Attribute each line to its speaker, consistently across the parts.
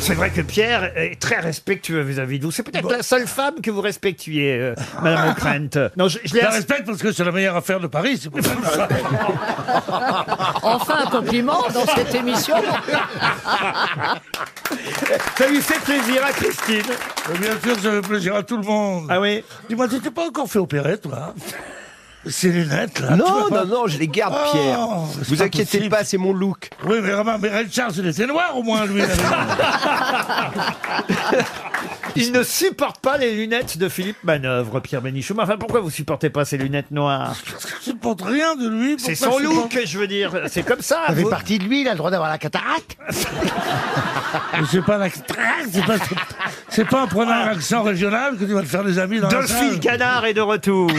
Speaker 1: C'est vrai que Pierre est très respectueux vis-à-vis de vous. C'est peut-être la seule femme que vous respectiez, euh, Madame O'Krent. Non, je, Ah, je l'ai
Speaker 2: Je la
Speaker 1: ass-
Speaker 2: respecte parce que c'est la meilleure affaire de Paris. C'est pour ça que
Speaker 3: Enfin un compliment dans cette émission.
Speaker 1: Ça lui fait plaisir à Christine.
Speaker 2: Mais Bien sûr, ça fait plaisir à tout le monde.
Speaker 1: Ah oui
Speaker 2: Dis-moi, tu t'es pas encore fait opérer, toi hein Ces lunettes, là tu
Speaker 4: Non,
Speaker 2: vas pas-
Speaker 4: non, non, je les garde,
Speaker 2: Oh,
Speaker 4: Pierre.
Speaker 2: c'est
Speaker 4: Vous
Speaker 2: pas
Speaker 4: inquiétez
Speaker 2: possible.
Speaker 4: pas, c'est mon look.
Speaker 2: Oui, mais Romain, mais Red Charles, il était noir au moins, lui.
Speaker 1: Il ne supporte pas les lunettes de Philippe Manœuvre, Pierre Bénichou. Mais enfin, pourquoi vous supportez pas ces lunettes noires
Speaker 2: Je ne porte rien de lui.
Speaker 1: C'est
Speaker 2: pourquoi
Speaker 1: son
Speaker 2: je supporte-
Speaker 1: look, je veux dire. C'est comme ça.
Speaker 5: Ça fait
Speaker 1: vous-
Speaker 5: partie de lui, il a le droit d'avoir la cataracte.
Speaker 2: Mais C'est pas, un ac- Ah, c'est pas, c'est pas en prenant un accent régional que tu vas te faire des amis dans la
Speaker 1: Delphine
Speaker 2: salle.
Speaker 1: Canard est de retour.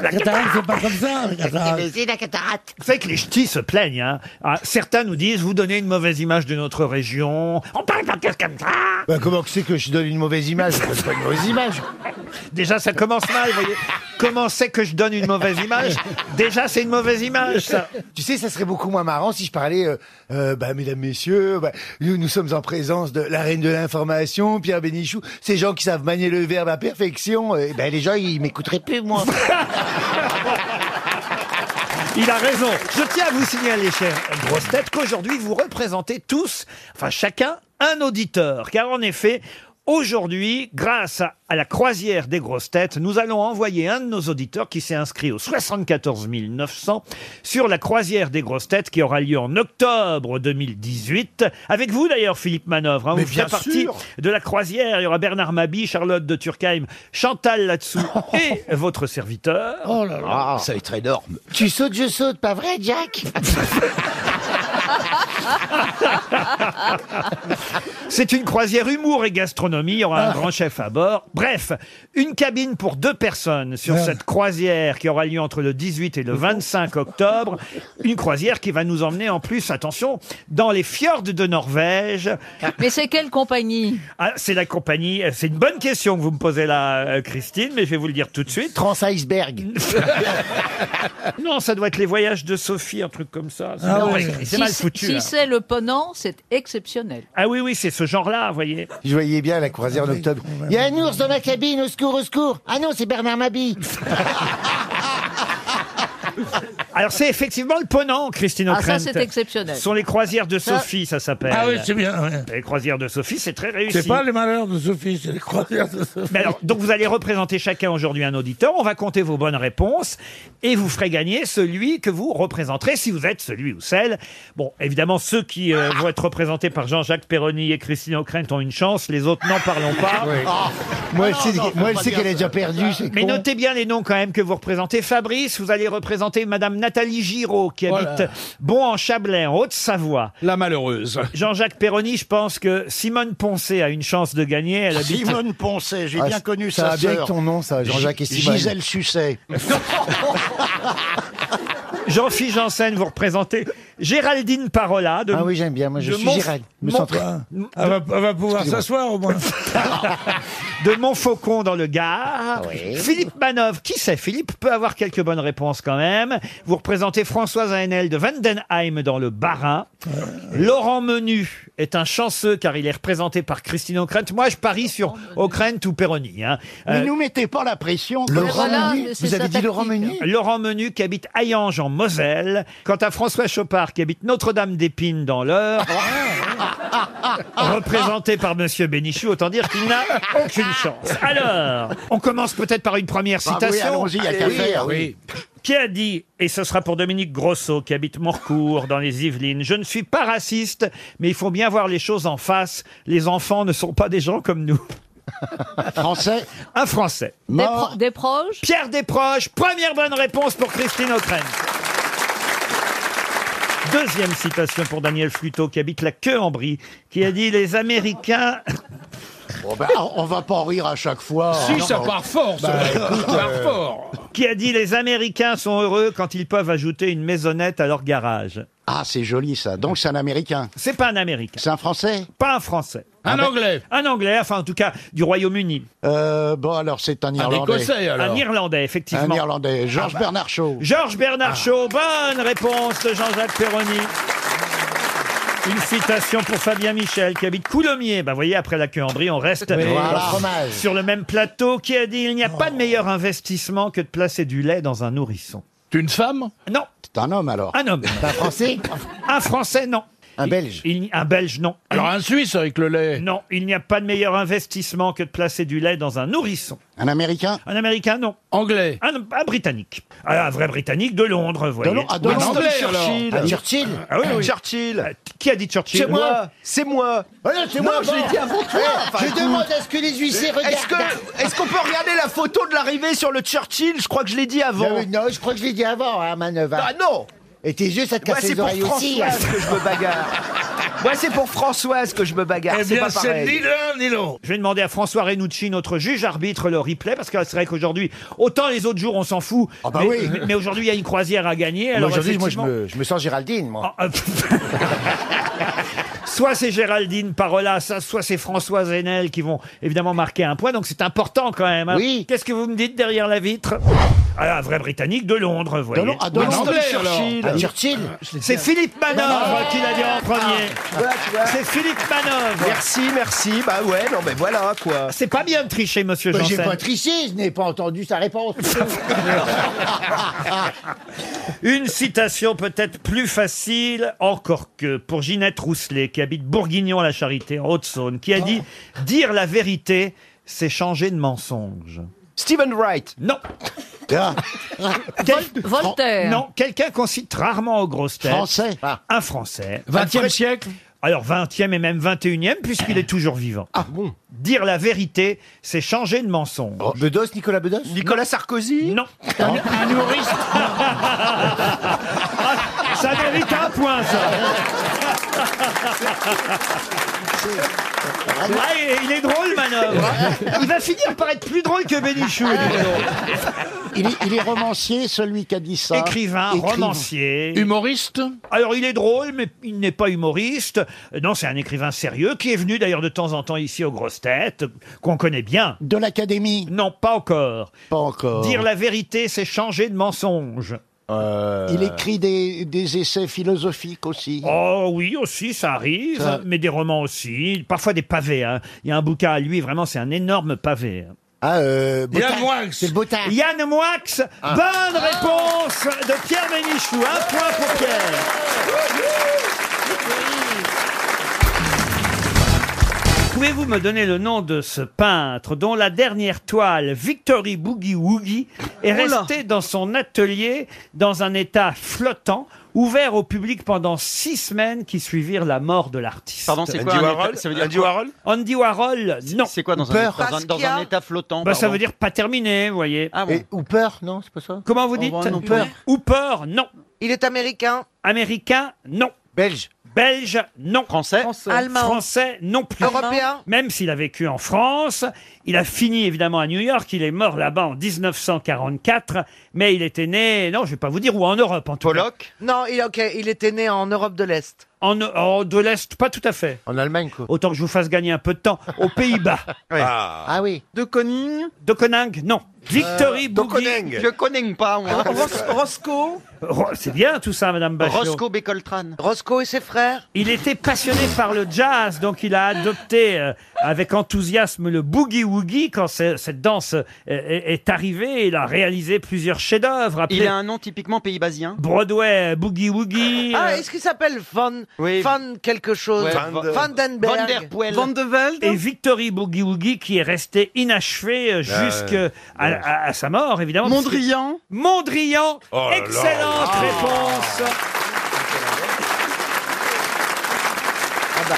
Speaker 2: La cataracte, c'est pas comme ça, la
Speaker 5: Mais
Speaker 2: cataracte.
Speaker 5: c'est la cataracte.
Speaker 1: Vous savez que les ch'tis se plaignent. Hein. Ah, certains nous disent, vous donnez une mauvaise image de notre région. On parle pas de comme ça.
Speaker 5: Bah, comment que c'est que je donne une mauvaise image Je donne pas une mauvaise image.
Speaker 1: Déjà, ça commence mal, vous voyez. Comment c'est que je donne une mauvaise image Déjà, c'est une mauvaise image, ça.
Speaker 5: Tu sais, ça serait beaucoup moins marrant si je parlais, euh, euh, bah, mesdames, messieurs, bah, nous, nous sommes en présence de la reine de l'information, Pierre Bénichou, ces gens qui savent manier le verbe à perfection. Et ben, les gens, ils m'écouteraient plus, moi.
Speaker 1: Il a raison. Je tiens à vous signaler, chers grosses têtes, qu'aujourd'hui, vous représentez tous, enfin chacun, un auditeur. Car en effet, aujourd'hui, grâce à à la croisière des grosses têtes, nous allons envoyer un de nos auditeurs qui s'est inscrit au 74 900 sur la croisière des grosses têtes qui aura lieu en octobre 2018. Avec vous d'ailleurs, Philippe Manœuvre. hein.
Speaker 4: Mais
Speaker 1: vous ferez
Speaker 4: bien
Speaker 1: partie
Speaker 4: sûr.
Speaker 1: de la croisière. Il y aura Bernard Mabi, Charlotte de Turckheim, Chantal là-dessous et votre serviteur.
Speaker 4: Ah, ça va être énorme.
Speaker 5: tu sautes, je saute, pas vrai, Jack
Speaker 1: C'est une croisière humour et gastronomie. Il y aura un grand chef à bord. Bref, une cabine pour deux personnes sur cette croisière qui aura lieu entre le 18 et le 25 octobre. Une croisière qui va nous emmener en plus, attention, dans les fjords de Norvège.
Speaker 3: Mais c'est quelle compagnie
Speaker 1: Ah, c'est la compagnie. C'est une bonne question que vous me posez là, euh, Christine, mais je vais vous le dire tout de suite.
Speaker 5: Trans-iceberg.
Speaker 1: Non, ça doit être les voyages de Sophie, un truc comme ça. C'est
Speaker 2: Ah
Speaker 1: mal-
Speaker 2: oui.
Speaker 1: c'est mal
Speaker 3: Si-
Speaker 1: foutu.
Speaker 3: Si
Speaker 1: hein.
Speaker 3: c'est le Ponant, c'est exceptionnel.
Speaker 1: Ah oui, oui, c'est ce genre-là, vous voyez.
Speaker 5: Je voyais bien la croisière en
Speaker 3: Ah
Speaker 5: octobre. Il y a un ours dans la cabine, au secours, au secours. Ah non, c'est Bernard Mabille.
Speaker 1: Alors c'est effectivement le Ponant, Christine
Speaker 3: Ah, ça,
Speaker 1: O'Krent.
Speaker 3: c'est exceptionnel.
Speaker 1: Ce sont les croisières de Sophie, ça s'appelle.
Speaker 2: Ah oui, c'est bien. ouais.
Speaker 1: Les croisières de Sophie, c'est très réussi.
Speaker 2: C'est pas les malheurs de Sophie, c'est les croisières de Sophie.
Speaker 1: Mais alors, donc vous allez représenter chacun aujourd'hui un auditeur, on va compter vos bonnes réponses et vous ferez gagner celui que vous représenterez si vous êtes celui ou celle. Bon, évidemment, ceux qui euh, vont être représentés par Jean-Jacques Perroni et Christine O'Krent ont une chance, les autres n'en parlons pas.
Speaker 5: Ah.
Speaker 1: Ah
Speaker 5: Moi, elle sait, moi, elle sait qu'elle est déjà perdue, c'est
Speaker 1: Mais
Speaker 5: con.
Speaker 1: notez bien les noms quand même que vous représentez. Fabrice, vous allez représenter Madame Nathalie Giraud qui habite Bon en Chablais, en Haute-Savoie.
Speaker 6: La malheureuse.
Speaker 1: Jean-Jacques Perroni, je pense que Simone Poncé a une chance de gagner. Elle habite
Speaker 7: Simone Poncet, j'ai
Speaker 5: Ah,
Speaker 7: bien connu
Speaker 5: ça
Speaker 7: sa
Speaker 5: va bien avec
Speaker 7: sœur.
Speaker 5: ton nom, ça, Jean-Jacques et Simone.
Speaker 7: Gisèle Sucet.
Speaker 8: Euh.
Speaker 1: Jean-Philippe Janssen, vous représentez Géraldine Parola de,
Speaker 5: Ah oui, j'aime bien. Moi, je
Speaker 1: de
Speaker 5: suis
Speaker 1: Mont-
Speaker 5: Gérald. Je me
Speaker 1: Mont- Ah,
Speaker 5: sens très-
Speaker 2: Elle va, elle va pouvoir s'asseoir au moins.
Speaker 1: de Montfaucon dans le Gard.
Speaker 5: Oui.
Speaker 1: Philippe Manov, qui sait Philippe peut avoir quelques bonnes réponses quand même. Vous représentez Françoise Haenel de Vandenheim dans le Bas-Rhin. Laurent Menu est un chanceux car il est représenté par Christine O'Krent. Moi, je parie sur O'Krent ou Perroni. hein. Euh,
Speaker 7: Ne nous mettez pas la pression.
Speaker 5: Laurent
Speaker 3: voilà,
Speaker 5: Meunier.
Speaker 3: c'est
Speaker 5: Vous
Speaker 3: sa
Speaker 5: avez dit Laurent
Speaker 3: tactique.
Speaker 5: Meunier
Speaker 1: Laurent Menu qui habite Hayange en Moselle. Quant à François Chopard qui habite Notre-Dame-d'Épines dans l'Eure.
Speaker 8: Ah,
Speaker 1: représenté par Monsieur Bénichou, autant dire qu'il n'a aucune
Speaker 3: Ah.
Speaker 1: chance. Alors, on commence peut-être par une première
Speaker 7: Ah oui,
Speaker 1: citation. ah
Speaker 7: allons-y, il y a qu'à faire.
Speaker 6: Oui.
Speaker 1: qui a dit, et ce sera pour Dominique Grosso qui habite Morcourt dans les Yvelines, je ne suis pas raciste, mais il faut bien voir les choses en face. Les enfants ne sont pas des gens comme nous.
Speaker 7: Français,
Speaker 1: Un Français.
Speaker 3: Des,
Speaker 7: Mort.
Speaker 3: pro- des proches
Speaker 1: Pierre Desproges, première bonne réponse pour Christine O'Krent. Deuxième citation pour Daniel Fluteau, qui habite la queue en brie, qui a dit Les Américains.
Speaker 7: Bon, ben, on- on va pas en rire à chaque fois.
Speaker 6: Si,
Speaker 7: Non, Bah, euh,
Speaker 6: ça
Speaker 7: non.
Speaker 6: part fort, ça part fort.
Speaker 1: qui a dit Les Américains sont heureux quand ils peuvent ajouter une maisonnette à leur garage.
Speaker 7: Ah, c'est joli ça. Donc c'est un Américain.
Speaker 1: C'est pas un Américain,
Speaker 7: C'est un Français
Speaker 1: pas un Français.
Speaker 4: Ah
Speaker 6: Un anglais.
Speaker 1: Ah ben, Un Anglais, enfin en tout cas du Royaume-Uni.
Speaker 7: Euh, Bon, alors c'est un
Speaker 6: Un
Speaker 7: Irlandais.
Speaker 6: écossais, alors.
Speaker 1: Un Irlandais,
Speaker 7: Un
Speaker 1: effectivement. Ah bah.
Speaker 7: Irlandais. Georges Bernard Shaw.
Speaker 6: Ah.
Speaker 1: Georges Bernard Shaw, bonne réponse de Jean-Jacques Perroni. Une citation pour Fabien Michel qui habite Coulommiers. Bah, vous voyez, après la queue en brie, on reste
Speaker 8: Oui,
Speaker 1: Voilà.
Speaker 8: le fromage.
Speaker 1: sur le même plateau qui a dit il n'y a pas de meilleur investissement que de placer du lait dans un nourrisson.
Speaker 9: Une femme
Speaker 1: Non,
Speaker 7: C'est un homme alors.
Speaker 1: un homme.
Speaker 8: Un français
Speaker 1: Un Français, non.
Speaker 8: Un Belge
Speaker 1: Il n'y- un Belge, non.
Speaker 9: Alors un Suisse avec le lait.
Speaker 1: Non, il n'y a pas de meilleur investissement que de placer du lait dans un nourrisson.
Speaker 7: Un américain
Speaker 1: Un Américain, non.
Speaker 9: Anglais.
Speaker 1: Un, un Britannique. Ah, un vrai Britannique de Londres, vous voyez.
Speaker 7: Non, non, ah,
Speaker 9: Un
Speaker 7: non,
Speaker 9: Anglais alors.
Speaker 4: Churchill.
Speaker 8: Un Churchill
Speaker 1: Ah oui, oui.
Speaker 4: Churchill.
Speaker 1: Euh, Qui a dit Churchill
Speaker 4: C'est moi. C'est moi.
Speaker 8: c'est
Speaker 4: Non, je l'ai dit avant toi.
Speaker 6: Eh,
Speaker 4: Enfin,
Speaker 8: Eh, Je demande à ce que les huissiers regardent.
Speaker 4: Est-ce que est-ce qu'on peut regarder la photo de l'arrivée sur le Churchill Je crois que je l'ai dit avant.
Speaker 8: Non, non, je crois que je l'ai dit avant, hein, Manœuvre.
Speaker 4: Ah non.
Speaker 8: Et tes yeux, ça te
Speaker 4: Moi
Speaker 8: casse
Speaker 4: c'est
Speaker 8: les
Speaker 4: pour
Speaker 8: oreilles aussi. hein.
Speaker 4: Françoise que je me bagarre. Moi c'est pour Françoise que je me
Speaker 8: Ah,
Speaker 4: bagarre.
Speaker 10: Eh
Speaker 4: C'est
Speaker 10: bien,
Speaker 4: pas
Speaker 10: c'est ni
Speaker 4: pareil.
Speaker 10: l'un ni l'autre.
Speaker 1: Je vais demander à François Renucci, notre juge arbitre, le replay, parce que c'est vrai qu'aujourd'hui, autant les autres jours, on s'en fout.
Speaker 8: Ah bah
Speaker 1: mais,
Speaker 8: oui.
Speaker 1: mais- mais aujourd'hui, il y a une croisière à gagner.
Speaker 8: Mais
Speaker 1: Alors
Speaker 8: Aujourd'hui, moi, je
Speaker 1: effectivement-
Speaker 8: me, je me sens Géraldine, moi.
Speaker 1: Ah, euh, Soit c'est Géraldine Parola, ça, soit c'est Françoise Henel qui vont évidemment marquer un point, donc c'est important quand même. hein.
Speaker 8: Oui.
Speaker 1: Qu'est-ce que vous me dites derrière la vitre Ah, un vrai Britannique de Londres, vous voyez.
Speaker 7: Non, non, ah,
Speaker 4: Winston
Speaker 7: non,
Speaker 9: Anglais,
Speaker 4: Churchill.
Speaker 8: Un Churchill
Speaker 1: C'est Philippe Manœuvre qui l'a dit en premier.
Speaker 4: Voilà, tu vois.
Speaker 1: C'est Philippe Manœuvre.
Speaker 4: Merci, merci. Bah ouais, non mais voilà quoi.
Speaker 1: C'est pas bien de tricher, monsieur
Speaker 8: Bah, J'ai
Speaker 1: Janssen.
Speaker 8: pas triché, je n'ai pas entendu sa réponse.
Speaker 1: Une citation peut-être plus facile encore que pour Ginette Rousselet, qui habite Bourguignon-la-Charité, en Haute-Saône, qui a dit « Dire la vérité, c'est changer de mensonge
Speaker 4: Stephen Wright. ».
Speaker 1: Non,
Speaker 7: Ah,
Speaker 1: quel-
Speaker 11: Voltaire.
Speaker 1: non quelqu'un qu'on cite rarement aux grosses têtes.
Speaker 7: Français.
Speaker 1: Un Français.
Speaker 9: 20e siècle
Speaker 1: Alors 20e et même 21e, puisqu'il est toujours vivant.
Speaker 7: Ah bon
Speaker 1: Dire la vérité, c'est changer de mensonge.
Speaker 8: Bedos, Nicolas Bedos
Speaker 4: Nicolas Sarkozy.
Speaker 1: Non. Ah, ça mérite un point, ça. Ah, il- il est drôle, Manœuvre. hein. Il va finir par être plus drôle que Bénichou.
Speaker 7: Ah.
Speaker 1: hein.
Speaker 7: il, est, il est romancier, celui qui a dit ça.
Speaker 1: Écrivain,
Speaker 7: Écrivain.
Speaker 1: romancier.
Speaker 9: Humoriste
Speaker 1: Alors, il est drôle, mais il n'est pas humoriste. Euh, Non, c'est un écrivain sérieux qui est venu d'ailleurs de temps en temps ici aux grosses têtes, qu'on connaît bien.
Speaker 7: De l'académie.
Speaker 1: Non, pas encore.
Speaker 7: Pas encore.
Speaker 1: Dire la vérité, c'est changer de mensonge.
Speaker 7: Euh. Il écrit des, des essais philosophiques aussi.
Speaker 1: Oh oui, aussi, ça arrive,
Speaker 7: Ça-
Speaker 1: mais des romans aussi, parfois des pavés. hein. Il y a un bouquin à lui, vraiment, c'est un énorme pavé. hein.
Speaker 8: Ah, euh,
Speaker 10: Il y a
Speaker 8: Botin.
Speaker 10: moins que-
Speaker 8: C'est le Botin.
Speaker 1: Yann Moix, bonne réponse de Pierre Bénichou. Un point pour Pierre. Pouvez-vous me donner le nom de ce peintre dont la dernière toile, Victory Boogie Woogie, est restée dans son atelier dans un état flottant, ouvert au public pendant six semaines qui suivirent la mort de l'artiste
Speaker 12: Pardon, c'est quoi un état- ça veut dire quoi
Speaker 1: Andy Warhol, non.
Speaker 12: C'est quoi dans un,
Speaker 8: Peur.
Speaker 12: état- dans un- dans un état flottant
Speaker 1: Bah, ça
Speaker 12: pardon
Speaker 1: veut dire pas terminé, vous voyez.
Speaker 12: Ah bon
Speaker 8: Et Hooper, non, c'est pas ça
Speaker 1: Comment vous dites
Speaker 12: bah, non,
Speaker 1: Hooper.
Speaker 12: peur.
Speaker 1: Hooper, non.
Speaker 6: Il est américain,
Speaker 1: Américain, non.
Speaker 8: Belge.
Speaker 1: Belge, non.
Speaker 12: Français
Speaker 6: allemand,
Speaker 1: Français, non plus.
Speaker 6: européen,
Speaker 1: Même s'il a vécu en France, il a fini évidemment à New York, il est mort là-bas en 1944, mais il était né, non, je vais pas vous dire où, en Europe en tout cas.
Speaker 4: Pollock.
Speaker 6: non, il, ok, il était né en Europe de l'Est.
Speaker 1: En, en- de l'Est, pas tout à fait.
Speaker 8: En Allemagne, quoi.
Speaker 1: Autant que je vous fasse gagner un peu de temps. Aux Pays-Bas.
Speaker 8: Ah, oui. Euh,
Speaker 6: De Koning,
Speaker 1: Dokoning, non. Victory Boogie.
Speaker 12: Je connais pas, moi.
Speaker 6: Ros- Roscoe,
Speaker 1: Ro- C'est bien tout ça, Madame Bachelot.
Speaker 12: Roscoe Becoltrane.
Speaker 6: Roscoe et ses frères.
Speaker 1: Il était passionné par le jazz, donc il a adopté euh, avec enthousiasme le boogie-woogie quand ce- cette danse euh, est, est arrivée. Il a réalisé plusieurs chefs-d'œuvre
Speaker 12: Il
Speaker 1: appelés
Speaker 12: a un nom typiquement pays-basien.
Speaker 1: Broadway, boogie-woogie.
Speaker 6: Ah,
Speaker 1: euh,
Speaker 6: est-ce qu'il s'appelle Van,
Speaker 12: Oui.
Speaker 6: Van quelque chose
Speaker 12: Ouais,
Speaker 6: Van,
Speaker 12: Van-
Speaker 6: Vandenberg.
Speaker 12: Van der Poel.
Speaker 1: et Victory Boogie Woogie qui est resté inachevé euh,
Speaker 6: Bah
Speaker 1: jusqu'à à, à- à sa mort, évidemment. parce que- Mondrian, excellente
Speaker 2: Ah.
Speaker 1: réponse. Ah bah.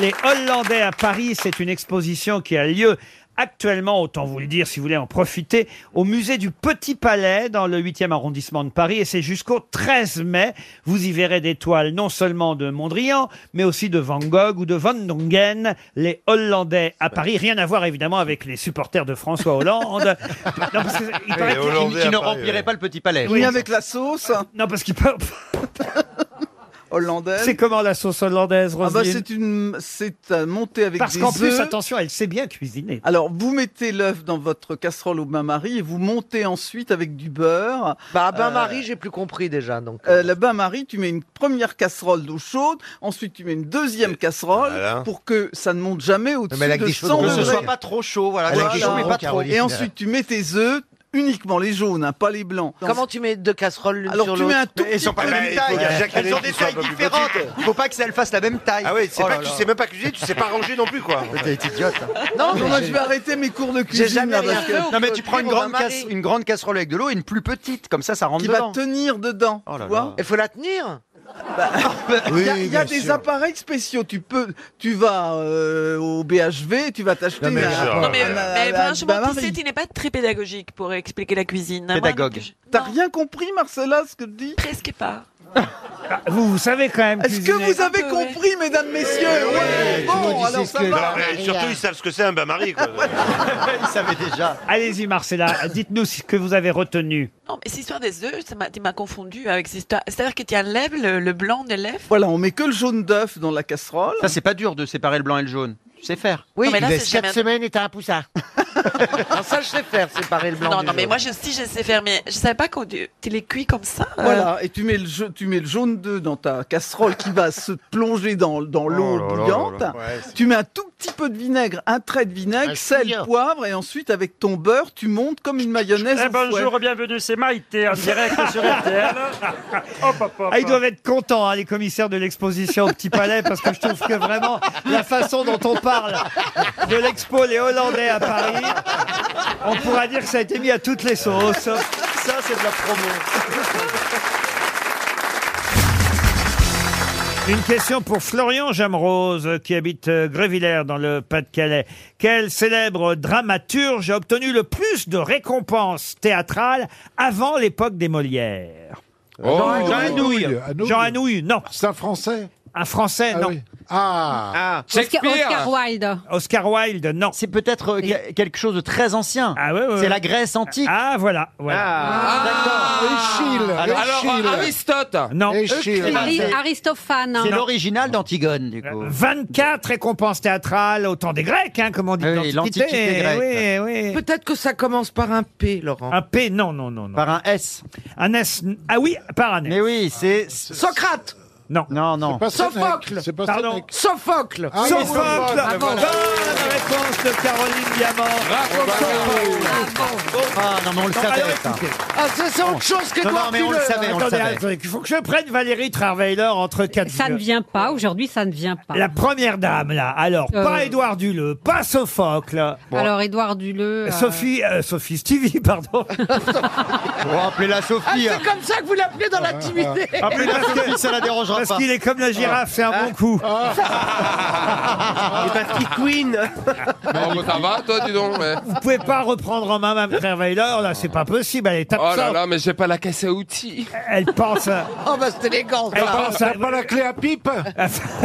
Speaker 1: Les Hollandais à Paris, c'est une exposition qui a lieu actuellement, autant vous le dire si vous voulez en profiter, au musée du Petit Palais dans le 8e arrondissement de Paris et c'est jusqu'au 13 mai. Vous y verrez des toiles non seulement de Mondrian, mais aussi de Van Gogh ou de Van Dongen, les Hollandais à Paris. Rien à voir évidemment avec les supporters de François Hollande. non, parce que il paraît qu'il-
Speaker 12: Qui, qui ne remplirait pas le petit palais.
Speaker 1: Oui.
Speaker 6: avec la sauce.
Speaker 1: non, parce qu'il paraît-
Speaker 12: hollandaise.
Speaker 1: C'est comment la sauce hollandaise,
Speaker 12: Ah bah,
Speaker 1: Roselyne
Speaker 12: c'est une, c'est euh, monté avec
Speaker 1: Parce
Speaker 12: des
Speaker 1: qu'en plus,
Speaker 12: œufs.
Speaker 1: attention, elle sait bien cuisiner.
Speaker 12: Alors, vous mettez l'œuf dans votre casserole au bain-marie et vous montez ensuite avec du beurre.
Speaker 6: Bah, ben Marie, j'ai plus compris déjà. Donc,
Speaker 12: Euh, le bain-marie, tu mets une première casserole d'eau chaude, ensuite tu mets une deuxième casserole
Speaker 7: voilà.
Speaker 12: pour que ça ne monte jamais au-dessus
Speaker 8: Mais avec
Speaker 12: de
Speaker 8: des
Speaker 12: 100
Speaker 8: chaudrons,
Speaker 12: degrés.
Speaker 8: Que ce soit
Speaker 4: pas trop chaud, voilà.
Speaker 8: Avec
Speaker 12: des
Speaker 8: chaudrons,
Speaker 12: mais pas
Speaker 8: Caroline.
Speaker 12: Et ensuite, tu mets tes œufs, uniquement les jaunes, hein, pas les blancs.
Speaker 6: comment tu mets deux casseroles l'une
Speaker 12: Alors,
Speaker 6: sur
Speaker 12: tu mets
Speaker 6: l'autre
Speaker 12: un tout
Speaker 4: Ils
Speaker 12: petit
Speaker 4: sont pas
Speaker 12: peu
Speaker 4: de
Speaker 12: de
Speaker 4: même taille. Elles ont des tailles différentes. Faut pas que ça le fasse la même taille.
Speaker 7: Ah oui, c'est
Speaker 4: Oh
Speaker 7: pas
Speaker 4: là
Speaker 7: que tu
Speaker 4: là.
Speaker 7: sais même pas cuisiner, tu sais pas ranger non plus, quoi.
Speaker 12: Non, mais moi, je vais arrêter mes cours de
Speaker 6: hein. J'ai
Speaker 12: cuisine.
Speaker 6: jamais
Speaker 12: là,
Speaker 6: rien
Speaker 12: parce que-
Speaker 6: fait. au
Speaker 4: Non mais tu
Speaker 6: clocher,
Speaker 4: prends une
Speaker 6: mon
Speaker 4: grande,
Speaker 6: bain-marie.
Speaker 4: casse- une grande casserole avec de l'eau et une plus petite, comme ça ça rentre
Speaker 12: qui
Speaker 4: dedans.
Speaker 12: va tenir dedans.
Speaker 4: Oh là
Speaker 12: tu vois Bah,
Speaker 4: là.
Speaker 6: Il faut la tenir.
Speaker 12: Il y a,
Speaker 8: Oui,
Speaker 12: il y a
Speaker 8: bien
Speaker 12: des
Speaker 8: sûr.
Speaker 12: appareils spéciaux. Tu peux, tu vas euh, au BHV, tu vas t'acheter.
Speaker 8: Non, mais
Speaker 12: la-
Speaker 8: je- Non,
Speaker 2: Non, mais,
Speaker 12: la-
Speaker 4: Bah,
Speaker 12: la-
Speaker 2: mais
Speaker 12: la-
Speaker 2: franchement,
Speaker 12: la- la-
Speaker 2: tu sais, tu n'es pas très pédagogique pour expliquer la cuisine. Moi,
Speaker 4: Pédagogue.
Speaker 2: non plus, je-
Speaker 12: T'as
Speaker 2: non,
Speaker 12: rien compris, Marcella, ce que je dis
Speaker 2: Presque pas.
Speaker 1: Ah, Vous, vous savez quand même
Speaker 12: Est-ce que
Speaker 1: cuisiner.
Speaker 12: vous avez
Speaker 2: peu, ouais.
Speaker 12: compris, mesdames, messieurs Ouais,
Speaker 8: tout le monde,
Speaker 12: Bon,
Speaker 8: il
Speaker 12: alors
Speaker 8: sait ce
Speaker 12: ça
Speaker 8: que-
Speaker 12: va.
Speaker 7: Non, mais surtout, ils savent ce que c'est hein, bah, un bain-marie, quoi.
Speaker 4: Ils savaient déjà.
Speaker 1: Allez-y, Marcella, dites-nous ce que vous avez retenu.
Speaker 2: Non, mais cette histoire des œufs, ça m'a- tu m'as confondu avec cette histoire. C'est-à-dire que tu enlèves le, le blanc de l'œuf.
Speaker 12: Voilà, on met que le jaune d'œuf dans la casserole.
Speaker 4: Ça c'est pas dur de séparer le blanc et le jaune. Tu sais faire.
Speaker 2: non, mais là, c'est
Speaker 8: Cette
Speaker 2: jamais.
Speaker 8: semaine est un poussard.
Speaker 6: Non, ça, je sais faire, séparer le blanc.
Speaker 2: Non,
Speaker 6: du
Speaker 2: non, mais
Speaker 6: jaune.
Speaker 2: moi, je, si, je sais faire, mais je savais pas qu'on tu tu les cuis comme ça. euh,
Speaker 12: Voilà, et tu mets, le, ja- tu mets le jaune d'œuf dans ta casserole qui va se plonger dans, dans l'eau bouillante. Tu mets un tout petit peu de vinaigre, un trait de vinaigre,
Speaker 8: Un
Speaker 12: sel,
Speaker 8: chouïa.
Speaker 12: poivre, et ensuite avec ton beurre, tu montes comme une mayonnaise.
Speaker 9: Eh
Speaker 1: ben,
Speaker 12: au
Speaker 9: ben,
Speaker 12: fouet.
Speaker 9: bienvenue, c'est Maïté en direct sur RTL. Hop, hop, hop.
Speaker 1: Ah, ils doivent être contents, hein, les commissaires de l'exposition au Petit Palais, parce que je trouve que vraiment, la façon dont on parle de l'expo Les Hollandais à Paris, on pourra dire que ça a été mis à toutes les sauces.
Speaker 4: Ça c'est de la promo.
Speaker 1: Une question pour Florian Jamrose, euh, qui habite euh, Grévillers dans le Pas-de-Calais. Quel célèbre dramaturge a obtenu le plus de récompenses théâtrales avant l'époque des Molières
Speaker 7: Oh, Jean
Speaker 1: Jean Anouilh, non.
Speaker 7: C'est un Français
Speaker 1: Un Français, non.
Speaker 7: Ah
Speaker 4: Ah,
Speaker 13: Oscar, Oscar Wilde.
Speaker 1: Oscar Wilde, non.
Speaker 6: C'est peut-être euh, que- quelque chose de très ancien.
Speaker 1: Ah ouais, ouais, ouais.
Speaker 6: C'est la Grèce antique.
Speaker 1: Ah, voilà, voilà.
Speaker 13: Ah.
Speaker 4: Ah.
Speaker 7: Échille
Speaker 6: Aristote.
Speaker 1: Non.
Speaker 13: Ari- Aristophane.
Speaker 12: C'est
Speaker 13: Non.
Speaker 12: l'original d'Antigone, du coup.
Speaker 1: 24 récompenses théâtrales au temps des Grecs, hein, comme on dit
Speaker 12: Ah
Speaker 1: dans
Speaker 12: oui,
Speaker 1: l'Antiquité.
Speaker 12: l'Antiquité
Speaker 1: Eh
Speaker 12: grecque.
Speaker 1: Oui, eh oui.
Speaker 6: Peut-être que ça commence par un P, Laurent.
Speaker 1: Un P, non, non, non, non.
Speaker 6: Par un S.
Speaker 1: Un S, ah oui, par un S.
Speaker 6: Mais oui, c'est Socrate.
Speaker 1: Non.
Speaker 6: Non, non.
Speaker 7: Sophocle C'est pas
Speaker 1: Pardon.
Speaker 6: Sophocle.
Speaker 7: Ah, oui,
Speaker 1: Sophocle,
Speaker 7: Sophocle,
Speaker 1: bonne
Speaker 7: voilà.
Speaker 1: réponse de Caroline Diamant.
Speaker 6: Ah non, mais on le savait.
Speaker 1: alors,
Speaker 6: ça. Ah, ça, c'est autre chose que
Speaker 7: Non,
Speaker 6: toi.
Speaker 7: non, mais on le savait, on le
Speaker 1: Attendez,
Speaker 7: savait.
Speaker 1: attendez, il faut que je prenne Valérie Travailer entre quatre
Speaker 13: Ça ne
Speaker 1: yeux.
Speaker 13: vient pas. Aujourd'hui, ça ne vient pas.
Speaker 1: La première dame, là. Alors, pas
Speaker 13: Euh.
Speaker 1: Édouard Duleux, pas Sophocle.
Speaker 13: Alors, Édouard Duleux. euh,
Speaker 1: Sophie, euh, Sophie Stevie, pardon.
Speaker 4: On va appeler la Sophie. hein.
Speaker 6: Ah, C'est comme ça que vous l'appelez dans
Speaker 7: Ah.
Speaker 6: l'intimité.
Speaker 1: Appelez la Sophie,
Speaker 4: Ça la dérangera
Speaker 1: Parce
Speaker 4: pas.
Speaker 1: qu'il est comme la girafe, c'est
Speaker 7: Ah.
Speaker 1: un bon coup.
Speaker 6: Patrick Queen.
Speaker 9: ça va, toi, dis donc ouais.
Speaker 1: Vous pouvez pas reprendre en main Mme Travailer, là, c'est pas possible. Elle est
Speaker 9: Oh là
Speaker 1: absente.
Speaker 9: là, mais j'ai pas la caisse à outils.
Speaker 1: Elle pense. à-
Speaker 6: Oh, bah, c'est élégant.
Speaker 1: Elle
Speaker 9: Ah,
Speaker 1: pense à-
Speaker 7: clé à pipe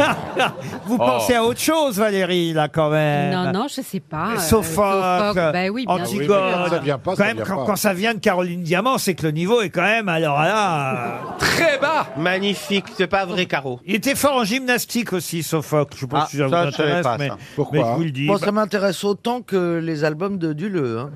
Speaker 7: Oh.
Speaker 9: Oh.
Speaker 1: Vous pensez à autre chose, Valérie, là, quand même.
Speaker 13: Non, non, je sais pas. euh,
Speaker 1: Sophocle,
Speaker 13: Sophocle,
Speaker 14: bah
Speaker 13: ben oui, bien
Speaker 1: Antigone.
Speaker 13: sûr.
Speaker 7: ça vient pas,
Speaker 1: quand
Speaker 7: ça
Speaker 1: même,
Speaker 7: vient
Speaker 1: quand,
Speaker 7: pas.
Speaker 1: quand ça vient de Caroline Diamant, c'est que le niveau est quand même. Alors là, euh,
Speaker 9: Très bas
Speaker 4: Magnifique, c'est pas vrai, Caro.
Speaker 1: il était fort en gymnastique aussi, Sophocle. Je sais pas
Speaker 4: Ah,
Speaker 1: si ça vous
Speaker 4: ça, je savais
Speaker 1: intéresse,
Speaker 4: pas,
Speaker 1: mais,
Speaker 4: ça.
Speaker 7: Pourquoi
Speaker 1: mais je vous le dis.
Speaker 6: Moi, ça m'intéresse autant que les albums de Duleux. hein.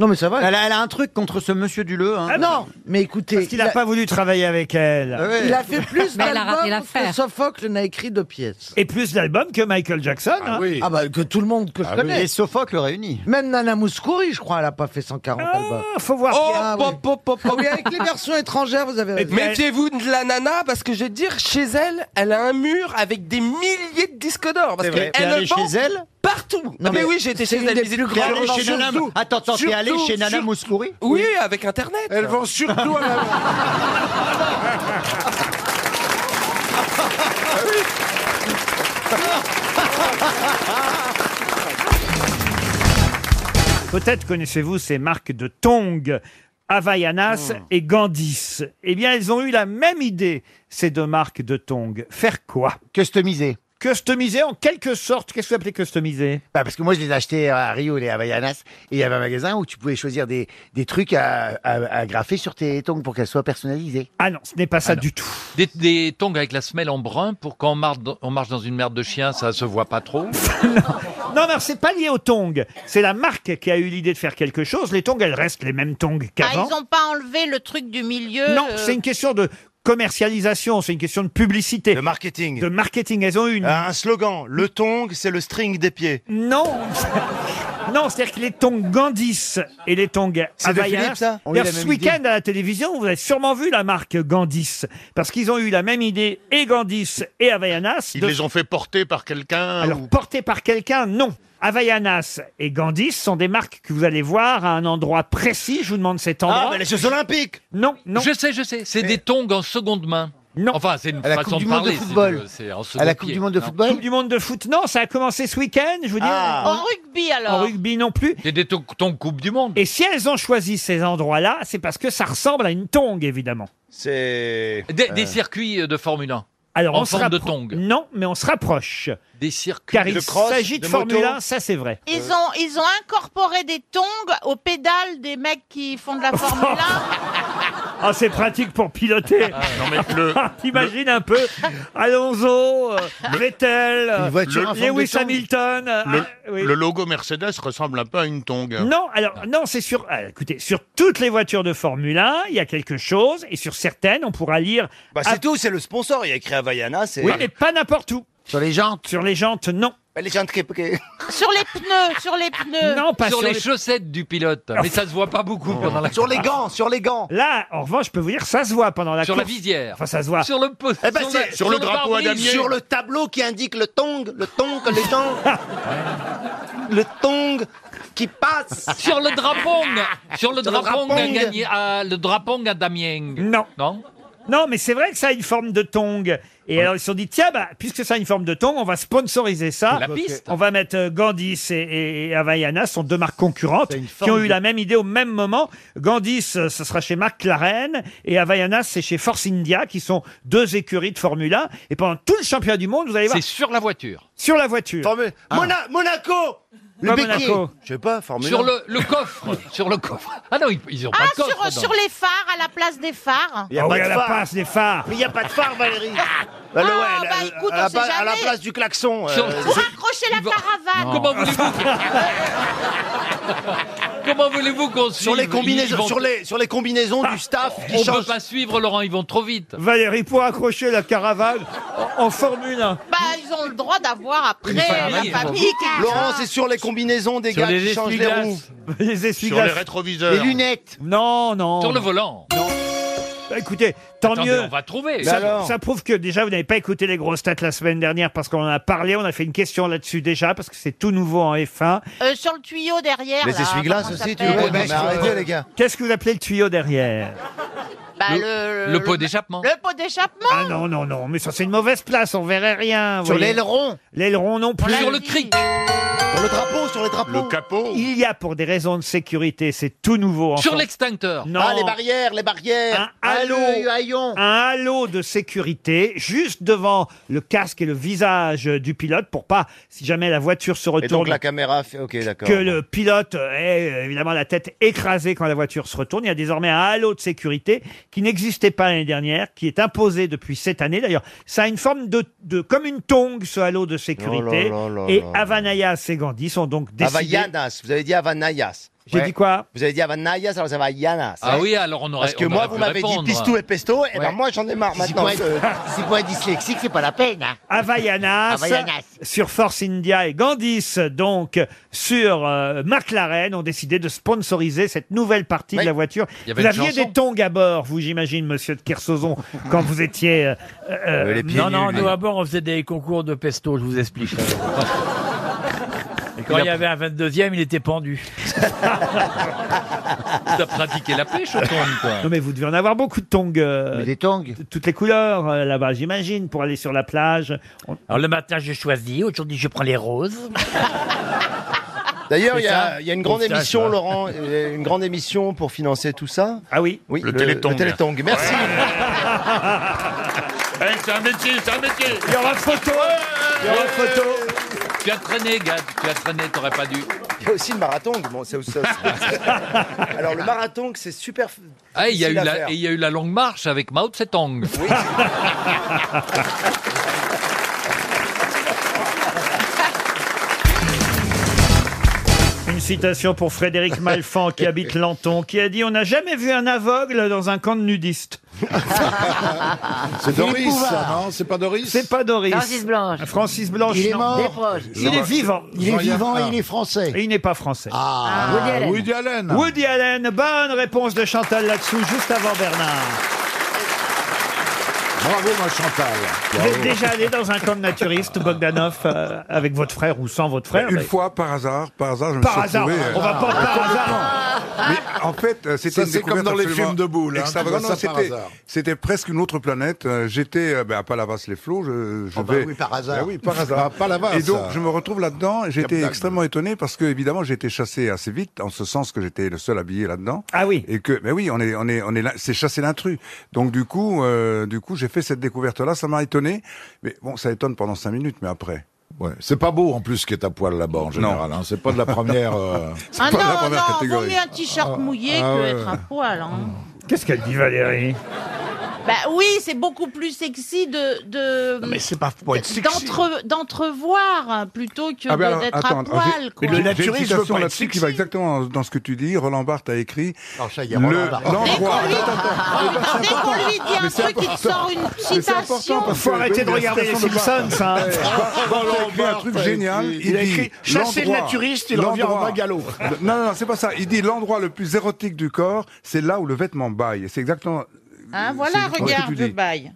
Speaker 6: Non, mais ça va. Ah,
Speaker 12: Elle a, un truc contre ce monsieur Duleux. Hein. Ah
Speaker 6: Non, mais écoutez,
Speaker 1: Parce qu'il n'a pas voulu travailler avec elle.
Speaker 6: il a fait plus
Speaker 13: Mais elle a raté
Speaker 6: d'albums que
Speaker 13: l'affaire.
Speaker 6: Sophocle n'a écrit de pièces.
Speaker 1: Et plus d'albums que Michael Jackson. hein.
Speaker 7: oui.
Speaker 6: Ah bah que tout le monde que je
Speaker 7: Ah oui.
Speaker 6: connais.
Speaker 12: Et Sophocle réunit.
Speaker 6: Même Nana Mouskouri, je crois, elle a pas fait 140 albums.
Speaker 1: Ah, faut voir.
Speaker 9: Oh,
Speaker 6: Ah, oui.
Speaker 9: pop, pop, pop,
Speaker 6: Ah
Speaker 9: pop.
Speaker 6: oui, avec les versions étrangères, vous avez
Speaker 1: Et
Speaker 6: raison.
Speaker 1: puis, elle-
Speaker 9: Méfiez-vous de la nana, parce que je vais te dire, chez elle, elle a un mur avec des milliers de disques d'or. Parce qu'elle
Speaker 12: T'es allé
Speaker 9: le vend
Speaker 12: chez elle
Speaker 9: partout.
Speaker 6: Non,
Speaker 9: mais,
Speaker 6: mais
Speaker 9: oui, j'ai été
Speaker 6: c'est
Speaker 9: chez
Speaker 6: une
Speaker 9: elle.
Speaker 6: des
Speaker 9: visite
Speaker 6: plus
Speaker 9: privée.
Speaker 6: grandes
Speaker 9: Chez Nana-
Speaker 6: surtout-
Speaker 12: Attends, attends, t'es allé
Speaker 6: surtout-
Speaker 12: chez Nana
Speaker 6: sur-
Speaker 12: Mouskouri
Speaker 9: Oui, avec Internet.
Speaker 7: Elles vont surtout à la...
Speaker 1: Peut-être connaissez-vous ces marques de tongs, Havaianas et Gandis. Eh bien, elles ont eu la même idée, ces deux marques de tongs. Faire quoi
Speaker 8: Customisé.
Speaker 1: Customisé en quelque sorte. Qu'est-ce que vous appelez customisé
Speaker 15: Bah, parce que moi, je les achetais à Rio, les Havaianas, et il y avait un magasin où tu pouvais choisir des, des trucs à, à, à graffer sur tes tongs pour qu'elles soient personnalisées.
Speaker 1: Ah non, ce n'est pas ça du tout.
Speaker 16: Des, des tongs avec la semelle en brun pour quand on marche, dans- on marche dans une merde de chien, ça se voit pas trop.
Speaker 1: Non, mais alors, c'est pas lié aux tongs. C'est la marque qui a eu l'idée de faire quelque chose. Les tongs, elles restent les mêmes tongs
Speaker 14: Ah,
Speaker 1: qu'avant.
Speaker 14: ils n'ont pas enlevé le truc du milieu.
Speaker 1: Non,
Speaker 14: euh,
Speaker 1: c'est une question de commercialisation, c'est une question de publicité. De marketing. De marketing, elles ont une. Un slogan, le tong, c'est le string des pieds. Non Non, c'est-à-dire que les tongs Gandis et les tongs
Speaker 17: C'est de
Speaker 1: Havaianas-
Speaker 17: Philippe, ça On a eu la
Speaker 1: D'ailleurs, Ce
Speaker 17: même idée.
Speaker 1: week-end à la télévision, vous avez sûrement vu la marque Gandis, parce qu'ils ont eu la même idée, et Gandis et Havaianas.
Speaker 2: Ils
Speaker 1: de-
Speaker 2: les ont fait porter par quelqu'un.
Speaker 1: alors,
Speaker 2: ou-
Speaker 1: porté par quelqu'un, non. Havaianas et Gandhi sont des marques que vous allez voir à un endroit précis. Je vous demande cet endroit.
Speaker 16: mais les
Speaker 1: Ah, ben, Jeux Olympiques Non, non.
Speaker 16: Je sais, je sais. C'est des tongs en seconde main.
Speaker 1: Non.
Speaker 16: Enfin, c'est une
Speaker 1: À la
Speaker 16: façon
Speaker 1: Coupe
Speaker 16: de
Speaker 1: du monde de
Speaker 16: parler. c'est
Speaker 1: football.
Speaker 16: de- c'est en
Speaker 1: À la
Speaker 16: second
Speaker 1: Coupe
Speaker 16: pied.
Speaker 1: du monde de
Speaker 16: Non. Ah.
Speaker 1: football Coupe du monde de foot, non, ça a commencé ce week-end, je vous dis.
Speaker 14: En rugby alors.
Speaker 1: En rugby non plus.
Speaker 16: C'est des tongs tongs Coupe du Monde.
Speaker 1: Et si elles ont choisi ces endroits-là, c'est parce que ça ressemble à une tongue, évidemment.
Speaker 16: C'est. Des,
Speaker 1: euh,
Speaker 16: des circuits euh, de Formule 1.
Speaker 1: Alors,
Speaker 16: en
Speaker 1: on se
Speaker 16: forme de
Speaker 1: rappro-
Speaker 16: tongs.
Speaker 1: Non, mais on se rapproche.
Speaker 16: Des circuits
Speaker 1: Car il s'agit de, Formule 1, ça c'est vrai.
Speaker 14: Ils ont, ils ont incorporé des tongs aux pédales des mecs qui font de la Formule 1.
Speaker 1: Ah, c'est pratique pour piloter.
Speaker 16: Ah,
Speaker 1: Ah, T'imagines un peu Alonso, euh, Vettel, euh,
Speaker 2: Une voiture en forme
Speaker 1: Lewis
Speaker 2: de tongue.
Speaker 1: Hamilton. euh,
Speaker 2: Le,
Speaker 1: ah, oui.
Speaker 2: le logo Mercedes ressemble un peu à une tongue.
Speaker 1: Non, alors non, c'est sur. ah, écoutez, sur toutes les voitures de Formule 1, il y a quelque chose, et sur certaines, on pourra lire.
Speaker 5: Bah, c'est tout, c'est le sponsor. Il y a écrit Havaiana. c'est-
Speaker 1: Oui, mais pas n'importe où. Sur les jantes. Sur les jantes, non.
Speaker 5: Bah, Les gens de Crépé-
Speaker 14: sur les pneus, sur les pneus.
Speaker 1: Non, pas
Speaker 16: sur,
Speaker 1: sur
Speaker 16: les,
Speaker 1: les-
Speaker 16: chaussettes du pilote. Mais ça se voit pas beaucoup pendant la.
Speaker 1: sur les gants. Là, en revanche, je peux vous dire, ça se voit pendant la
Speaker 16: Sur la
Speaker 1: course.
Speaker 16: visière.
Speaker 1: Enfin, ça se voit.
Speaker 16: Sur le po-
Speaker 1: Eh ben,
Speaker 16: la-
Speaker 1: c'est- sur le drapeau à
Speaker 16: pare-brise.
Speaker 1: damier.
Speaker 5: Sur le tableau qui indique le tong, le tong que les gens.
Speaker 1: Ah.
Speaker 5: le tong qui passe.
Speaker 16: Sur le drapong Sur le drapong à
Speaker 5: drapong.
Speaker 16: gagner à le drapong à Damien.
Speaker 1: Non. Non Non, mais c'est vrai que ça a une forme de tong. Et alors, ils se sont dit, tiens, bah, puisque ça a une forme de tong, on va sponsoriser ça.
Speaker 16: La piste.
Speaker 1: On va mettre euh, Gandis et, et, et Havaianas, sont deux marques concurrentes, qui ont
Speaker 16: forme de-
Speaker 1: eu la même idée au même moment. Gandis, euh, ce sera chez McLaren, et Havaianas, c'est chez Force India, qui sont deux écuries de Formule 1. Et pendant tout le championnat du monde, vous allez voir.
Speaker 16: C'est sur la voiture.
Speaker 1: Sur la voiture.
Speaker 5: Mona- Monaco
Speaker 1: Le Pas béquier. Monaco.
Speaker 5: Je sais pas, Formule
Speaker 16: Sur
Speaker 5: 1.
Speaker 16: le, le coffre. sur le coffre. Ah non, ils, ils ont pas
Speaker 14: Ah,
Speaker 16: de coffre.
Speaker 14: sur,
Speaker 16: dedans.
Speaker 14: sur les phares, à la place des phares.
Speaker 16: Il y a Ah pas oui, de à la phare. place
Speaker 1: des phares.
Speaker 5: Mais il n'y a pas de phare, Valérie.
Speaker 14: Ah,
Speaker 5: le-
Speaker 14: bah,
Speaker 5: le-
Speaker 14: écoute,
Speaker 5: à,
Speaker 14: on
Speaker 5: la
Speaker 14: sait
Speaker 5: place- à la
Speaker 14: jamais.
Speaker 5: place du klaxon. euh,
Speaker 14: Pour accrocher la caravane.
Speaker 5: Non. Comment voulez-vous
Speaker 16: Comment
Speaker 1: Ah.
Speaker 16: voulez-vous qu'on suive
Speaker 5: sur les
Speaker 16: Ils-
Speaker 5: combinaisons,
Speaker 16: ils vont-
Speaker 5: sur les, sur les combinaisons du staff qui
Speaker 16: On peut
Speaker 5: changent.
Speaker 16: pas suivre, Laurent, ils vont trop vite.
Speaker 1: Valérie, pour accrocher la caravane en, en Formule 1.
Speaker 14: Bah, ils ont le droit d'avoir après
Speaker 5: Une
Speaker 16: hein,
Speaker 5: famille,
Speaker 14: la famille. qui-
Speaker 5: Laurent, c'est sur les combinaisons des
Speaker 1: Sur
Speaker 5: gars
Speaker 1: les
Speaker 5: qui changent les
Speaker 1: essuie-glaces.
Speaker 5: roues.
Speaker 1: Les essuie-glaces.
Speaker 2: les rétroviseurs. Les
Speaker 1: lunettes. Non, non.
Speaker 16: Sur le volant.
Speaker 1: Bah, écoutez, tant
Speaker 16: Attendez,
Speaker 1: mieux.
Speaker 16: on va trouver. Mais
Speaker 1: Ça,
Speaker 16: alors
Speaker 1: ça prouve que déjà, vous n'avez pas écouté les grosses têtes la semaine dernière parce qu'on en a parlé. On a fait une question là-dessus déjà parce que c'est tout nouveau en F1.
Speaker 14: Euh, sur le tuyau derrière. là, comment ça s'appelle
Speaker 15: vois. mais arrêtez, les
Speaker 1: gars. Qu'est-ce que vous appelez le tuyau derrière
Speaker 14: Bah, le,
Speaker 1: le pot d'échappement.
Speaker 14: Le pot d'échappement.
Speaker 1: Ah non, non, non, mais ça c'est une mauvaise place, on verrait rien. vous
Speaker 14: Sur
Speaker 1: voyez.
Speaker 14: l'aileron.
Speaker 1: L'aileron non plus.
Speaker 14: Sur le cric.
Speaker 5: Sur le drapeau, sur les drapeaux. Le capot.
Speaker 1: Il y a pour des raisons de sécurité, c'est tout nouveau. en
Speaker 16: Sur
Speaker 1: France.
Speaker 16: l'extincteur.
Speaker 1: Non.
Speaker 5: Ah, les barrières, les barrières.
Speaker 1: halo, un halo de sécurité juste devant le casque et le visage du pilote pour pas, si jamais la voiture se
Speaker 5: Et
Speaker 1: retourne,
Speaker 5: donc la caméra fait. Ok, d'accord.
Speaker 1: que le pilote ait euh, évidemment la tête écrasée quand la voiture se retourne. Il y a désormais un halo de sécurité qui n'existait pas l'année dernière, qui est imposé depuis cette année. D'ailleurs, ça a une forme de, de comme une tongue ce halo de sécurité.
Speaker 5: Oh là là là
Speaker 1: et
Speaker 5: là là.
Speaker 1: Havaianas et Gandhi sont donc décidés.
Speaker 5: Havaianas, vous avez dit Havaianas.
Speaker 1: J'ai dit quoi
Speaker 5: Vous avez dit Havaianas, alors c'est Havaianas.
Speaker 16: Ah
Speaker 5: hein.
Speaker 16: oui, alors on aurait-
Speaker 5: Parce que
Speaker 16: on
Speaker 5: moi,
Speaker 16: aurait
Speaker 5: vous
Speaker 16: pu
Speaker 5: m'avez dit
Speaker 16: répondre.
Speaker 5: pistou et pesto, et
Speaker 1: Ouais.
Speaker 5: ben moi j'en ai marre
Speaker 1: Si
Speaker 5: maintenant.
Speaker 1: pour être-
Speaker 5: Si pour être dyslexique, c'est pas la peine. hein.
Speaker 1: Havaianas,
Speaker 5: Havaianas.
Speaker 1: sur Force India et Gandis, donc sur euh, McLaren, ont décidé de sponsoriser cette nouvelle partie de la voiture.
Speaker 16: Il y avait
Speaker 1: Vous
Speaker 16: une
Speaker 1: aviez
Speaker 16: chanson.
Speaker 1: des tongs à bord, vous j'imagine, monsieur de Kersozon, quand vous étiez... euh, euh,
Speaker 6: non, non, nous à bord, on faisait des concours de pesto, je vous explique. Et quand il y avait un 22e, il était pendu.
Speaker 16: T'as pratiqué la pêche au tongs, quoi.
Speaker 1: Non mais vous devez en avoir beaucoup de tongs. des tongs Toutes les couleurs euh, là-bas, j'imagine, pour aller sur la plage.
Speaker 6: Alors le matin, je choisis. Aujourd'hui, je prends les roses.
Speaker 5: D'ailleurs,
Speaker 6: C'est
Speaker 5: il y, a
Speaker 6: ça.
Speaker 5: il y a une grande
Speaker 6: Comme ça,
Speaker 5: émission,
Speaker 6: quoi.
Speaker 5: Laurent, euh, une grande émission pour financer tout ça.
Speaker 1: Ah oui
Speaker 5: Oui,
Speaker 2: Le Téléthon.
Speaker 5: Le Téléthon, merci.
Speaker 10: Eh, c'est un métier, c'est un métier.
Speaker 1: Il y aura photo.
Speaker 10: Il y aura photo.
Speaker 18: Tu as traîné, Gad, tu as traîné, t'aurais pas dû.
Speaker 5: Il y a aussi le marathon. Bon, c'est aussi- Alors, le marathon, c'est super.
Speaker 18: Ah, il y, a eu
Speaker 5: difficile à
Speaker 18: la,
Speaker 5: faire.
Speaker 18: et il y a eu la longue marche avec Mao Tse-Tong.
Speaker 1: Une citation pour Frédéric Malfan qui habite Lanton, qui a dit On n'a jamais vu un aveugle dans un camp de nudistes.
Speaker 7: C'est Doris, ça,
Speaker 1: non C'est pas Doris C'est pas Doris.
Speaker 7: ah. Francis
Speaker 1: Blanche. Francis Blanche.
Speaker 7: Il est
Speaker 1: non.
Speaker 7: mort Des proches.
Speaker 1: Il est
Speaker 7: Jean-Marc-
Speaker 1: vivant.
Speaker 7: Il est Jean-Yann vivant et il est
Speaker 1: français. Et il n'est pas français.
Speaker 7: Ah, Woody Allen. Woody Allen.
Speaker 1: Woody Allen. Bonne réponse de Chantal là-dessous, juste avant Bernard.
Speaker 7: Bravo, ma Chantal.
Speaker 1: Vous êtes déjà allé dans un camp de naturiste, Bogdanov, euh, avec votre frère ou sans votre frère
Speaker 19: Une
Speaker 1: mais-
Speaker 19: fois, par hasard, par hasard, je me
Speaker 1: Par
Speaker 19: suis
Speaker 1: hasard,
Speaker 19: retrouvé,
Speaker 1: on va pas
Speaker 19: euh,
Speaker 1: par
Speaker 19: complètement. Mais en fait, euh, c'était
Speaker 7: Ça,
Speaker 19: une
Speaker 7: c'est comme
Speaker 19: découverte
Speaker 7: dans les
Speaker 19: absolument
Speaker 7: films de boules, hein, tu
Speaker 19: extravagante.
Speaker 7: vois
Speaker 19: Non,
Speaker 7: ça par
Speaker 19: c'était-
Speaker 7: hasard.
Speaker 19: C'était presque une autre planète. Euh, J'étais euh, ben, à Palavas-les-Flots. Je, je
Speaker 7: Oh, bah
Speaker 19: vais-
Speaker 7: oui, par hasard.
Speaker 19: Ben oui, par hasard.
Speaker 7: À Palavas.
Speaker 19: Et donc, je me retrouve là-dedans. et J'étais
Speaker 7: Capdagme.
Speaker 19: extrêmement étonné parce que, évidemment, j'ai été chassé assez vite, en ce sens que j'étais le seul habillé là-dedans.
Speaker 1: Ah oui.
Speaker 19: Et que, mais oui, on est, on est, on est, là- c'est chasser l'intrus. Donc, du coup, euh, du coup, j'ai fait cette découverte-là. Ça m'a étonné. Mais bon, ça étonne pendant cinq minutes, mais après.
Speaker 7: Ouais, c'est pas beau en plus qui est à poil là-bas en général. hein. C'est pas de la première. euh, c'est pas
Speaker 14: Ah
Speaker 7: de la
Speaker 14: non,
Speaker 7: première
Speaker 14: non, vaut
Speaker 7: catégorie.
Speaker 14: mieux un t-shirt mouillé
Speaker 7: ah
Speaker 14: que
Speaker 7: ouais.
Speaker 14: être à poil. hein.
Speaker 1: Qu'est-ce qu'elle dit, Valérie
Speaker 14: Bah oui, c'est beaucoup plus sexy de de
Speaker 4: Mais c'est pas pour être sexy.
Speaker 14: d'entre- d'entrevoir hein, plutôt
Speaker 19: Ah, bah
Speaker 14: que de- d'être à poil. quoi.
Speaker 19: le naturiste veut pas là-dessus qui va exactement dans, dans ce que tu dis. Roland Barthes a écrit
Speaker 7: y est, Roland Barthes.
Speaker 14: Dès qu'on
Speaker 19: l'endroit.
Speaker 14: lui- Dès qu'on lui dit un
Speaker 19: Mais c'est
Speaker 14: truc, il te
Speaker 19: important.
Speaker 14: sort une
Speaker 19: Mais c'est important
Speaker 14: citation.
Speaker 19: parce que- oui, la citation de Barthes.
Speaker 4: hein.
Speaker 19: Ouais. Barthes a écrit un truc génial.
Speaker 4: Il a
Speaker 19: dit,
Speaker 4: écrit Chasser le
Speaker 19: l'endroit-
Speaker 4: naturiste, il revient en
Speaker 19: l'endroit-
Speaker 4: bas galop.
Speaker 19: Non, non, non, c'est pas ça. Il dit l'endroit le plus érotique du corps, c'est là où le vêtement baille. Et C'est exactement.
Speaker 14: Hein, voilà,
Speaker 19: C'est-
Speaker 14: regarde,
Speaker 19: tu
Speaker 14: je
Speaker 19: dis.
Speaker 14: baille.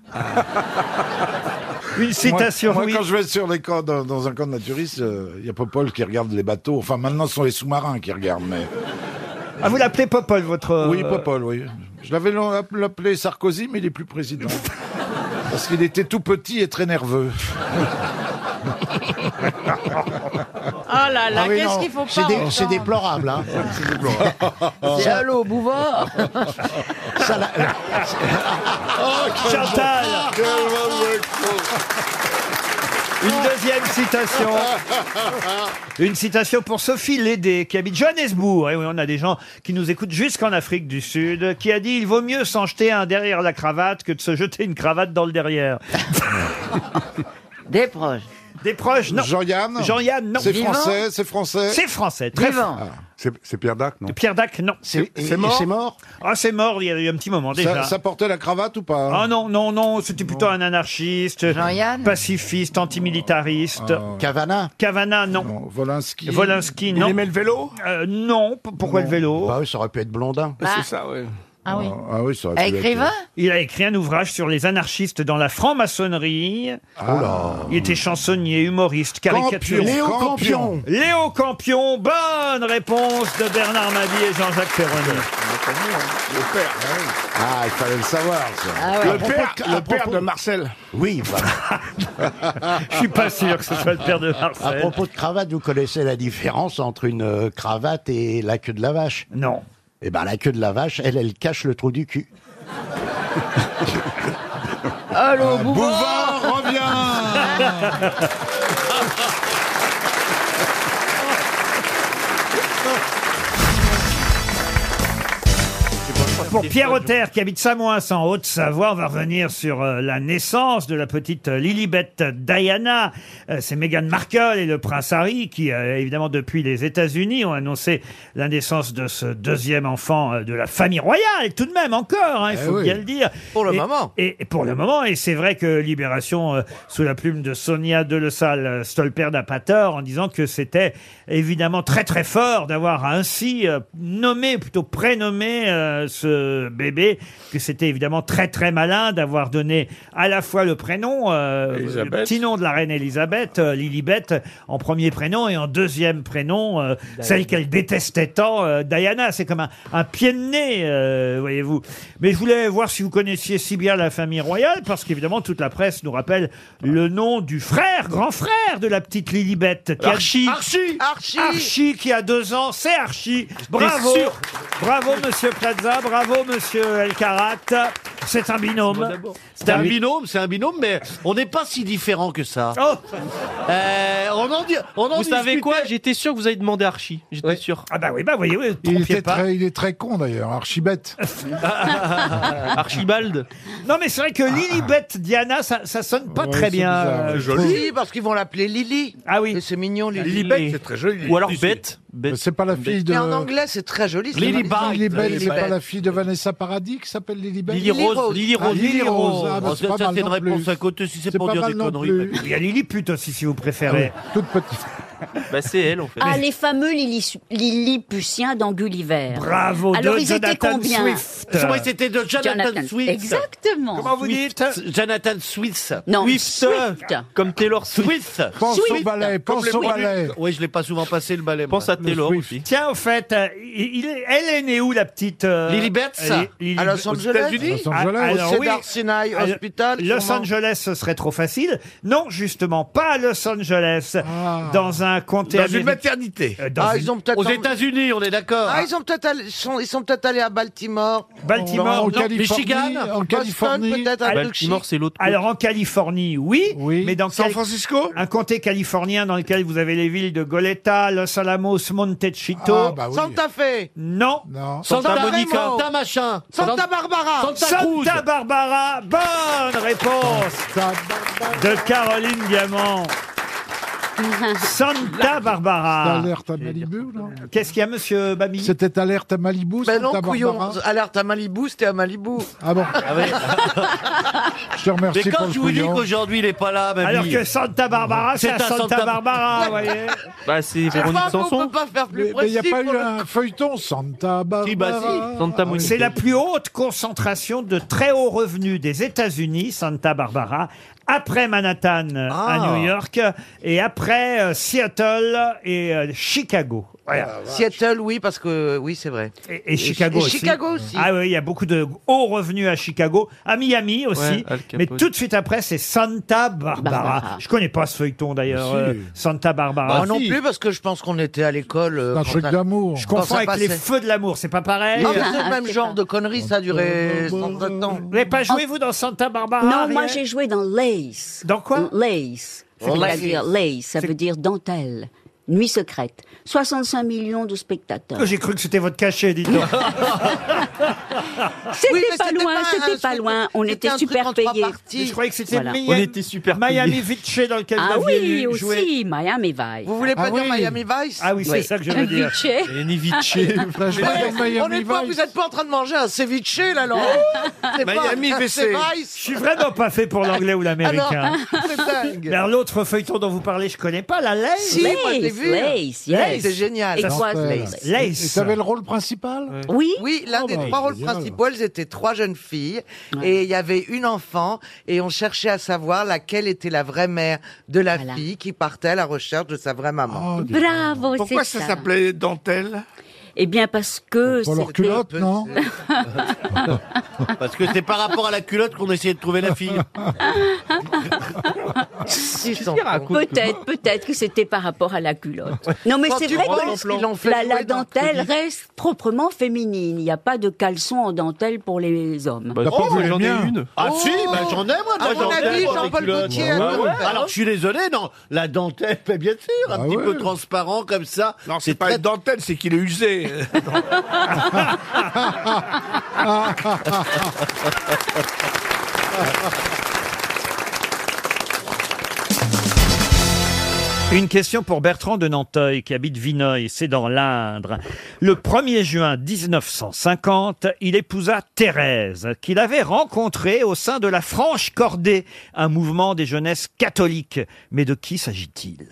Speaker 1: Une citation,
Speaker 7: Moi, moi,
Speaker 1: oui.
Speaker 7: quand je vais sur les camps, dans, dans un camp de naturistes, euh, il y a Popol qui regarde les bateaux. Enfin, maintenant, ce sont les sous-marins qui regardent, mais.
Speaker 1: Ah, vous l'appelez Popol, votre.
Speaker 7: Oui, Popol, oui. Je l'avais l'on- appelé Sarkozy, mais il est plus président. Parce qu'il était tout petit et très nerveux.
Speaker 14: Oh là là,
Speaker 7: Ah oui,
Speaker 14: qu'est-ce
Speaker 7: non,
Speaker 14: qu'il faut pas
Speaker 7: c'est dé- c'est
Speaker 14: entendre.
Speaker 7: déplorable, hein.
Speaker 6: C'est allô, Bouvard
Speaker 7: Oh,
Speaker 1: Chantal Une deuxième citation. Une citation pour Sophie Lédé, qui habite Johannesburg. Et oui, on a des gens qui nous écoutent jusqu'en Afrique du Sud, qui a dit il vaut mieux s'en jeter un derrière la cravate que de se jeter une cravate dans le derrière.
Speaker 6: Des proches.
Speaker 1: Des proches, non.
Speaker 7: Jean-Yann
Speaker 1: Jean-Yann, non.
Speaker 7: C'est français, c'est français.
Speaker 1: C'est français, très
Speaker 7: Vivant.
Speaker 1: fort.
Speaker 19: C'est c'est Pierre Dac, non
Speaker 1: Pierre Dac, non.
Speaker 7: C'est- et- et c'est mort
Speaker 1: Ah, c'est mort, il y a eu un petit moment déjà.
Speaker 7: Ça, ça portait la cravate ou pas hein
Speaker 1: Ah non, non, non, c'était plutôt un anarchiste, pacifiste, antimilitariste.
Speaker 7: Cavana
Speaker 1: Cavana, non.
Speaker 7: Ah. Volinsky
Speaker 1: Volinsky, non.
Speaker 7: aimait le
Speaker 1: vélo Euh, Non, p- pourquoi le vélo
Speaker 7: Bah oui, ça aurait pu être Blondin.
Speaker 1: C'est
Speaker 7: ça, oui.
Speaker 14: Ah oui.
Speaker 1: Euh,
Speaker 7: Ah oui, ça aurait pu être...
Speaker 1: Il a écrit un ouvrage sur les anarchistes dans la franc-maçonnerie.
Speaker 7: Oh là.
Speaker 1: Il était chansonnier, humoriste,
Speaker 7: Campion,
Speaker 1: caricaturiste.
Speaker 7: Léo Campion.
Speaker 1: Léo Campion, bonne réponse de Bernard Mabie et Jean-Jacques Ferroni.
Speaker 7: Le père, Ah, il fallait le savoir, ça.
Speaker 1: Ah ouais.
Speaker 7: À
Speaker 1: Le
Speaker 7: propos
Speaker 1: père-
Speaker 7: de-
Speaker 1: le
Speaker 7: à
Speaker 1: père
Speaker 7: propos-
Speaker 1: de
Speaker 7: Marcel. Oui, voilà.
Speaker 1: Je suis pas sûr que ce soit le père de
Speaker 5: À
Speaker 1: Marcel.
Speaker 5: propos de cravate, vous connaissez la différence entre une euh, cravate et la queue de la vache
Speaker 1: Non.
Speaker 5: Eh ben la queue de la vache, elle, elle cache le trou du cul.
Speaker 6: Allô,
Speaker 7: Bouvard
Speaker 1: Pour Pierre Auter, qui habite Samoins en Haute-Savoie, on va revenir sur euh, la naissance de la petite euh, Lilibet Diana. Euh, C'est Meghan Markle et le prince Harry qui, euh, évidemment, depuis les États-Unis, ont annoncé la naissance de ce deuxième enfant euh, de la famille royale, tout de même encore, hein, il
Speaker 6: Eh
Speaker 1: faut
Speaker 6: oui.
Speaker 1: bien le dire.
Speaker 6: Pour le
Speaker 1: Et-
Speaker 6: moment.
Speaker 1: Et, et pour le moment, et c'est vrai que Libération, euh, sous la plume de Sonia Delessal Stolper n'a pas tort en disant que c'était évidemment très très fort d'avoir ainsi euh, nommé, plutôt prénommé euh, ce bébé, que c'était évidemment très très malin d'avoir donné à la fois le prénom, euh, le
Speaker 10: Elisabeth.
Speaker 1: petit nom de la reine Elisabeth, euh, Lilibet, en premier prénom et en deuxième prénom, euh, celle qu'elle détestait tant, euh, Diana. C'est comme un, un pied de nez, euh, voyez-vous. Mais je voulais voir si vous connaissiez si bien la famille royale, parce qu'évidemment, toute la presse nous rappelle le nom du frère, grand frère de la petite Lilibet. qui a-
Speaker 4: Archie.
Speaker 1: Archie Archie qui a deux ans, c'est Archie Bravo
Speaker 4: sûr.
Speaker 1: Bravo, monsieur Plaza, bravo, monsieur Elkarat. C'est un binôme.
Speaker 20: C'est
Speaker 21: Ah,
Speaker 4: Ah
Speaker 20: un binôme, c'est un binôme, mais on n'est pas si différents que ça.
Speaker 1: Oh.
Speaker 20: Euh, on en dit, on en
Speaker 21: Vous savez
Speaker 20: discutait.
Speaker 21: quoi J'étais sûr que vous avez demandé à Archie. J'étais sûr.
Speaker 1: Ah bah oui, bah voyez, oui,
Speaker 21: trompiez
Speaker 22: il, était
Speaker 21: pas.
Speaker 22: très, il est très con d'ailleurs, archibète.
Speaker 1: Archibald. Non, mais c'est vrai que Lilibet Diana, ça, ça sonne pas très bien. euh, je trouve.
Speaker 6: Lily, parce qu'ils vont l'appeler Lily.
Speaker 1: Ah oui.
Speaker 6: C'est mignon, Lily.
Speaker 22: Lilibet, c'est très joli. Ou alors Si, si. Bette. C'est pas la fille de.
Speaker 6: Mais en anglais, c'est très joli. c'est
Speaker 22: Lily
Speaker 6: Lilibet.
Speaker 22: Bell, c'est pas
Speaker 6: Lilibet.
Speaker 22: la fille de Vanessa Paradis qui s'appelle Ben, Lily Bell
Speaker 20: Lily Rose, Lily Rose,
Speaker 22: Ah, Lily Rose. Ah, bah,
Speaker 20: Oh,
Speaker 22: c'est
Speaker 20: ça,
Speaker 22: pas
Speaker 20: ça,
Speaker 22: mal
Speaker 20: c'est une
Speaker 22: non
Speaker 20: réponse
Speaker 22: plus.
Speaker 20: à côté si c'est
Speaker 22: C'est
Speaker 20: pour
Speaker 22: pas
Speaker 20: dire
Speaker 22: mal
Speaker 20: des
Speaker 22: non
Speaker 20: conneries.
Speaker 22: plus.
Speaker 1: Il y a Lilliput aussi, si vous préférez.
Speaker 22: Toute petite.
Speaker 21: Bah, c'est elle, en fait.
Speaker 23: Ah, les fameux Lillis- Lilliputiens dans Gulliver.
Speaker 1: Bravo,
Speaker 23: Alors,
Speaker 1: de
Speaker 23: ils étaient
Speaker 1: Jonathan
Speaker 23: combien
Speaker 1: Swift.
Speaker 20: Oui, c'était de Jonathan, Swift.
Speaker 23: Exactement.
Speaker 20: Jonathan Swift.
Speaker 23: Non,
Speaker 20: Swift.
Speaker 23: Swift.
Speaker 20: Comme Taylor Swift.
Speaker 22: Pense au Swift. ballet,
Speaker 20: Comme
Speaker 22: pense
Speaker 20: les
Speaker 22: au
Speaker 20: Brits.
Speaker 22: ballet.
Speaker 20: Oui, je l'ai pas souvent passé le ballet.
Speaker 21: Pense
Speaker 20: moi.
Speaker 21: à Taylor aussi.
Speaker 1: Tiens, au fait, euh, il- il est- elle est née où, la petite euh,
Speaker 20: Lilibet, ça
Speaker 6: À Los Angeles À Los Angeles. Au Cedar Sinai
Speaker 1: Ah, Alors,
Speaker 6: Hospital,
Speaker 1: Los
Speaker 6: sûrement.
Speaker 1: Angeles, ce serait trop facile. Non, justement, pas à Los Angeles.
Speaker 22: Ah.
Speaker 1: Dans un comté
Speaker 20: Dans une
Speaker 1: maternité.
Speaker 2: Euh,
Speaker 6: Ah, ils ont peut-être-
Speaker 20: Aux États-Unis, on est d'accord.
Speaker 6: Ah, ils, ont peut-être allé- ils sont, ils sont peut-être allés à Baltimore.
Speaker 1: Baltimore, non.
Speaker 6: Boston, peut-être un truc chic.
Speaker 1: Alors en Californie, oui, mais dans
Speaker 6: San
Speaker 1: Francisco, un comté californien dans lequel vous avez les villes de Goleta, Los Alamos, Montecito,
Speaker 6: Santa Fe.
Speaker 1: Non.
Speaker 20: Santa Monica. Santa
Speaker 6: machin. Santa Barbara.
Speaker 1: Santa, Barbara. Bonne réponse de Caroline Diamant. Santa Barbara.
Speaker 22: Alerte à Malibu, non
Speaker 1: Qu'est-ce qu'il y a, monsieur Babi
Speaker 22: C'était alerte à Malibu,
Speaker 6: Ben
Speaker 22: Santa
Speaker 6: non, couillon.
Speaker 22: Barbara
Speaker 6: Alerte à Malibu, c'était à Malibu.
Speaker 22: Ah bon Je te remercie
Speaker 20: Mais
Speaker 22: pour
Speaker 20: quand
Speaker 22: le
Speaker 20: je vous dis
Speaker 22: couillon.
Speaker 20: qu'aujourd'hui, il est pas là, mamie.
Speaker 1: Alors que Santa Barbara, c'est à Santa, Barbara, vous voyez.
Speaker 6: Ah,
Speaker 21: Bah, c'est Véronique Sanson.
Speaker 6: pas faire
Speaker 22: Mais mais il n'y a pas eu un feuilleton Santa Barbara.
Speaker 21: bah, Santa Monica.
Speaker 1: C'est la plus haute concentration de très hauts revenus des États-Unis, Santa Barbara, après Manhattan euh,
Speaker 6: Ah.
Speaker 1: à New York et après euh, Seattle et euh, Chicago.
Speaker 22: Ah,
Speaker 1: Voilà.
Speaker 6: Seattle, oui, parce que oui, c'est vrai.
Speaker 1: Et Chicago aussi.
Speaker 6: Chicago aussi.
Speaker 1: Ah oui, il y a beaucoup de hauts revenus à Chicago, à Miami aussi.
Speaker 6: Ouais, Al Capone.
Speaker 1: mais tout de suite après, c'est Santa Barbara.
Speaker 6: Barbara.
Speaker 1: Je connais pas ce feuilleton d'ailleurs,
Speaker 22: Bah,
Speaker 6: Si.
Speaker 1: euh, Santa Barbara.
Speaker 6: Moi Ah, non plus, parce que je pense qu'on était à l'école. euh, quand ça-
Speaker 1: Bah, Je
Speaker 6: quand
Speaker 1: confonds
Speaker 6: ça
Speaker 1: avec les
Speaker 6: passait.
Speaker 1: feux de l'amour, c'est pas pareil.
Speaker 6: Non, mais c'est le même
Speaker 23: Ah,
Speaker 6: genre de conneries, ça a duré 100 ans.
Speaker 1: Vous n'avez pas joué, vous, dans Santa Barbara
Speaker 23: Non, moi
Speaker 1: Ariel
Speaker 23: j'ai joué dans Lace.
Speaker 1: Dans quoi
Speaker 23: Lace.
Speaker 1: C'est quoi
Speaker 23: C'est-à-dire Lace, ça veut dire dentelle. Nuit secrète. 65 millions de spectateurs.
Speaker 1: J'ai cru que c'était votre cachet, dites donc.
Speaker 23: C'était
Speaker 6: Oui, mais
Speaker 23: pas
Speaker 6: c'était
Speaker 23: loin,
Speaker 6: pas un
Speaker 23: c'était pas
Speaker 6: truc-
Speaker 23: loin. On
Speaker 6: c'était
Speaker 23: était
Speaker 6: un truc en
Speaker 23: super
Speaker 6: trois
Speaker 23: payés.
Speaker 6: parties. Mais je
Speaker 1: croyais que c'était Miami-
Speaker 21: On était super
Speaker 1: Miami
Speaker 21: payés.
Speaker 1: Vice dans lequel
Speaker 23: Ah
Speaker 1: vous aviez
Speaker 23: oui,
Speaker 1: joué.
Speaker 23: aussi, Miami Vice.
Speaker 6: Vous voulez pas dire Miami Vice
Speaker 1: Ah oui, c'est ça que je veux dire.
Speaker 21: Lenny Vice.
Speaker 6: Mais honnêtement, vous n'êtes pas en train de manger un ceviche, là, Laurent Ah, C'est pas un
Speaker 1: Je
Speaker 6: Vice.
Speaker 1: suis vraiment pas fait pour l'anglais ou l'américain.
Speaker 6: Alors, c'est dingue.
Speaker 1: Mais alors, l'autre feuilleton dont vous parlez, je connais pas, la Lace.
Speaker 6: Si, moi, je l'ai vu.
Speaker 23: Lace, yes.
Speaker 6: hein? C'est génial.
Speaker 23: It was
Speaker 1: Lace.
Speaker 23: Lace.
Speaker 1: Lace.
Speaker 22: Et t'avais le rôle principal
Speaker 23: Oui.
Speaker 6: Oui, l'un
Speaker 22: Oh,
Speaker 6: des
Speaker 22: bah,
Speaker 6: trois rôles
Speaker 22: génial.
Speaker 6: principaux, elles étaient trois jeunes filles, et il y avait une enfant, et on cherchait à savoir laquelle était la vraie mère de la fille qui partait à la recherche de sa vraie maman.
Speaker 22: Oh,
Speaker 23: Bravo,
Speaker 7: Pourquoi
Speaker 23: c'est
Speaker 7: ça s'appelait dentelle
Speaker 23: Eh bien, parce que.
Speaker 22: Pour leur
Speaker 23: c'était-
Speaker 22: culotte, non
Speaker 20: Parce que c'est par rapport à la culotte qu'on essayait de trouver la fille.
Speaker 23: Peut-être, peut-être que c'était par rapport à la culotte. Non, mais
Speaker 6: Quand
Speaker 23: c'est
Speaker 6: tu
Speaker 23: vrai
Speaker 6: vois
Speaker 23: que
Speaker 6: qu'ils l'ont fait
Speaker 23: la, la
Speaker 6: jouer dans le
Speaker 23: dentelle
Speaker 6: crédit.
Speaker 23: reste proprement féminine. Il n'y a pas de caleçon en dentelle pour les hommes.
Speaker 20: Bah,
Speaker 5: Bah,
Speaker 22: T'as pas vu les miens
Speaker 20: Ah si, bah, j'en ai moi de
Speaker 6: À
Speaker 20: la
Speaker 6: mon
Speaker 20: dentelle.
Speaker 6: avis,
Speaker 20: dans les
Speaker 6: Jean-Paul
Speaker 20: culottes.
Speaker 6: Gaultier a
Speaker 20: Ouais,
Speaker 6: tout
Speaker 20: ouais.
Speaker 6: fait.
Speaker 20: Ah, bah, Alors je suis désolé, non, la dentelle, mais bien sûr,
Speaker 22: Bah
Speaker 20: un petit peu transparent comme ça.
Speaker 7: Non, c'est pas une dentelle, c'est qu'il est usé.
Speaker 1: Une question pour Bertrand de Nanteuil qui habite Vineuil, c'est dans l'Indre. Le 1er juin 1950, il épousa Thérèse, qu'il avait rencontrée au sein de la Franche-Cordée, un mouvement des jeunesses catholiques. Mais de qui s'agit-il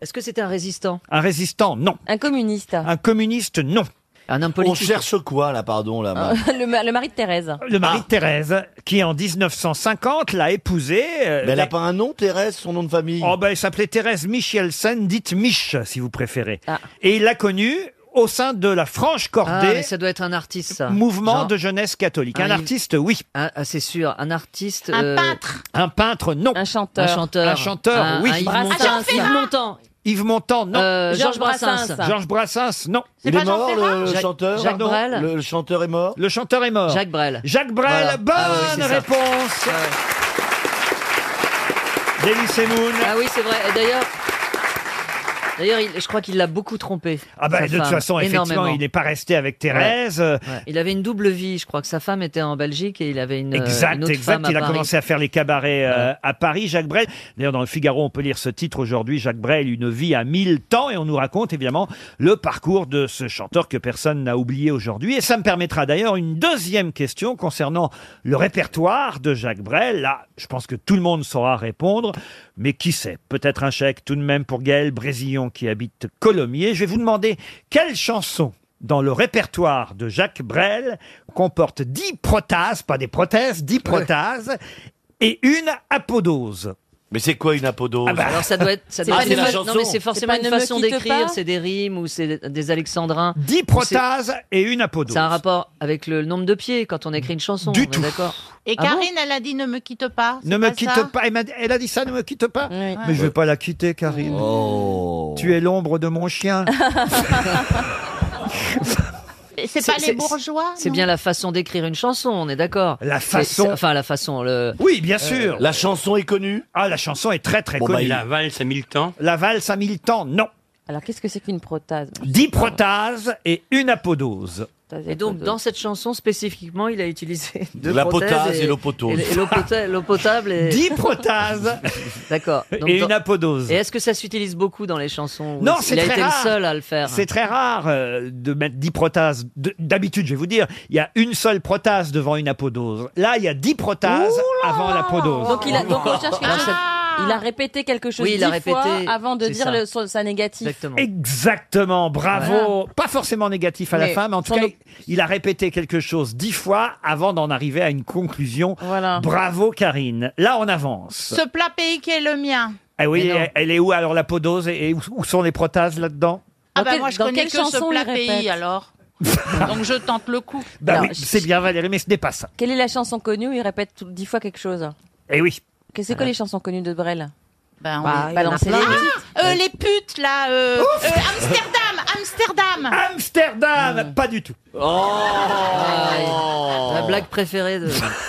Speaker 3: Est-ce que c'était un résistant
Speaker 1: Un résistant, non.
Speaker 3: Un communiste
Speaker 1: Un communiste, non.
Speaker 3: Un homme
Speaker 20: On cherche quoi là, pardon là
Speaker 3: Euh, le, ma- le mari de Thérèse.
Speaker 1: Le mari de Thérèse, qui en 1950 l'a épousée. Mais
Speaker 20: elle a
Speaker 1: pas un nom, Thérèse, son nom de famille Oh ben, elle s'appelait Thérèse Michelsen, dite Mich, si vous préférez. Et il l'a connue au sein de la
Speaker 3: Ah, mais
Speaker 1: Franche-Cordée,
Speaker 3: ça doit être un artiste, ça.
Speaker 1: mouvement
Speaker 3: Genre-
Speaker 1: de jeunesse catholique.
Speaker 3: Ah,
Speaker 1: un
Speaker 3: il-
Speaker 1: artiste, oui.
Speaker 3: Ah, ah, c'est sûr, un artiste. Un peintre.
Speaker 1: Un peintre, non. Un
Speaker 3: chanteur. Un chanteur.
Speaker 1: Un chanteur,
Speaker 3: Un-
Speaker 1: oui.
Speaker 3: un Ah, Yves Montand. Yves Montand.
Speaker 1: Yves Montand, non.
Speaker 3: Euh, Georges Georges Brassens. Brassens.
Speaker 1: Georges Brassens, non.
Speaker 3: C'est Il est pas Jean mort, Ferrat le Jacques- chanteur Jacques
Speaker 1: Non.
Speaker 3: Brel
Speaker 1: Le chanteur est mort Le chanteur est mort.
Speaker 3: Jacques Brel.
Speaker 1: Jacques Brel,
Speaker 3: Voilà.
Speaker 1: bonne
Speaker 3: Ah oui, c'est ça.
Speaker 1: réponse Délice Semoun.
Speaker 3: Ah oui, c'est vrai. Et D'ailleurs, d'ailleurs, il- je crois qu'il l'a beaucoup trompé.
Speaker 1: Ah bah,
Speaker 3: sa
Speaker 1: de toute
Speaker 3: femme.
Speaker 1: façon, effectivement,
Speaker 3: Énormément.
Speaker 1: il n'est pas resté avec Thérèse. euh,
Speaker 3: Ouais. Il avait une double vie. Je crois que sa femme était en Belgique et il avait une, euh, une
Speaker 1: Exact,
Speaker 3: autre
Speaker 1: exact.
Speaker 3: femme à
Speaker 1: Il a
Speaker 3: Paris.
Speaker 1: commencé à faire les cabarets euh, à Paris, Jacques Brel. D'ailleurs, dans le Figaro, on peut lire ce titre aujourd'hui, Jacques Brel, une vie à mille temps. Et on nous raconte évidemment le parcours de ce chanteur que personne n'a oublié aujourd'hui. Et ça me permettra d'ailleurs une deuxième question concernant le répertoire de Jacques Brel. Là, je pense que tout le monde saura répondre. Mais qui sait Peut-être un chèque tout de même pour Gaël Brésillon qui habite Colomiers. Je vais vous demander quelle chanson dans le répertoire de Jacques Brel comporte 10 protases, pas des prothèses, 10 protases et une apodose.
Speaker 6: Mais c'est quoi une apodose
Speaker 1: Ah bah.
Speaker 3: Alors ça doit être, ça
Speaker 1: C'est
Speaker 3: doit
Speaker 1: pas
Speaker 3: être
Speaker 1: une
Speaker 3: une
Speaker 1: fa-
Speaker 3: fa- non
Speaker 1: chanson.
Speaker 3: mais c'est forcément
Speaker 1: C'est pas
Speaker 3: une
Speaker 1: Ne me
Speaker 3: façon
Speaker 1: quitte pas
Speaker 3: d'écrire, c'est des rimes ou c'est des alexandrins.
Speaker 1: 10 protases et une apodose.
Speaker 3: C'est un rapport avec le nombre de pieds quand on écrit une chanson. Du tout. D'accord.
Speaker 24: Et
Speaker 3: Ah bon
Speaker 24: Karine, elle a dit ne me quitte pas.
Speaker 1: Ne me quitte pas. Elle m'a- elle a dit ça, ne me quitte pas. Mais je vais pas la quitter, Karine.
Speaker 3: Oh.
Speaker 1: Tu es l'ombre de mon chien.
Speaker 24: C'est pas les
Speaker 3: c'est-
Speaker 24: bourgeois
Speaker 3: C'est
Speaker 24: non
Speaker 3: bien la façon d'écrire une chanson, on est d'accord.
Speaker 1: La
Speaker 3: C'est-
Speaker 1: façon-
Speaker 3: c'est- Enfin la façon. Le...
Speaker 1: Oui, bien sûr.
Speaker 6: La chanson est connue
Speaker 1: Ah, la chanson est très très
Speaker 6: Bon, bah,
Speaker 1: connue.
Speaker 6: il
Speaker 1: la...
Speaker 6: a-
Speaker 25: valse à mille temps.
Speaker 1: valse à mille temps, non.
Speaker 13: Alors qu'est-ce que c'est qu'une protase
Speaker 1: 10 protases et une apodose.
Speaker 3: Et donc dans cette chanson spécifiquement, il a utilisé deux
Speaker 1: La
Speaker 3: prothèses
Speaker 1: potase et l'eau potose.
Speaker 3: Et, et l'eau pota- l'eau potable et
Speaker 1: 10 protases
Speaker 3: D'accord. Donc,
Speaker 1: et
Speaker 3: dans-
Speaker 1: une apodose.
Speaker 3: Et est-ce que ça s'utilise beaucoup dans les chansons ou
Speaker 1: Non,
Speaker 3: est-ce-
Speaker 1: c'est
Speaker 3: Il a
Speaker 1: très
Speaker 3: été
Speaker 1: rare.
Speaker 3: le seul à le faire.
Speaker 1: C'est très rare euh, de mettre 10 protases. De- D'habitude, je vais vous dire, il y a une seule protase devant une apodose. Là, il y a 10 protases avant l'apodose.
Speaker 13: Donc, il a, donc on cherche quelque
Speaker 1: Oh. Ah,
Speaker 13: chose. Il a répété quelque chose
Speaker 1: Oui, il a
Speaker 13: dix fois
Speaker 1: répété,
Speaker 13: avant de
Speaker 1: c'est
Speaker 13: dire
Speaker 1: ça.
Speaker 13: le- son- sa négative.
Speaker 1: Exactement, bravo. Pas forcément négatif à la
Speaker 13: Mais
Speaker 1: fin, mais en tout
Speaker 13: sans
Speaker 1: cas,
Speaker 13: doute.
Speaker 1: il a répété quelque chose dix fois avant d'en arriver à une conclusion. Bravo, Karine. Là, on avance.
Speaker 24: Ce plat pays qui est le mien.
Speaker 1: Ah oui,
Speaker 24: Mais non.
Speaker 1: elle, elle est où alors la podose et, et où- où sont les protases là-dedans
Speaker 24: Ah bah
Speaker 13: quel-
Speaker 24: moi je
Speaker 13: dans
Speaker 24: connais
Speaker 13: quelle
Speaker 24: que
Speaker 13: chanson
Speaker 24: ce
Speaker 13: il
Speaker 24: plat
Speaker 13: répète
Speaker 24: pays alors. Donc je tente le coup.
Speaker 1: Bah
Speaker 13: Non,
Speaker 1: oui,
Speaker 13: je-
Speaker 1: c'est bien Valérie, mais ce n'est pas ça.
Speaker 13: Quelle est la chanson connue où il répète tout- dix fois quelque chose
Speaker 1: Eh oui.
Speaker 13: Qu'est-ce que c'est quoi les chansons connues de Brel
Speaker 24: Ben,
Speaker 13: bah, balancez les titres.
Speaker 24: Ah, euh, les putes là. euh, euh, Amsterdam, Amsterdam.
Speaker 1: Amsterdam, pas du tout.
Speaker 23: Ah,
Speaker 3: Aïe.
Speaker 1: Oh.
Speaker 3: La blague préférée de.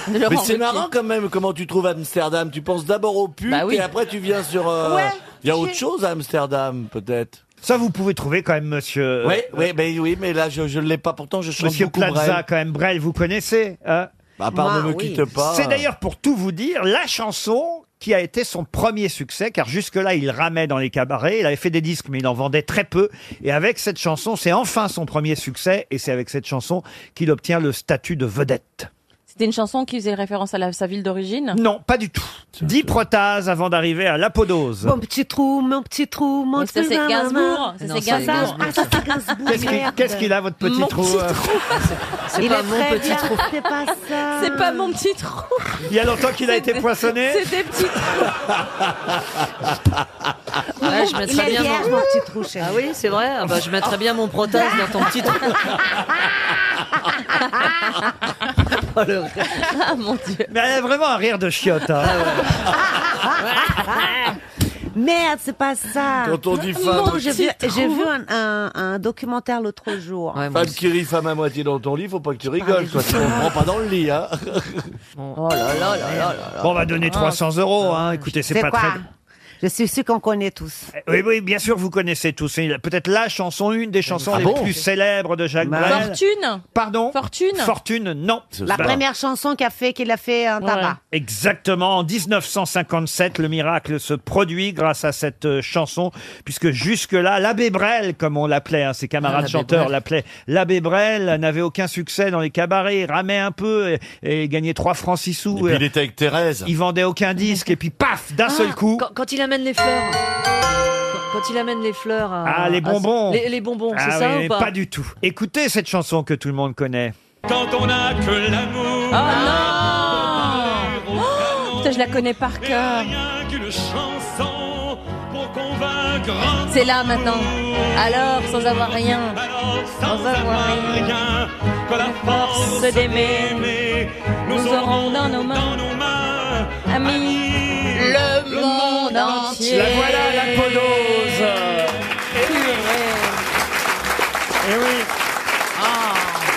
Speaker 6: Mais c'est marrant quand même comment tu trouves Amsterdam. Tu penses d'abord aux putes
Speaker 3: Bah oui.
Speaker 6: et après tu viens sur. euh,
Speaker 3: Ouais,
Speaker 6: Il y a autre chose à Amsterdam peut-être.
Speaker 1: Ça, vous pouvez trouver quand même, monsieur. euh,
Speaker 6: Oui, oui, mais oui, mais là je ne l'ai pas. Pourtant je chante
Speaker 1: Monsieur
Speaker 6: beaucoup
Speaker 1: Plaza,
Speaker 6: Brel. Bah,
Speaker 1: quand même, Brel, vous connaissez. Hein
Speaker 6: À part ne me quitte pas.
Speaker 1: C'est d'ailleurs pour tout vous dire la chanson qui a été son premier succès, car jusque-là, il ramait dans les cabarets, il avait fait des disques, mais il en vendait très peu. Et avec cette chanson, c'est enfin son premier succès, et c'est avec cette chanson qu'il obtient le statut de vedette.
Speaker 13: C'était une chanson qui faisait référence à la- sa ville d'origine
Speaker 1: Non, pas du tout. Dix protases avant d'arriver à l'apodose.
Speaker 14: Mon petit trou, mon petit trou, mon
Speaker 13: Mais ça,
Speaker 14: petit
Speaker 13: c'est Gainsbourg, ça,
Speaker 14: Ah,
Speaker 13: c'est
Speaker 14: non,
Speaker 13: Gainsbourg.
Speaker 14: Ah, ça, c'est Gainsbourg.
Speaker 1: Qu'est-ce qu'il-
Speaker 14: merde.
Speaker 1: qu'est-ce qu'il a, votre petit
Speaker 14: Mon
Speaker 1: trou,
Speaker 14: petit
Speaker 1: euh
Speaker 14: trou.
Speaker 13: Ah, C'est
Speaker 14: Il
Speaker 13: pas
Speaker 14: est
Speaker 13: mon
Speaker 14: très
Speaker 13: petit
Speaker 14: bien,
Speaker 13: trou.
Speaker 14: C'est pas ça.
Speaker 13: C'est pas mon petit trou.
Speaker 1: Il y a longtemps qu'il a été poissonné.
Speaker 13: C'est des petits Ah
Speaker 3: Ah Ouais, je mettrais bien mon...
Speaker 14: petit trou, chérie.
Speaker 3: Ah oui, c'est vrai. Ah bah, je mettrais bien mon prothèse dans ton petit trou.
Speaker 1: Oh, le-
Speaker 13: Ah,
Speaker 1: Mais elle a vraiment un rire de chiotte. hein.
Speaker 14: Merde, c'est pas ça.
Speaker 6: Quand on dit femme-
Speaker 14: Non, j'ai vu,
Speaker 6: Petit trou.
Speaker 14: j'ai vu un, un- un documentaire l'autre jour.
Speaker 6: Femme qui rit, femme à moitié dans ton lit, faut pas que tu rigoles, toi. Tu comprends pas dans le lit, hein.
Speaker 13: Oh là là là là là. Ah.
Speaker 1: Bon, on va
Speaker 13: Oh.
Speaker 1: donner 300 euros. hein. Écoutez, c'est
Speaker 14: C'est
Speaker 1: pas
Speaker 14: quoi
Speaker 1: très... Eh,
Speaker 14: Je suis sûr qu'on connaît tous.
Speaker 1: Oui, oui, bien sûr, vous connaissez tous. C'est peut-être la chanson, une des chansons
Speaker 14: Ah
Speaker 1: les
Speaker 14: bon
Speaker 1: plus célèbres de Jacques
Speaker 13: Bah.
Speaker 1: Brel.
Speaker 13: Fortune
Speaker 1: Pardon Bah.
Speaker 13: Fortune
Speaker 1: Fortune, non.
Speaker 14: Bah, La première chanson qu'il a fait, qu'il a fait euh, un tabac.
Speaker 1: Exactement. En 1957, le miracle se produit grâce à cette euh, chanson, puisque jusque-là, l'abbé Brel, comme on l'appelait, hein, ses
Speaker 6: Ah,
Speaker 1: camarades
Speaker 6: l'abbé
Speaker 1: chanteurs
Speaker 6: Brel.
Speaker 1: l'appelaient l'abbé Brel, n'avait aucun succès dans les cabarets, ramait un peu et, et gagnait 3 francs 6 sous.
Speaker 6: Et puis,
Speaker 1: Euh,
Speaker 6: il était avec Thérèse.
Speaker 1: il vendait aucun disque, et puis paf,
Speaker 3: Ah.
Speaker 1: d'un seul coup.
Speaker 3: Quand, quand il amène les fleurs. Quand, quand il amène les fleurs. À,
Speaker 1: Ah, les
Speaker 3: à-
Speaker 1: bonbons.
Speaker 3: les, les bonbons,
Speaker 1: Ah
Speaker 3: c'est ça
Speaker 1: oui,
Speaker 3: ou pas
Speaker 1: Pas du tout. Écoutez cette chanson que tout le monde connaît.
Speaker 13: Quand on a que l'amour.
Speaker 3: Ah
Speaker 13: Oh non Oh, Putain, je la connais par cœur. C'est là maintenant. Alors, sans avoir rien. Sans avoir rien. la force d'aimer, nous aurons dans nos mains. Amis, le monde entier.
Speaker 1: La voilà, la podose Eh oui.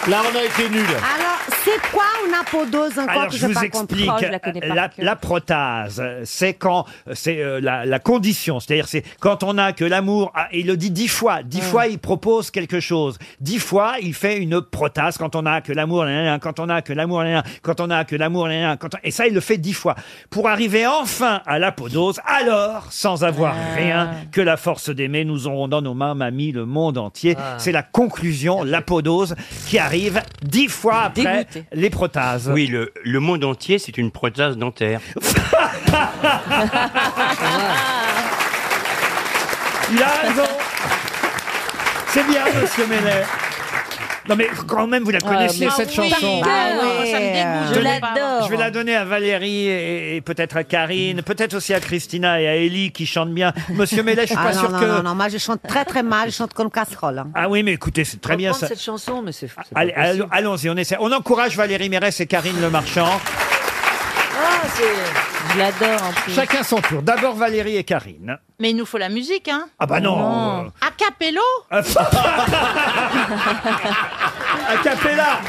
Speaker 20: Là, on a été nuls.
Speaker 2: Alors, c'est quoi une apodose encore
Speaker 1: Alors,
Speaker 2: que
Speaker 1: je
Speaker 2: j'ai
Speaker 1: vous
Speaker 2: pas compris
Speaker 1: explique.
Speaker 13: Oh,
Speaker 1: La- L'aprotase, euh, c'est quand euh, c'est euh, la, la condition, c'est-à-dire c'est quand on a que l'amour. ah, il le dit dix fois, dix fois il propose quelque chose, dix fois il fait une protase quand on a que l'amour, nan, nan, nan, quand on a que l'amour, nan, nan, quand on a que l'amour, nan, nan, quand on- et ça il le fait dix fois pour arriver enfin à l'apodose. Alors, sans avoir rien que la force d'aimer, nous aurons dans nos mains, mamie, le monde entier. C'est la conclusion, l'apodose qui arrive dix fois après
Speaker 12: Dégoûté.
Speaker 1: les protases.
Speaker 12: Oui, le, le monde entier, c'est une protase dentaire.
Speaker 1: Il a raison. C'est bien, monsieur Ménet. Non mais quand même, vous
Speaker 2: Euh,
Speaker 1: la
Speaker 12: Ah,
Speaker 1: connaissez
Speaker 2: bah
Speaker 12: mais-
Speaker 1: cette
Speaker 12: Ah oui,
Speaker 1: chanson.
Speaker 12: par Ah cœur, ouais. ça me dégoûte, je
Speaker 1: Je
Speaker 12: l'adore.
Speaker 1: vais- Je vais la donner à Valérie et, et peut-être à Karine, peut-être aussi à Christina et à Ellie qui chantent bien. Monsieur Ménet, je suis
Speaker 2: Ah
Speaker 1: pas
Speaker 2: non,
Speaker 1: sûr
Speaker 2: non,
Speaker 1: que.
Speaker 2: Non, non, moi je chante très très mal, je chante comme casserole. hein.
Speaker 1: Ah oui, mais écoutez, c'est très bien ça. Ah,
Speaker 2: cette chanson, mais c'est
Speaker 1: Allez, allons- allons-y, on essaie. On encourage Valérie Mérès et Karine Le Marchand.
Speaker 14: Ah,
Speaker 12: Je l'adore en plus.
Speaker 1: Chacun son tour. D'abord Valérie et Karine.
Speaker 14: Mais il nous faut la musique, hein
Speaker 1: Ah bah non. Non.
Speaker 14: A cappello
Speaker 1: A cappella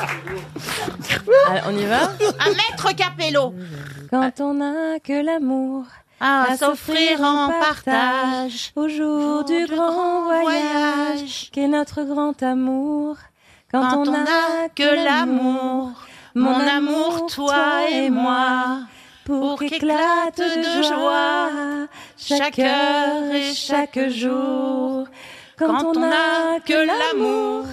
Speaker 12: on y va
Speaker 14: Un maître capello
Speaker 13: Quand on n'a que l'amour
Speaker 14: Ah,
Speaker 13: à s'offrir en partage au jour du grand voyage qu'est notre grand amour. Quand,
Speaker 14: Quand
Speaker 13: on
Speaker 14: on
Speaker 13: n'a
Speaker 14: a
Speaker 13: que
Speaker 14: que
Speaker 13: l'amour, mon amour, toi et moi, pour qu'éclate de joie chaque heure et chaque jour. Quand on n'a que l'amour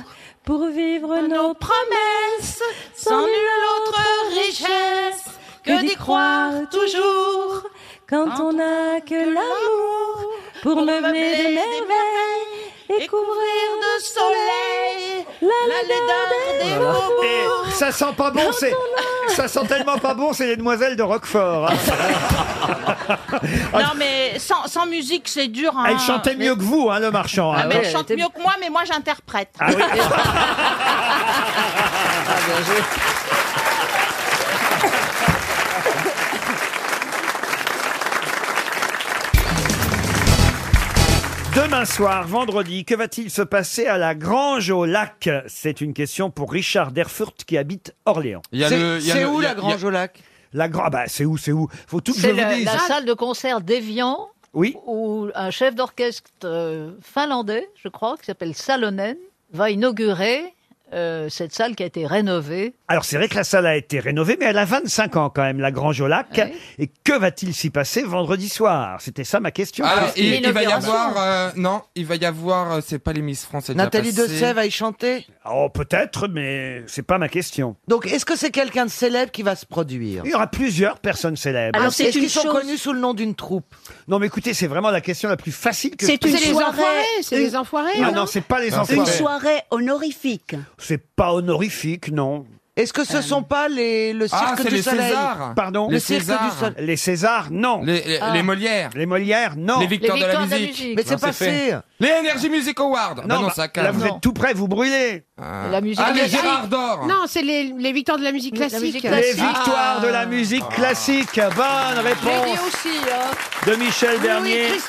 Speaker 13: pour vivre nos promesses sans nulle autre richesse que d'y croire toujours. Quand on n'a que l'amour pour meubler de merveilles et couvrir de soleil la laideur des mots.
Speaker 1: Oh Et ça sent pas bon, c'est ça sent tellement pas bon, c'est les demoiselles de Roquefort.
Speaker 14: Non, mais sans, sans musique, c'est dur. Hein.
Speaker 1: Ah, Elle chantait mieux que vous, hein, le marchand.
Speaker 14: Ah,
Speaker 1: hein.
Speaker 14: mais elle chante mieux que moi, mais moi j'interprète.
Speaker 1: Ah oui. Demain soir, vendredi, que va-t-il se passer à la Grange au Lac C'est une question pour Richard Derfurt qui habite Orléans.
Speaker 5: Il y a C'est- le- il y a c'est le- où, il y a- la Grange il y a- au
Speaker 1: Lac La Grange, bah, c'est où, c'est où Faut tout que je
Speaker 26: C'est
Speaker 1: vous
Speaker 26: la,
Speaker 1: dise.
Speaker 26: la salle de concert d'Evian,
Speaker 1: Oui.
Speaker 26: où un chef d'orchestre euh, finlandais, je crois, qui s'appelle Salonen, va inaugurer euh, cette salle qui a été rénovée.
Speaker 1: Alors c'est vrai que la salle a été rénovée, mais elle a 25 ans quand même, la Grange au Lac. Et que va-t-il s'y passer vendredi soir C'était ça ma question.
Speaker 27: Alors, il,
Speaker 1: Christine.
Speaker 27: Ah, il va y avoir. euh, non, il va y avoir. euh, C'est pas les Miss France.
Speaker 6: Nathalie Dessay va y chanter
Speaker 1: Oh, peut-être, mais c'est pas ma question.
Speaker 6: Donc, est-ce que c'est quelqu'un de célèbre qui va se produire
Speaker 1: Il y aura plusieurs personnes célèbres.
Speaker 6: Alors, c'est une chose...
Speaker 1: connus sous le nom d'une troupe. Non, mais écoutez, c'est vraiment la question la plus facile que
Speaker 26: C'est une
Speaker 1: les
Speaker 26: soirée-
Speaker 1: enfoirés,
Speaker 26: c'est les enfoirés, non
Speaker 1: Ah non, c'est pas les
Speaker 27: Non, c'est
Speaker 1: enfoirés.
Speaker 27: pas- Une
Speaker 1: soirée honorifique. C'est pas honorifique, non.
Speaker 6: Est-ce que ce sont pas les, le cirque
Speaker 27: Ah, c'est
Speaker 6: du
Speaker 27: les
Speaker 6: soleil
Speaker 27: Césars.
Speaker 1: Pardon.
Speaker 27: Les
Speaker 6: Le cirque
Speaker 27: Césars.
Speaker 6: du soleil.
Speaker 1: Les Césars, non.
Speaker 27: Les, les-
Speaker 6: Ah.
Speaker 27: les Molières.
Speaker 1: Les Molières, non.
Speaker 27: Les Victoires,
Speaker 6: Les
Speaker 27: de, la
Speaker 6: Victoires de la
Speaker 27: musique.
Speaker 6: musique. Mais c'est
Speaker 27: Non,
Speaker 6: passé.
Speaker 27: fait. Les Energy Music Awards. Non,
Speaker 1: Non,
Speaker 27: non,
Speaker 1: bah,
Speaker 27: ça
Speaker 1: là,
Speaker 27: calme.
Speaker 1: vous êtes tout près, vous brûlez.
Speaker 27: Ah,
Speaker 1: La musique-
Speaker 27: ah,
Speaker 1: Ah,
Speaker 27: les
Speaker 1: oui.
Speaker 27: Gérard d'Or.
Speaker 28: Non, c'est les, les victoires de la musique
Speaker 26: La
Speaker 28: classique.
Speaker 26: musique
Speaker 1: Les victoires de la
Speaker 27: Ah.
Speaker 1: musique classique. Bonne
Speaker 26: J'ai dit
Speaker 1: réponse
Speaker 26: aussi, hein.
Speaker 1: de Michel Bernier.
Speaker 26: Ah,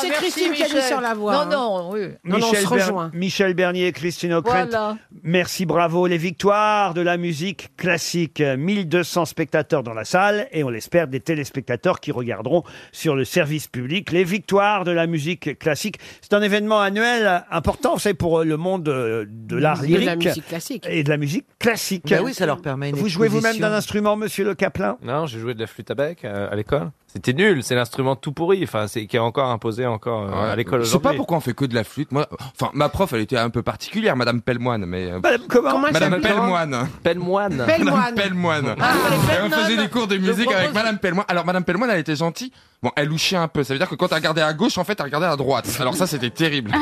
Speaker 28: c'est
Speaker 26: merci,
Speaker 28: Christine qui a mis
Speaker 26: Michel.
Speaker 28: sur la voie, hein.
Speaker 26: Non, non, oui.
Speaker 1: Michel, Ber- Michel Bernier et Christine O'Krent.
Speaker 26: Voilà.
Speaker 1: Merci, bravo. Les victoires de la musique classique. 1200 spectateurs dans la salle et on l'espère des téléspectateurs qui regarderont sur le service public. Les victoires de la musique classique. C'est un événement annuel important, vous savez, pour le monde euh, de l'art
Speaker 28: De la
Speaker 1: lyrique.
Speaker 28: musique classique.
Speaker 1: Et de la musique classique.
Speaker 6: Ben oui, ça leur permet une
Speaker 1: Vous jouez vous-même
Speaker 6: exposition.
Speaker 1: d'un instrument, monsieur Le Caplin
Speaker 21: Non, j'ai joué de la flûte à bec euh, à l'école. C'était nul, c'est l'instrument tout pourri, enfin, c'est qui est encore imposé encore euh, à l'école
Speaker 27: Je sais
Speaker 21: aujourd'hui.
Speaker 27: pas pourquoi on fait que de la flûte. Moi, enfin, ma prof, elle était un peu particulière, Madame Pelmoine, mais. euh,
Speaker 1: Madame comment Comment elle
Speaker 27: Madame
Speaker 1: s'appelle
Speaker 27: Pelmoine. Pelmoine.
Speaker 1: Pelmoine.
Speaker 27: Madame Pelmoine. Et on faisait des cours de musique avec Madame Pelmoine. Alors Madame Pelmoine, elle était gentille. Bon, elle louchait un peu. Ça veut dire que quand elle regardait à gauche, en fait, elle regardait à droite. Alors ça, c'était terrible.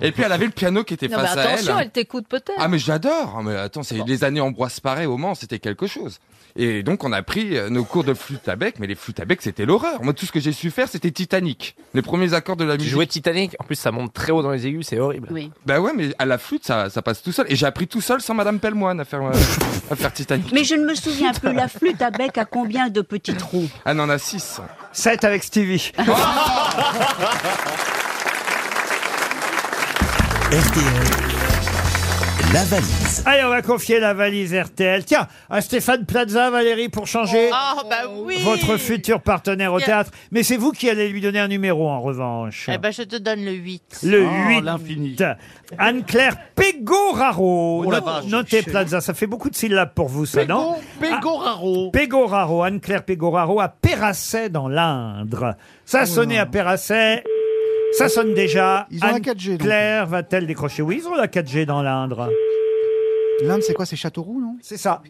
Speaker 27: Et puis elle avait le piano qui était
Speaker 26: Non, mais
Speaker 27: face à elle.
Speaker 26: attention, elle t'écoute peut-être.
Speaker 27: Ah mais j'adore. Mais attends, c'est les années Ambroise Paré au Mans, c'était quelque chose. Et donc on a pris euh, nos cours de flûte à bec, mais les flûtes à bec c'était l'horreur. Moi tout ce que j'ai su faire c'était Titanic. Les premiers accords de la musique.
Speaker 21: Jouer Titanic, en plus ça monte très haut dans les aigus, c'est horrible.
Speaker 27: Bah ouais, mais à la flûte ça, ça passe tout seul. Et j'ai appris tout seul sans Madame Pelmoine à faire euh, à faire Titanic.
Speaker 23: Mais je ne me souviens plus, la flûte à bec a combien de petits trous
Speaker 27: Ah non, on a six.
Speaker 1: 7 avec Stevie. La valise. Allez, on va confier la valise RTL. Tiens, à Stéphane Plaza, Valérie, pour changer
Speaker 14: Oh, bah oui.
Speaker 1: votre futur partenaire au
Speaker 14: Bien.
Speaker 1: théâtre. Mais c'est vous qui allez lui donner un numéro, en revanche.
Speaker 14: Eh ben, je te donne le 8.
Speaker 1: Le
Speaker 8: Oh,
Speaker 1: 8. Anne-Claire Pegoraro.
Speaker 14: Oh la
Speaker 1: Note-
Speaker 14: vache.
Speaker 1: Notez Plaza, ça fait beaucoup de syllabes pour vous, ça, non Ah,
Speaker 20: Pégoraro.
Speaker 1: Pegoraro, Anne-Claire Pegoraro à Pérasset dans l'Indre.
Speaker 8: Oh
Speaker 1: Ça sonnait à Pérasset. Ça sonne déjà.
Speaker 8: Ils ont la 4G, donc.
Speaker 1: Anne-Claire va-t-elle décrocher Oui, ils ont la 4G dans l'Indre.
Speaker 8: L'Inde, c'est quoi C'est Châteauroux, non
Speaker 1: C'est ça.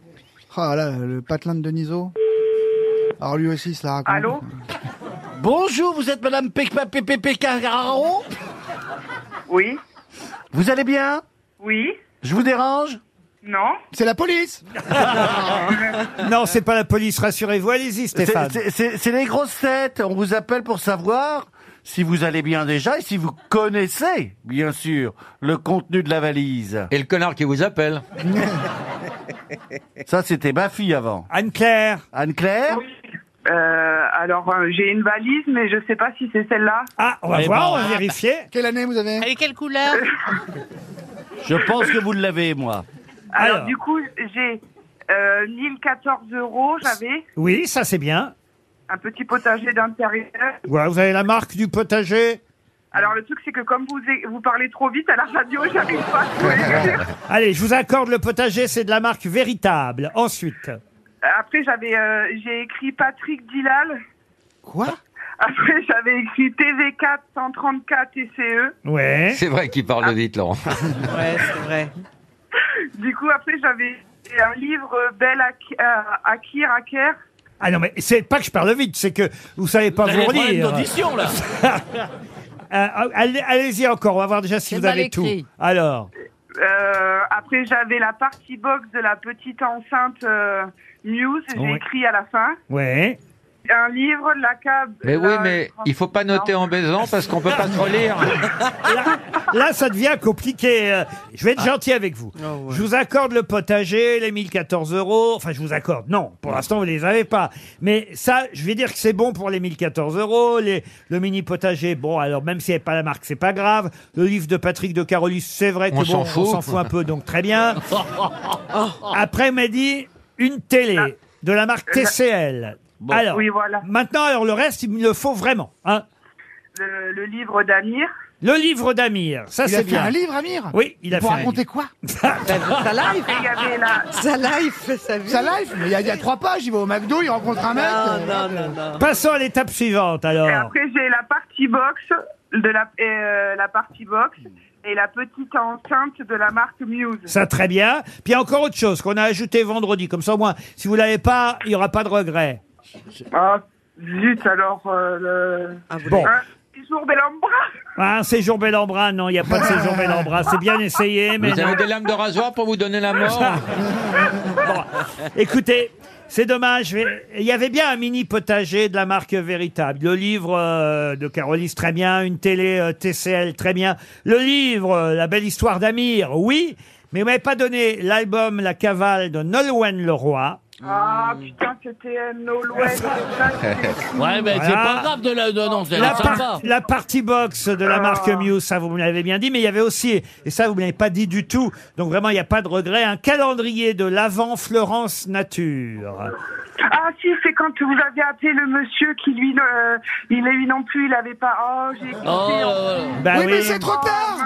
Speaker 8: Ah là, le patelin de Deniso.
Speaker 6: Ah,
Speaker 8: Alors lui aussi, il se la raconte.
Speaker 20: Allô Bonjour, vous êtes Madame Pépépépécararo Oui. Vous allez bien Oui. Je vous dérange Non.
Speaker 8: C'est la police
Speaker 1: Non, c'est pas la police, rassurez-vous. Allez-y, Stéphane.
Speaker 20: C'est- c'est- C'est c'est les grosses têtes. On vous appelle pour savoir si vous allez bien déjà et si vous connaissez, bien sûr, le contenu de la valise. Et le connard qui vous appelle. Ça, c'était ma fille avant.
Speaker 1: Anne-Claire.
Speaker 20: Anne-Claire
Speaker 9: alors, euh, j'ai une valise, mais je sais pas si c'est celle-là.
Speaker 1: Ah,
Speaker 20: on va Eh voir, ben, on va ah.
Speaker 1: vérifier.
Speaker 8: Quelle année vous avez
Speaker 14: Elle est quelle couleur
Speaker 20: Je pense que vous l'avez, moi.
Speaker 9: Alors,
Speaker 1: Alors.
Speaker 9: du coup, j'ai euh, 1014 euros, j'avais
Speaker 1: Oui, ça c'est bien.
Speaker 9: un petit potager d'intérieur.
Speaker 1: Voilà, vous avez la marque du potager.
Speaker 9: Alors, le truc, c'est que comme vous, vous parlez trop vite à la radio, j'arrive pas à trouver.
Speaker 1: Allez, je vous accorde le potager, c'est de la marque véritable. Ensuite.
Speaker 9: Après, j'avais, euh, j'ai écrit Patrick Dillal.
Speaker 8: Quoi
Speaker 9: Après, j'avais écrit TV4 134 TCE.
Speaker 1: Ouais. Ah.
Speaker 27: C'est vrai qu'il parle vite, Laurent.
Speaker 9: Ouais, c'est vrai. Du coup, après, j'avais un livre euh, Belle à Akir Aker.
Speaker 1: Ah non, mais c'est pas que je parle vite, c'est que vous savez pas vous relire.
Speaker 9: là.
Speaker 1: Euh, allez- Allez-y encore, on va voir déjà si
Speaker 9: C'est
Speaker 1: vous
Speaker 9: mal
Speaker 1: avez tout.
Speaker 9: écrit.
Speaker 1: Alors,
Speaker 9: Euh, après, j'avais la partie box de la petite enceinte euh, news. J'ai
Speaker 27: Ouais.
Speaker 9: écrit à la fin.
Speaker 1: ouais.
Speaker 9: Un livre, la cab.
Speaker 27: Mais oui,
Speaker 9: la-
Speaker 27: mais il faut pas noter en baisant parce qu'on peut pas se relire.
Speaker 1: Là, ça devient compliqué. Euh, Je vais
Speaker 27: Ah.
Speaker 1: être gentil avec vous.
Speaker 27: Oh,
Speaker 1: Je vous accorde le potager, les 1014 euros. Enfin, je vous accorde. Non, pour l'instant, vous les avez pas. Mais ça, je vais dire que c'est bon pour les 1014 euros. Les, le mini potager, bon, alors même si elle n'est pas la marque, c'est pas grave. Le livre de Patrick de Carolus, c'est vrai que
Speaker 27: On
Speaker 1: bon,
Speaker 27: s'en
Speaker 1: on
Speaker 27: fout.
Speaker 1: s'en fout un peu, donc très bien. Après, m'a dit une télé de la marque TCL.
Speaker 9: Bon.
Speaker 1: Alors,
Speaker 9: Oui, voilà.
Speaker 1: maintenant, alors le reste, il me le faut vraiment. Hein.
Speaker 9: Le, le livre d'Amir.
Speaker 1: Le livre d'Amir, ça
Speaker 9: Il a
Speaker 1: c'est
Speaker 9: fait
Speaker 1: bien.
Speaker 9: un livre, Amir
Speaker 1: Oui, il a
Speaker 9: Pour
Speaker 1: fait.
Speaker 9: raconter
Speaker 8: quoi
Speaker 9: Sa life. Il y avait la-
Speaker 8: Sa life, sa vie. Sa life Mais il y, a- il y a trois pages, il va au McDo, il rencontre
Speaker 6: Ah,
Speaker 8: un mec. Non, non, non,
Speaker 1: Passons à l'étape suivante alors.
Speaker 9: Après, j'ai la partie box de la, euh, la partie box et la petite enceinte de la marque Muse.
Speaker 1: Ça très bien. Puis il y a encore autre chose qu'on a ajouté vendredi. Comme ça au moins, si vous l'avez pas, il y aura pas de regret.
Speaker 9: Ah, zut, alors. euh, le...
Speaker 1: Bon.
Speaker 9: Un petit jour bel embrasse.
Speaker 1: Ah, un séjour bel en bras. non, il n'y a pas de séjour bel en bras. C'est bien essayé, mais
Speaker 27: Vous
Speaker 1: non.
Speaker 27: avez des lames de rasoir pour vous donner la mort
Speaker 1: Écoutez, c'est dommage. je vais- Il y avait bien un mini potager de la marque Véritable. Le livre euh, de Carolis, très bien. Une télé euh, TCL, très bien. Le livre, euh, La belle histoire d'Amir, oui. Mais vous m'avez pas donné l'album La cavale de Nolwenn Leroy. Hmm.
Speaker 9: Ah, putain, c'était un Nolwenn.
Speaker 20: Ouais, mais c'est
Speaker 1: Voilà.
Speaker 20: pas grave de la. Non, non, c'est
Speaker 1: La,
Speaker 20: sympa.
Speaker 1: par- la party box de la marque Muse, ça vous me l'avez bien dit, mais il y avait aussi, et ça vous ne l'avez pas dit du tout, donc vraiment il n'y a pas de regret, un calendrier de l'avant Florence Nature.
Speaker 9: Ah si, c'est quand vous avez appelé le monsieur qui lui, euh, il est lui non plus, il avait pas. Oh, j'ai écouté.
Speaker 1: Oh. Bah Oui, oui. mais c'est trop
Speaker 9: tard.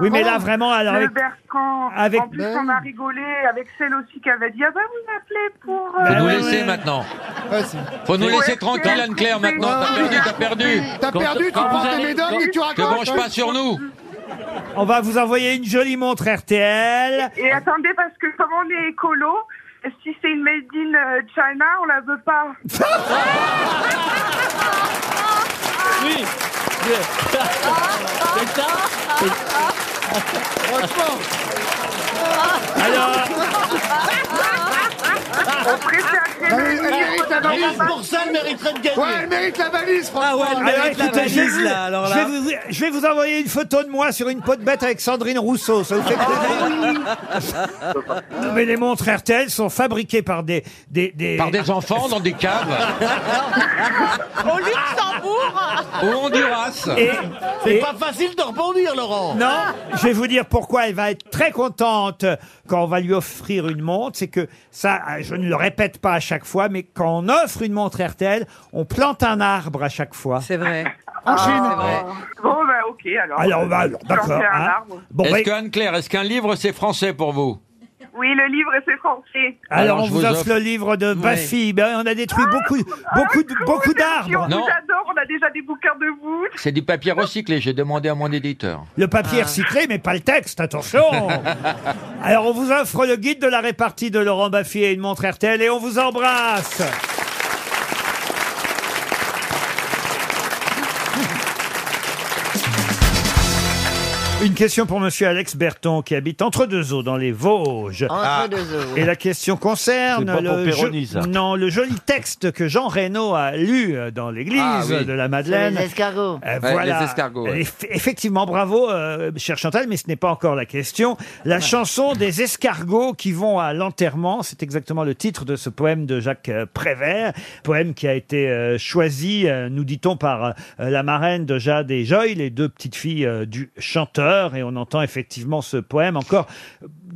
Speaker 1: Oui, mais là, vraiment, alors,
Speaker 9: Ah, Le
Speaker 1: avec-
Speaker 9: Bertrand.
Speaker 1: avec- Ben.
Speaker 9: En plus, on a rigolé avec celle aussi qui avait dit ah bah vous m'appelez pour.
Speaker 1: Ben
Speaker 27: Faut
Speaker 9: euh,
Speaker 27: nous laisser maintenant. Faut nous
Speaker 9: Ouais,
Speaker 27: laisser
Speaker 9: c'est-
Speaker 27: tranquille, Anne-Claire, maintenant. T'as perdu, t'as perdu.
Speaker 9: T'as
Speaker 27: Quand-
Speaker 9: perdu, tu
Speaker 27: quand
Speaker 9: prends
Speaker 27: vous
Speaker 9: tes
Speaker 27: allez-
Speaker 9: médailles
Speaker 27: quand-
Speaker 9: et tu raccroches.
Speaker 27: Te branche pas sur nous.
Speaker 1: On va vous envoyer une jolie montre RTL.
Speaker 9: Et attendez parce que comme on est écolo, si c'est une made in euh, China, on la veut pas.
Speaker 20: Oui. C'est ça
Speaker 9: Franchement. Alors. On préfère
Speaker 8: Elle mérite la valise.
Speaker 1: Mais pour ça, elle mériterait de gagner.
Speaker 8: Ouais, elle mérite la valise, François.
Speaker 6: Ah
Speaker 1: Alors, écoutez, je vais vous- Je vais, vous, je vais vous envoyer une photo de moi sur une peau de bête avec Sandrine Rousseau. Ça vous fait
Speaker 9: Ah,
Speaker 1: plaisir Non, Mais les montres RTL sont fabriquées par des... des, des...
Speaker 10: Par des enfants dans des caves.
Speaker 14: Au Luxembourg
Speaker 10: Au Honduras.
Speaker 1: C'est
Speaker 20: pas facile de rebondir, Laurent.
Speaker 1: Non,
Speaker 6: Ah.
Speaker 1: je vais vous dire pourquoi elle va être très contente quand on va lui offrir une montre. C'est que ça, je ne le répète pas à chaque fois, mais quand on offre une montre RTL, on plante un arbre à chaque fois. C'est vrai.
Speaker 9: En Chine. Ah, Bon, ben, ok, alors.
Speaker 1: Alors, on va- alors, d'accord,
Speaker 9: Planter un
Speaker 1: hein.
Speaker 9: arbre.
Speaker 10: est-ce qu'Anne-Claire, est-ce qu'un livre c'est français pour vous
Speaker 9: Oui, le livre, c'est français.
Speaker 1: Alors, on
Speaker 10: je
Speaker 1: vous
Speaker 10: vous
Speaker 1: offre,
Speaker 10: offre-
Speaker 1: le livre de
Speaker 10: Oui.
Speaker 1: Buffy. Ben, on a
Speaker 9: Ah,
Speaker 1: détruit beaucoup, beaucoup, de- beaucoup d'arbres.
Speaker 10: Non.
Speaker 9: J'adore, on a déjà des bouquins de vous.
Speaker 10: C'est du papier recyclé, j'ai demandé à mon éditeur.
Speaker 1: Le papier est recyclé, mais pas le texte, attention Alors, on vous offre le guide de la répartie de Laurent Baffy et une montre RTL, et on vous embrasse Une question pour Monsieur Alex Berton, qui habite entre deux eaux, dans les Vosges.
Speaker 3: Entre-deux-Eaux, oui.
Speaker 1: Et la question concerne
Speaker 20: Ah. C'est pas pour
Speaker 1: le, jo-
Speaker 20: Péroni, ça.
Speaker 1: non, le joli texte que Jean Reynaud a lu euh, dans l'église
Speaker 20: Ah, oui.
Speaker 1: de la Madeleine.
Speaker 20: Sur les escargots.
Speaker 1: Euh,
Speaker 20: Ouais,
Speaker 1: voilà.
Speaker 20: les escargots, ouais.
Speaker 1: Eff- effectivement, bravo, euh, cher Chantal, mais ce n'est pas encore la question. La chanson des escargots qui vont à l'enterrement, c'est exactement le titre de ce poème de Jacques euh, Prévert, poème qui a été euh, choisi, euh, nous dit-on, par euh, la marraine de Jade et Joy, les deux petites filles euh, du chanteur, et on entend effectivement ce poème encore.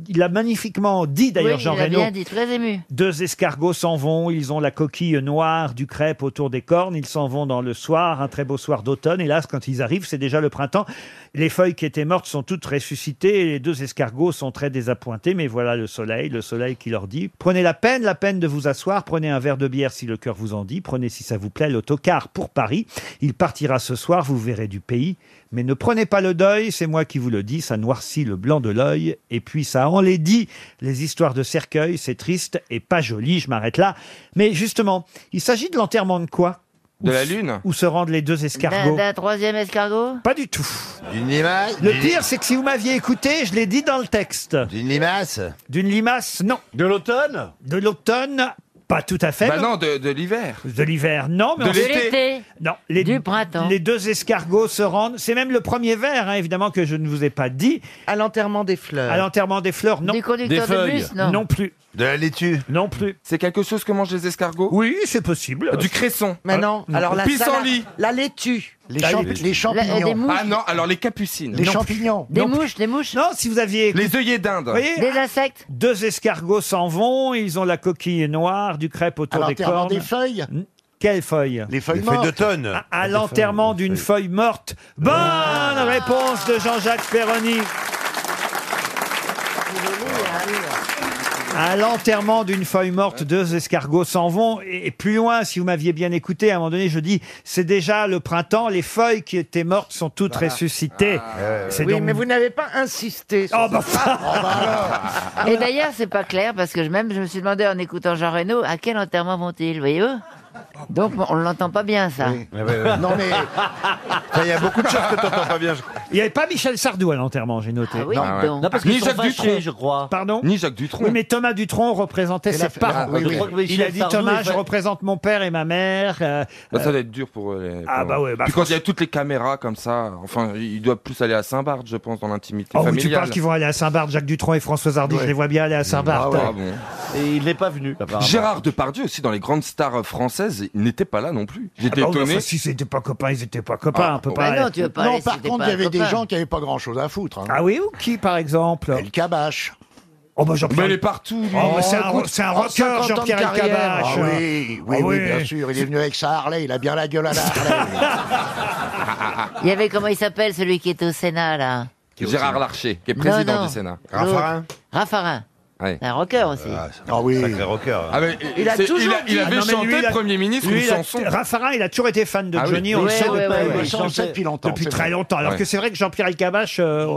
Speaker 1: Il a magnifiquement dit d'ailleurs
Speaker 26: Oui,
Speaker 1: Jean
Speaker 26: il a
Speaker 1: Reno.
Speaker 26: bien dit, très ému.
Speaker 1: Deux escargots s'en vont, ils ont la coquille noire du crêpe autour des cornes, ils s'en vont dans le soir, un très beau soir d'automne. Hélas, quand ils arrivent, c'est déjà le printemps. Les feuilles qui étaient mortes sont toutes ressuscitées et les deux escargots sont très désappointés, mais voilà le soleil, le soleil qui leur dit Prenez la peine, la peine de vous asseoir, prenez un verre de bière si le cœur vous en dit, prenez si ça vous plaît l'autocar pour Paris. Il partira ce soir, vous verrez du pays, mais ne prenez pas le deuil, c'est moi qui vous le dis, ça noircit le blanc de l'œil, et puis ça enlaidit les histoires de cercueil, c'est triste et pas joli, je m'arrête là. Mais justement, il s'agit de l'enterrement de quoi
Speaker 27: De la lune
Speaker 1: Où se rendent les deux
Speaker 26: D'un
Speaker 1: escargots
Speaker 26: d'un troisième escargot
Speaker 1: Pas du tout. Le pire, c'est que si vous m'aviez écouté, je l'ai dit dans le texte. D'une limace D'une limace, non. De l'automne De l'automne, pas tout à fait.
Speaker 27: Bah non, de, de l'hiver.
Speaker 1: De l'hiver, non. Mais
Speaker 27: De
Speaker 1: on sait-
Speaker 27: l'été.
Speaker 1: Non. Les, du printemps. Les deux escargots se rendent. C'est même le premier vers, hein, évidemment, que je ne vous ai pas dit. À l'enterrement des fleurs. À l'enterrement des fleurs, non.
Speaker 26: Du conducteur Des de feuilles. bus, non.
Speaker 1: Non plus.
Speaker 27: De la laitue
Speaker 1: Non plus.
Speaker 27: C'est quelque chose que mangent les escargots
Speaker 1: Oui, c'est possible. Ah,
Speaker 27: Du cresson
Speaker 6: Mais non, alors la
Speaker 27: Pissenlit
Speaker 6: salade- La laitue.
Speaker 27: Ah oui. Ah
Speaker 6: non.
Speaker 27: non, alors les capucines.
Speaker 6: Les
Speaker 27: Non.
Speaker 6: champignons.
Speaker 1: Des mouches, des mouches. Non, si vous aviez.
Speaker 27: Les œillets d'Inde.
Speaker 1: des insectes. Deux escargots s'en vont, ils ont la coquille noire, du crêpe autour
Speaker 5: À
Speaker 1: des
Speaker 5: l'enterrement
Speaker 1: cornes.
Speaker 5: des feuilles
Speaker 1: N- Quelles feuilles
Speaker 5: Les feuilles Les feuilles mortes. d'automne.
Speaker 1: À,
Speaker 5: Ah,
Speaker 1: à
Speaker 5: des Ah.
Speaker 1: l'enterrement d'une feuille morte. Bonne réponse de Jean-Jacques Ferroni. À l'enterrement d'une feuille morte, deux escargots s'en vont. Et et plus loin, si vous m'aviez bien écouté, à un moment donné, je dis, c'est déjà le printemps, les feuilles qui étaient mortes sont toutes ressuscitées.
Speaker 5: Ah.
Speaker 1: C'est
Speaker 6: Oui,
Speaker 1: donc- Ah.
Speaker 6: mais vous n'avez pas insisté. sur
Speaker 1: Oh,
Speaker 6: ça.
Speaker 1: bah,
Speaker 26: Et d'ailleurs, c'est pas clair parce que je- même je me suis demandé en écoutant Jean Reno à quel enterrement vont-ils, voyez-vous Donc on l'entend pas bien ça.
Speaker 5: Non, mais
Speaker 27: Il y a beaucoup de choses que t'entends pas bien.
Speaker 1: Il n'y avait pas Michel Sardou à l'enterrement, j'ai noté.
Speaker 27: Ah oui, Non. dis donc. Non, parce qu'ils
Speaker 1: Ni
Speaker 27: sont
Speaker 1: Jacques
Speaker 27: fâchés, je
Speaker 1: crois. Pardon
Speaker 27: Ni Jacques Dutronc.
Speaker 1: Oui, mais Thomas Dutronc représentait
Speaker 27: Et
Speaker 1: ses
Speaker 27: la-
Speaker 1: parents.
Speaker 27: Ah, oui, oui. Je crois que
Speaker 1: Il
Speaker 27: Michel
Speaker 1: a dit
Speaker 27: Sardou
Speaker 1: Thomas,
Speaker 27: est
Speaker 1: je
Speaker 27: fa-
Speaker 1: représente mon père et ma mère. euh,
Speaker 27: Bah, ça
Speaker 1: euh,
Speaker 27: doit être dur pour eux. les-
Speaker 1: Ah,
Speaker 27: pour
Speaker 1: bah
Speaker 27: eux.
Speaker 1: ouais, bah,
Speaker 27: Puis quand il y a toutes les caméras comme ça, enfin, ils doivent plus aller à Saint-Barth, je pense, dans l'intimité
Speaker 1: oh, oui, tu
Speaker 27: familiale.
Speaker 1: parles qu'ils vont aller à Saint-Barth, Jacques Dutronc et Françoise Hardy, je les vois bien aller à Saint-Barth.
Speaker 27: Et il n'est pas venu. Ah, Gérard Depardieu aussi, dans les grandes stars françaises, il n'était pas là non plus. J'étais
Speaker 1: Ah bah oui,
Speaker 27: étonné.
Speaker 1: enfin, si c'était pas copains, ils étaient pas copains.
Speaker 27: Ah,
Speaker 1: on peut
Speaker 27: bon.
Speaker 1: pas
Speaker 27: Bah non, tu veux pas
Speaker 5: non
Speaker 27: aller,
Speaker 5: par
Speaker 27: c'était
Speaker 5: contre,
Speaker 27: pas
Speaker 5: il y
Speaker 27: un
Speaker 5: avait des
Speaker 27: copain.
Speaker 5: gens qui n'avaient pas grand-chose à foutre. hein.
Speaker 1: Ah oui, ou qui, par exemple
Speaker 5: El Kabash.
Speaker 1: Oh, bah, Jean-Pierre-
Speaker 5: Mais il est partout, lui.
Speaker 1: Oh, mais c'est un,
Speaker 5: Écoute,
Speaker 1: c'est un
Speaker 5: en
Speaker 1: rocker,
Speaker 5: 50 ans de
Speaker 1: Jean-Pierre
Speaker 5: carrière.
Speaker 1: Elkabbach.
Speaker 5: Ah oui, oui,
Speaker 1: Ah
Speaker 5: oui,
Speaker 1: oui.
Speaker 5: bien sûr. Il est venu avec sa Harley. Il a bien la gueule à la Harley.
Speaker 26: Il y avait comment il s'appelle celui qui est au Sénat là
Speaker 27: Gérard Larcher, qui est
Speaker 26: Non,
Speaker 27: président
Speaker 26: non.
Speaker 27: du Sénat.
Speaker 1: Ah.
Speaker 26: L'autre. Raffarin.
Speaker 27: Ouais.
Speaker 26: Un rocker aussi.
Speaker 5: Ah oui.
Speaker 27: Sacré rocker.
Speaker 26: Il a toujours
Speaker 27: il,
Speaker 26: dit-
Speaker 27: il avait
Speaker 26: Ah non, mais
Speaker 27: chanté
Speaker 26: lui, il a-
Speaker 27: Premier ministre
Speaker 1: Lui,
Speaker 27: une
Speaker 1: il a-
Speaker 27: chanson.
Speaker 1: Raffarin, il a toujours été fan de
Speaker 27: Ah oui.
Speaker 1: Johnny, on le
Speaker 27: Ouais,
Speaker 1: sait
Speaker 27: ouais,
Speaker 1: depuis-
Speaker 27: ouais, ouais,
Speaker 1: depuis
Speaker 27: il chantait
Speaker 5: depuis longtemps, c'est
Speaker 1: très
Speaker 5: vrai.
Speaker 1: longtemps. Alors
Speaker 27: Ouais.
Speaker 1: que c'est vrai que Jean-Pierre Elkabach. euh,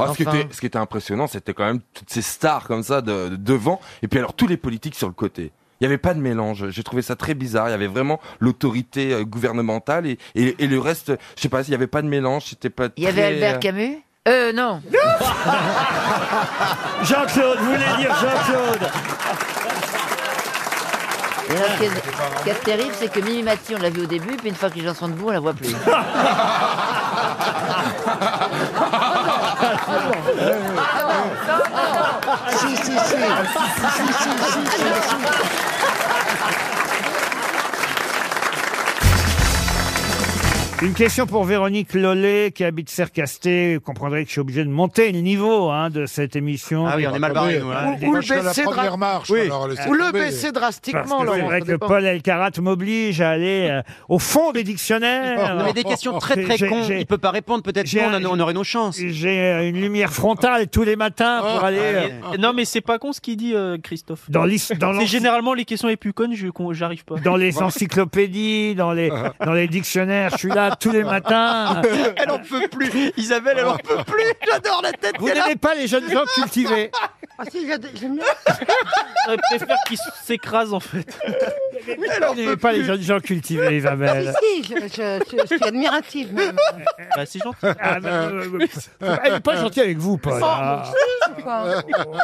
Speaker 27: Ah, ce, qui était, ce qui était impressionnant, c'était quand même toutes ces stars comme ça de, de devant, et puis alors tous les politiques sur le côté. Il n'y avait pas de mélange. J'ai trouvé ça très bizarre. Il y avait vraiment l'autorité euh, gouvernementale et, et, et le reste, je sais pas, il n'y avait pas de mélange. C'était pas.
Speaker 26: Il y avait
Speaker 27: très,
Speaker 26: Albert
Speaker 27: euh,
Speaker 26: Camus Euh non.
Speaker 1: Jean-Claude, vous voulez dire Jean-Claude
Speaker 26: Et alors, ce qui est- ce qui est terrible, c'est que Mimimati, on l'a vu au début, puis une fois que les gens sont debout, on la voit plus.
Speaker 5: Si, si, si. Si, si, si, si, si.
Speaker 1: Une question pour Véronique Lollet qui habite Cercasté. Vous comprendrez que je suis obligé de monter le niveau hein, de cette émission.
Speaker 5: Ah oui, on est mal barré, nous, hein. Ou- ou le Parce que la baisser dra- première marche, Oui. alors, laissez Ou le tomber. baisser drastiquement,
Speaker 1: Parce que C'est
Speaker 5: Laurent,
Speaker 1: vrai
Speaker 5: ça
Speaker 1: que
Speaker 5: dépend.
Speaker 1: Paul Elkarat m'oblige à aller euh, au fond des dictionnaires.
Speaker 6: Non, mais des questions très très
Speaker 1: J'ai-
Speaker 6: cons,
Speaker 1: j'ai-
Speaker 6: il peut pas répondre, peut-être
Speaker 1: j'ai
Speaker 6: nous, on,
Speaker 1: un-
Speaker 6: en- on aurait nos chances. Ah,
Speaker 1: J'ai euh, une lumière frontale tous les
Speaker 18: Oh,
Speaker 1: matins pour aller.
Speaker 18: ah,
Speaker 1: euh,
Speaker 4: Non, mais c'est pas con ce qu'il dit, euh, Christophe.
Speaker 1: Dans l'is- dans l'en-
Speaker 4: c'est généralement les questions les plus connes, je con- j'arrive pas.
Speaker 1: dans les encyclopédies, dans les, dans les dictionnaires. Je suis là tous les matins.
Speaker 6: elle en peut plus. Isabelle, elle en peut plus. J'adore la tête.
Speaker 1: Vous n'aimez pas les jeunes gens cultivés
Speaker 6: Ah si, j'aime bien.
Speaker 4: Je préfère qu'il s'écrase en fait.
Speaker 1: Vous n'aimez pas les jeunes gens cultivés, Isabelle
Speaker 14: Si, je, je- je suis admirative. même.
Speaker 4: Bah, c'est gentil.
Speaker 1: Elle n'est pas gentille avec vous, Paul. Ah.
Speaker 4: Oh,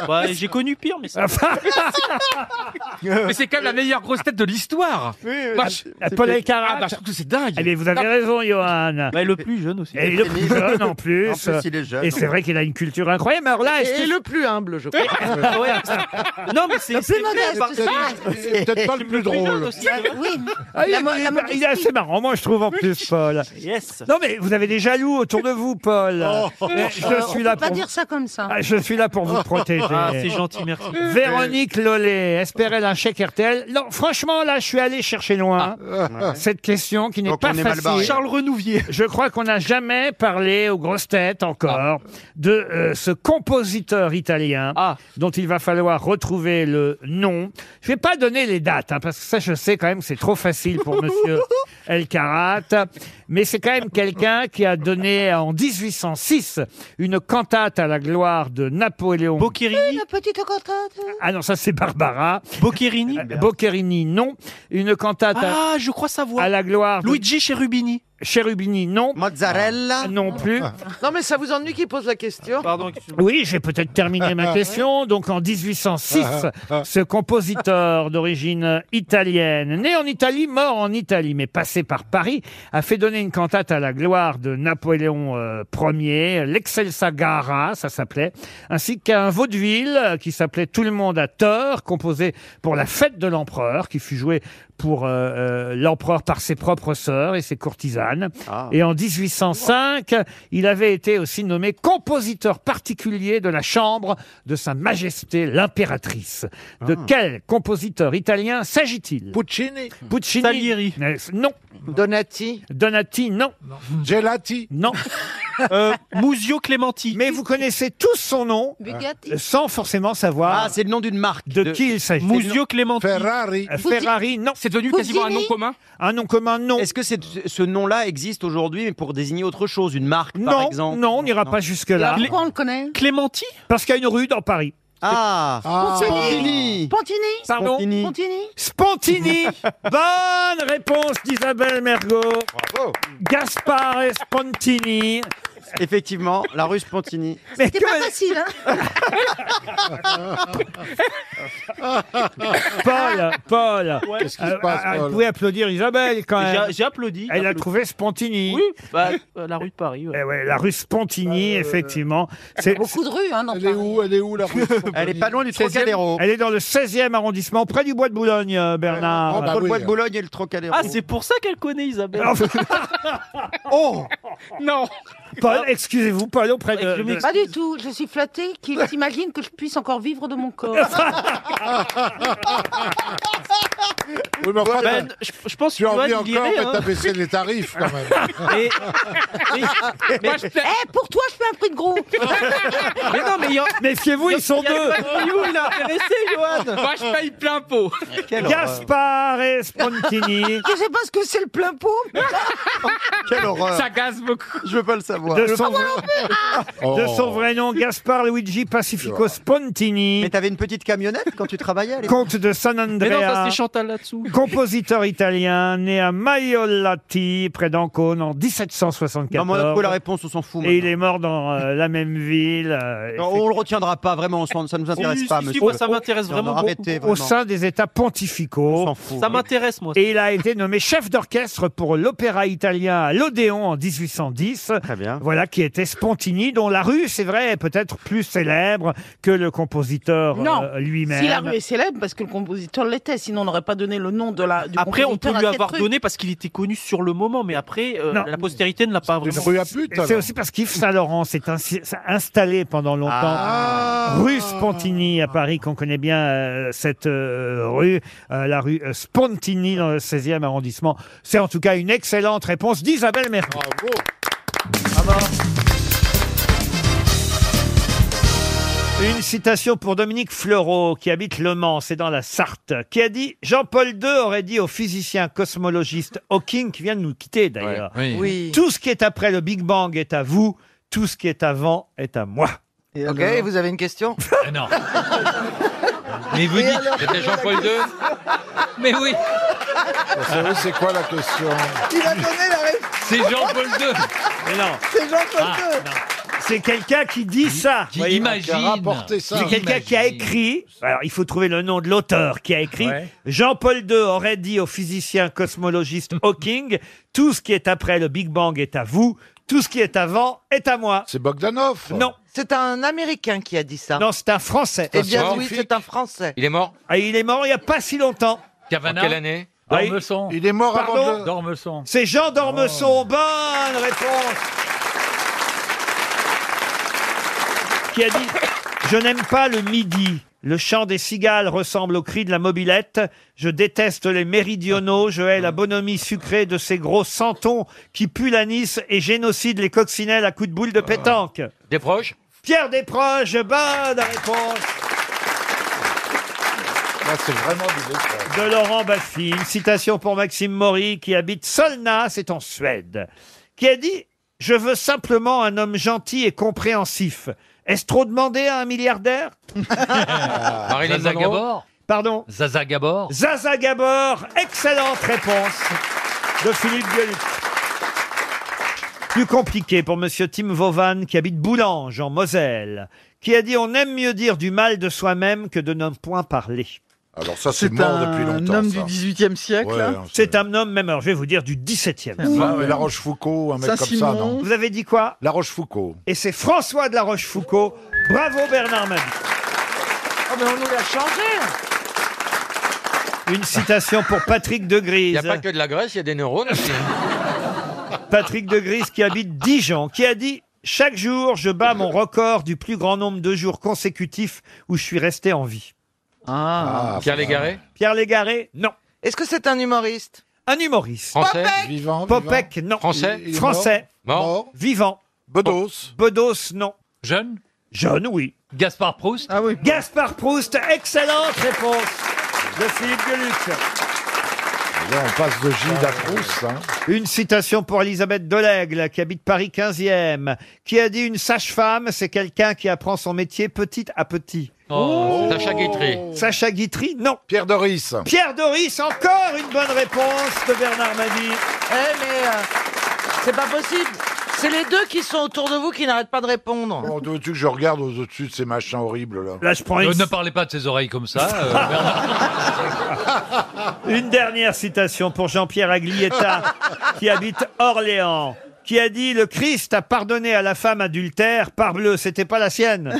Speaker 4: Bah, J'ai connu pire, mais ça.
Speaker 29: Mais c'est quand même la meilleure grosse tête de l'histoire. Bah, je-
Speaker 1: Paul Elkarat.
Speaker 29: Ah, bah, je trouve que c'est dingue.
Speaker 1: Eh bien, vous avez raison, Johan.
Speaker 4: le plus jeune aussi.
Speaker 1: Et le plus jeune en plus.
Speaker 6: En plus, il est jeune.
Speaker 1: Et c'est vrai qu'il a une culture incroyable. Mais alors là, est-ce
Speaker 6: Et
Speaker 1: que-
Speaker 6: le plus humble, je
Speaker 4: crois. Non, mais c'est.
Speaker 6: Le plus
Speaker 4: c'est
Speaker 6: modeste,
Speaker 4: parce
Speaker 6: c'est
Speaker 4: que-
Speaker 6: vrai. C'est peut-être pas le plus drôle.
Speaker 4: aussi, hein.
Speaker 1: Ah, il, est- il est- il est assez marrant, moi je trouve en plus, Paul.
Speaker 4: Yes.
Speaker 1: Non mais vous avez des jaloux autour de vous, Paul.
Speaker 6: Oh.
Speaker 1: Mais
Speaker 14: Euh,
Speaker 1: Je suis
Speaker 14: on
Speaker 1: là
Speaker 14: peut pas
Speaker 1: pour.
Speaker 14: dire ça comme ça.
Speaker 1: Ah, je suis là pour vous protéger.
Speaker 4: Ah, c'est gentil, merci.
Speaker 1: Véronique Lollet, espérait un chèque RTL Non, franchement, là, je suis allé chercher loin cette question qui n'est
Speaker 6: Donc,
Speaker 1: pas
Speaker 6: on est mal barré.
Speaker 1: facile.
Speaker 6: Charles
Speaker 1: Renouvier. Je crois qu'on n'a jamais parlé aux grosses têtes encore de euh, ce compositeur italien dont il va falloir retrouver le nom. Je vais pas donner les dates hein, parce que ça, je sais quand même, que c'est trop facile pour Monsieur El Karat. Mais c'est quand même quelqu'un qui a donné en 1806 une cantate à la gloire de Napoléon.
Speaker 14: La petite cantate.
Speaker 1: Ah non, ça c'est Barbara. Euh,
Speaker 4: Boccherini
Speaker 1: Boccherini, non. Une cantate à,
Speaker 4: Ah, je crois savoir.
Speaker 1: à la gloire. de-
Speaker 4: Luigi Cherubini.
Speaker 1: Cherubini, non.
Speaker 4: Mozzarella.
Speaker 1: Non plus.
Speaker 30: Non, mais ça vous ennuie qui pose la question
Speaker 4: Pardon,
Speaker 1: Oui, j'ai peut-être terminé ma question. Donc en 1806, ce compositeur d'origine italienne, né en Italie, mort en Italie, mais passé par Paris, a fait donner une cantate à la gloire de Napoléon euh, Ier, l'Excelsa Gara, ça s'appelait, ainsi qu'à un vaudeville euh, qui s'appelait Tout le monde à tort, composé pour la fête de l'empereur, qui fut joué pour euh, euh, l'empereur par ses propres sœurs et ses courtisanes. Et en 1805, il avait été aussi nommé compositeur particulier de la chambre de Sa Majesté l'impératrice. De quel compositeur italien s'agit-il Ah. Puccini. Puccini.
Speaker 4: Salieri.
Speaker 1: Euh, Non. Donati. Donati, non. Gelati. Non.
Speaker 6: Euh,
Speaker 4: Musio Clementi.
Speaker 1: Mais vous connaissez tous son nom,
Speaker 14: Bugatti.
Speaker 1: euh, sans forcément savoir.
Speaker 6: Ah, c'est le nom d'une marque.
Speaker 1: De, qui il s'agit
Speaker 4: Musio Clementi.
Speaker 1: Ferrari. Euh, Ferrari, non.
Speaker 6: C'est
Speaker 4: devenu quasiment un nom Fusilli commun
Speaker 1: Un nom commun, non.
Speaker 6: Est-ce que c'est- ce nom-là existe aujourd'hui mais pour désigner autre chose, une marque par
Speaker 1: Non,
Speaker 6: exemple
Speaker 1: non, on n'ira pas jusque-là.
Speaker 6: Clé-
Speaker 14: Pourquoi on le connaît
Speaker 4: Clémenti
Speaker 1: Parce qu'il y a une rue dans Paris.
Speaker 6: Ah,
Speaker 14: Pontini. Pontini.
Speaker 1: Pardon
Speaker 14: Pontini.
Speaker 1: Spontini Bonne réponse d'Isabelle Mergot. Bravo. Gaspard Spontini.
Speaker 6: Effectivement, la rue Spontini.
Speaker 14: C'était pas facile, hein
Speaker 1: Paul, Paul.
Speaker 4: Qu'est-ce qui se
Speaker 1: Euh,
Speaker 4: passe,
Speaker 1: euh,
Speaker 4: Paul
Speaker 1: Vous pouvez applaudir Isabelle quand
Speaker 4: J'ai-
Speaker 1: même.
Speaker 4: j'ai applaudi,
Speaker 1: Elle a
Speaker 4: applaudi.
Speaker 1: trouvé Spontini.
Speaker 4: Oui, bah, euh, la rue de Paris. ouais.
Speaker 1: Eh ouais, la rue Spontini, effectivement. C'est
Speaker 14: Beaucoup de rues, hein, dans
Speaker 1: Ah, euh, Elle est où Elle est où la rue
Speaker 6: Elle est pas loin du Trocadéro.
Speaker 1: Elle est dans le 16e arrondissement, près du bois de Boulogne, euh, Bernard.
Speaker 6: Entre le bois de Boulogne et le Trocadéro.
Speaker 4: Ah, c'est pour ça qu'elle connaît Isabelle.
Speaker 6: oh
Speaker 4: Non
Speaker 1: Paul, excusez-vous, Paul, auprès Oh, de. de-
Speaker 14: Pas du tout. Je suis flattée qu'il s'imagine que je puisse encore vivre de mon corps.
Speaker 4: enfin, Ben, je- je pense
Speaker 11: tu
Speaker 4: que
Speaker 11: as envie
Speaker 4: Johan,
Speaker 11: encore
Speaker 4: il irait,
Speaker 11: mais
Speaker 4: hein.
Speaker 11: t'as baissé les tarifs quand même.
Speaker 4: Et- mais-
Speaker 14: Eh, pour toi, je fais un prix de gros.
Speaker 4: Ah, Mais non, mais il y en-
Speaker 1: Méfiez-vous, ils sont
Speaker 4: Il y a
Speaker 1: deux.
Speaker 4: pas de voyous, il est intéressé, Johan.
Speaker 29: Moi, je paye plein pot.
Speaker 1: Gaspard et Spontini.
Speaker 14: Je sais pas ce que c'est le plein pot.
Speaker 6: Quelle horreur.
Speaker 29: Ça gaze beaucoup.
Speaker 6: Je veux pas le savoir.
Speaker 1: De son,
Speaker 6: Ah.
Speaker 1: de son vrai nom, Gaspard Luigi Pacifico Spontini.
Speaker 6: Mais t'avais une petite camionnette quand tu travaillais à l'époque
Speaker 1: Comte de San Andrea.
Speaker 6: Mais non, ça, c'est Chantal.
Speaker 18: mental là-dessous.
Speaker 1: Compositeur italien, né à Maiolati, près d'Ancône, en 1774.
Speaker 4: Non, mais on a trouvé la réponse, on s'en fout
Speaker 1: Et
Speaker 4: maintenant.
Speaker 1: il est mort dans euh, la même ville. euh,
Speaker 4: Non, on le retiendra pas, vraiment, on s'en- ça nous intéresse
Speaker 1: Si,
Speaker 4: pas,
Speaker 1: si, si,
Speaker 4: monsieur.
Speaker 1: moi, ça
Speaker 18: m'intéresse
Speaker 4: Non,
Speaker 18: vraiment
Speaker 4: non, Arrêtez,
Speaker 1: au
Speaker 4: vraiment.
Speaker 1: sein des États pontificaux.
Speaker 18: Ça m'intéresse, moi.
Speaker 1: Et il a été nommé chef d'orchestre pour l'opéra italien à l'Odéon en 1810. Voilà qui était Spontini, dont la rue, c'est vrai, est peut-être plus célèbre que le compositeur
Speaker 28: Non.
Speaker 1: euh, lui-même.
Speaker 28: Si la rue est célèbre, parce que le compositeur l'était, sinon on n'aurait pas donné le nom de la. Du
Speaker 18: Après, on peut
Speaker 28: compositeur à
Speaker 18: lui
Speaker 28: cette
Speaker 18: avoir
Speaker 28: rue.
Speaker 18: donné parce qu'il était connu sur le moment, mais après, euh, la postérité ne l'a pas vraiment.
Speaker 1: C'est aussi parce qu'Yves Saint-Laurent s'est ainsi- s'est installé pendant longtemps rue Spontini à Paris, qu'on connaît bien euh, cette euh, rue, euh, la rue euh, Spontini dans le 16e arrondissement. C'est en tout cas une excellente réponse d'Isabelle Mercou. Une citation pour Dominique Fleureau, qui habite Le Mans, c'est dans la Sarthe, qui a dit Jean-Paul II aurait dit au physicien cosmologiste Hawking, qui vient de nous quitter d'ailleurs,
Speaker 27: Ouais, oui. Oui.
Speaker 1: tout ce qui est après le Big Bang est à vous, tout ce qui est avant est à moi.
Speaker 6: Ok, et vous avez une question
Speaker 10: Ah Non. Mais vous dites, c'était Jean-Paul II Mais oui.
Speaker 22: Vous savez, c'est quoi la question
Speaker 1: Il a donné la réponse.
Speaker 10: Oh, C'est Jean-Paul II.
Speaker 1: Mais non.
Speaker 28: C'est Jean-Paul
Speaker 1: Ah, non. C'est quelqu'un qui dit ça.
Speaker 10: qui imagine. Qui a rapporté ça.
Speaker 1: C'est quelqu'un qui a écrit. Alors, il faut trouver le nom de l'auteur qui a écrit.
Speaker 10: Ouais.
Speaker 1: Jean-Paul II aurait dit au physicien cosmologiste Hawking Tout ce qui est après le Big Bang est à vous. Tout ce qui est avant est à moi. C'est Bogdanov. Non.
Speaker 6: C'est un Américain qui a dit ça.
Speaker 1: Non, c'est un Français.
Speaker 6: Eh bien oui, c'est un Français.
Speaker 10: Il est mort
Speaker 1: Ah, il est mort il n'y a pas si longtemps.
Speaker 10: En quelle année
Speaker 1: Dormesson. Il est mort
Speaker 10: Pardon
Speaker 1: avant de... C'est Jean Dormesson. Bonne réponse. Qui a dit Je n'aime pas le midi. Le chant des cigales ressemble au cri de la mobilette. Je déteste les méridionaux. Je hais la bonhomie sucrée de ces gros santons qui puent l'anis et génocident les coccinelles à coups de boule de pétanque.
Speaker 10: Des proches
Speaker 1: Pierre Desproges, bonne réponse.
Speaker 22: C'est vraiment du détail.
Speaker 1: de Laurent Baffy. Une citation pour Maxime Maury qui habite Solna, c'est en Suède, qui a dit « Je veux simplement un homme gentil et compréhensif. Est-ce trop demandé à un milliardaire ?»
Speaker 16: Ah,
Speaker 10: Marilyn
Speaker 1: Zaza
Speaker 10: Monroe
Speaker 1: Gabor Pardon
Speaker 10: Zaza Gabor
Speaker 1: Zaza Gabor, excellente réponse de Philippe Gueluc. Plus compliqué pour Monsieur Tim Vauvane qui habite Boulange en Moselle, qui a dit on aime mieux dire du mal de soi-même que de n'en point parler.
Speaker 11: Alors ça, c'est mort depuis longtemps. ça.
Speaker 1: 18e siècle.
Speaker 11: Ouais, hein.
Speaker 1: c'est un homme même, alors je vais vous dire du 17e.
Speaker 11: Ah, mais La Rochefoucauld, un mec comme ça, non
Speaker 1: Vous avez dit quoi
Speaker 11: La Rochefoucauld.
Speaker 1: Et c'est François de la Rochefoucauld. Bravo Bernard Mabie.
Speaker 28: Oh, mais on nous l'a changé
Speaker 1: Une citation pour Patrick de Grise.
Speaker 10: Il n'y a pas Ah. que de la Grèce, il y a des neurones aussi.
Speaker 1: Patrick de Grise qui habite Dijon, qui a dit Chaque jour, je bats mon record du plus grand nombre de jours consécutifs où je suis resté en vie.
Speaker 10: Ah, Pierre Légaré
Speaker 1: Pierre Légaré, non.
Speaker 6: Est-ce que c'est un humoriste
Speaker 1: Un humoriste.
Speaker 10: Français
Speaker 6: Popek
Speaker 11: Vivant.
Speaker 1: Popek,
Speaker 11: vivant.
Speaker 1: non.
Speaker 11: Français Il est
Speaker 1: Français.
Speaker 11: mort Mort.
Speaker 1: Vivant.
Speaker 11: Bedos.
Speaker 1: Bedos, non.
Speaker 10: Jeune
Speaker 1: Jeune, oui.
Speaker 10: Gaspard Proust
Speaker 1: Ah oui. Gaspard Proust, excellente réponse de Philippe Gueluc.
Speaker 22: Eh
Speaker 11: Là, on passe de Gilles à Proust. hein.
Speaker 1: Une citation pour Elisabeth Delègle, qui habite Paris 15e, qui a dit Une sage-femme, c'est quelqu'un qui apprend son métier petit à petit.
Speaker 10: Oh. Sacha Guitry.
Speaker 1: Sacha Guitry, non.
Speaker 11: Pierre Doris.
Speaker 1: Pierre Doris, encore une bonne réponse de Bernard Mabie.
Speaker 6: Eh, mais euh, c'est pas possible. C'est les deux qui sont autour de vous qui n'arrêtent pas de
Speaker 22: Oh,
Speaker 6: répondre.
Speaker 11: Comment veux-tu que je regarde aux- au-dessus de ces machins horribles là
Speaker 1: Là, je prends
Speaker 10: Euh,
Speaker 1: une-
Speaker 16: Euh, Ne parlez pas de ses oreilles comme ça. euh, Bernard.
Speaker 1: Une dernière citation pour Jean-Pierre Aglietta, qui habite Orléans, qui a dit Le Christ a pardonné à la femme adultère, parbleu, c'était pas la sienne.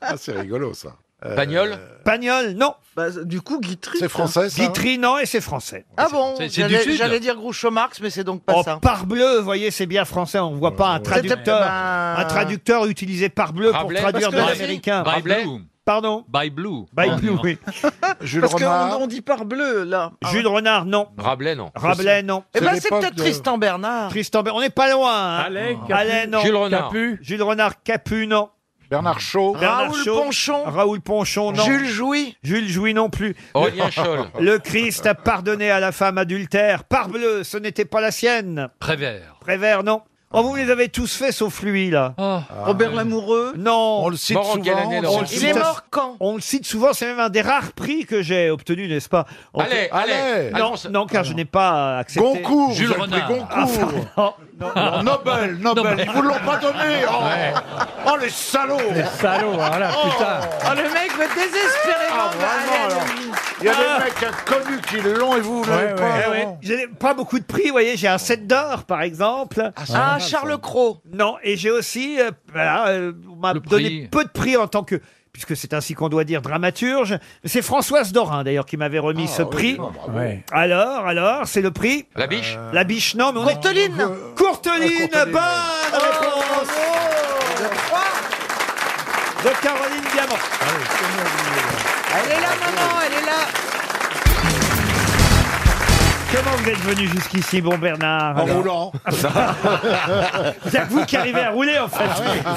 Speaker 11: Ah, c'est rigolo ça. Euh,
Speaker 10: Pagnol
Speaker 1: Pagnol, non.
Speaker 28: Bah, Du coup, Guitry.
Speaker 11: C'est français ça hein.
Speaker 1: Guitry, non, et c'est français.
Speaker 6: Ah bon
Speaker 10: C'est- c'est du
Speaker 6: J'allais
Speaker 10: Sud.
Speaker 6: j'allais dire Groucho Marx, mais c'est donc pas
Speaker 1: oh,
Speaker 6: ça.
Speaker 1: parbleu, vous voyez, c'est bien français, on ne voit pas un traducteur.
Speaker 6: Eh ben-
Speaker 1: Un traducteur utilisé parbleu pour
Speaker 10: Rabelais,
Speaker 1: traduire de
Speaker 10: parce que-
Speaker 1: l'américain.
Speaker 10: By Blue.
Speaker 1: Pardon
Speaker 10: By Blue.
Speaker 1: By Bleu, oui.
Speaker 11: Jules
Speaker 28: Parce
Speaker 11: Renard.
Speaker 28: qu'on on dit par bleu, là.
Speaker 1: Jules Renard, non.
Speaker 10: Rabelais, non.
Speaker 1: Rabelais, non.
Speaker 6: Eh ben, c'est peut-être Tristan Bernard.
Speaker 1: Tristan Ber- on n'est pas loin. Hein.
Speaker 6: Allais, Capu.
Speaker 1: Allais, non.
Speaker 10: Jules Renard.
Speaker 1: Jules Renard, Capu, non.
Speaker 11: Bernard Shaw.
Speaker 1: Bernard
Speaker 6: Raoul
Speaker 1: Shaw.
Speaker 6: Ponchon.
Speaker 1: Raoul Ponchon, non.
Speaker 6: Jules Jouy.
Speaker 1: Jules Jouy non plus.
Speaker 10: Aurélien Scholl.
Speaker 1: Le Christ a pardonné à la femme adultère. Parbleu, ce n'était pas la sienne.
Speaker 16: Prévert.
Speaker 1: Prévert, non. Oh, vous les avez tous faits sauf lui, là.
Speaker 20: Ah,
Speaker 7: Robert
Speaker 1: Lamoureux Non. Oh. On le
Speaker 7: cite Mort en quelle souvent, année, Laurent on le Il est mort
Speaker 1: quand On le cite souvent, c'est même un des rares prix que j'ai obtenu, n'est-ce pas En
Speaker 7: Allez,
Speaker 1: fait-
Speaker 7: allez, allez,
Speaker 1: Non,
Speaker 7: on se-
Speaker 1: Ah, non, car je n'ai pas accepté.
Speaker 7: Goncourt, Jules vous avez pris Renard. Goncourt.
Speaker 1: Ah,
Speaker 7: Non,
Speaker 1: Nobel,
Speaker 7: Nobel, ils vous l'ont
Speaker 1: pas donné
Speaker 7: oh.
Speaker 1: Oh, les salauds Les salauds, voilà, putain
Speaker 6: Ah,
Speaker 7: Oh, le mec veut désespérément.
Speaker 11: Il y a
Speaker 6: Ah.
Speaker 11: des mecs inconnus qui l'ont et vous, vous l'avez pas.
Speaker 1: J'ai pas beaucoup de prix, vous voyez, j'ai un set d'or par exemple.
Speaker 11: c'est Ah, normal, ça.
Speaker 1: Charles Cros. Non, et j'ai aussi, euh, voilà, euh, on m'a donné peu de prix en tant que, puisque c'est ainsi qu'on doit dire, dramaturge. C'est Françoise Dorin d'ailleurs qui m'avait remis ce prix.
Speaker 10: Ouais.
Speaker 1: Alors, alors, c'est le prix Euh,
Speaker 10: La biche
Speaker 1: La biche, non, mais on Courteline Courteline, bonne
Speaker 6: Ah,
Speaker 1: réponse de Caroline Diamant.
Speaker 6: Elle est là, maman, elle est là.
Speaker 1: Comment vous êtes venu jusqu'ici, bon Bernard
Speaker 11: En
Speaker 1: alors
Speaker 11: roulant.
Speaker 1: C'est-à-dire que vous qui arrivez à rouler, en fait.
Speaker 11: Ah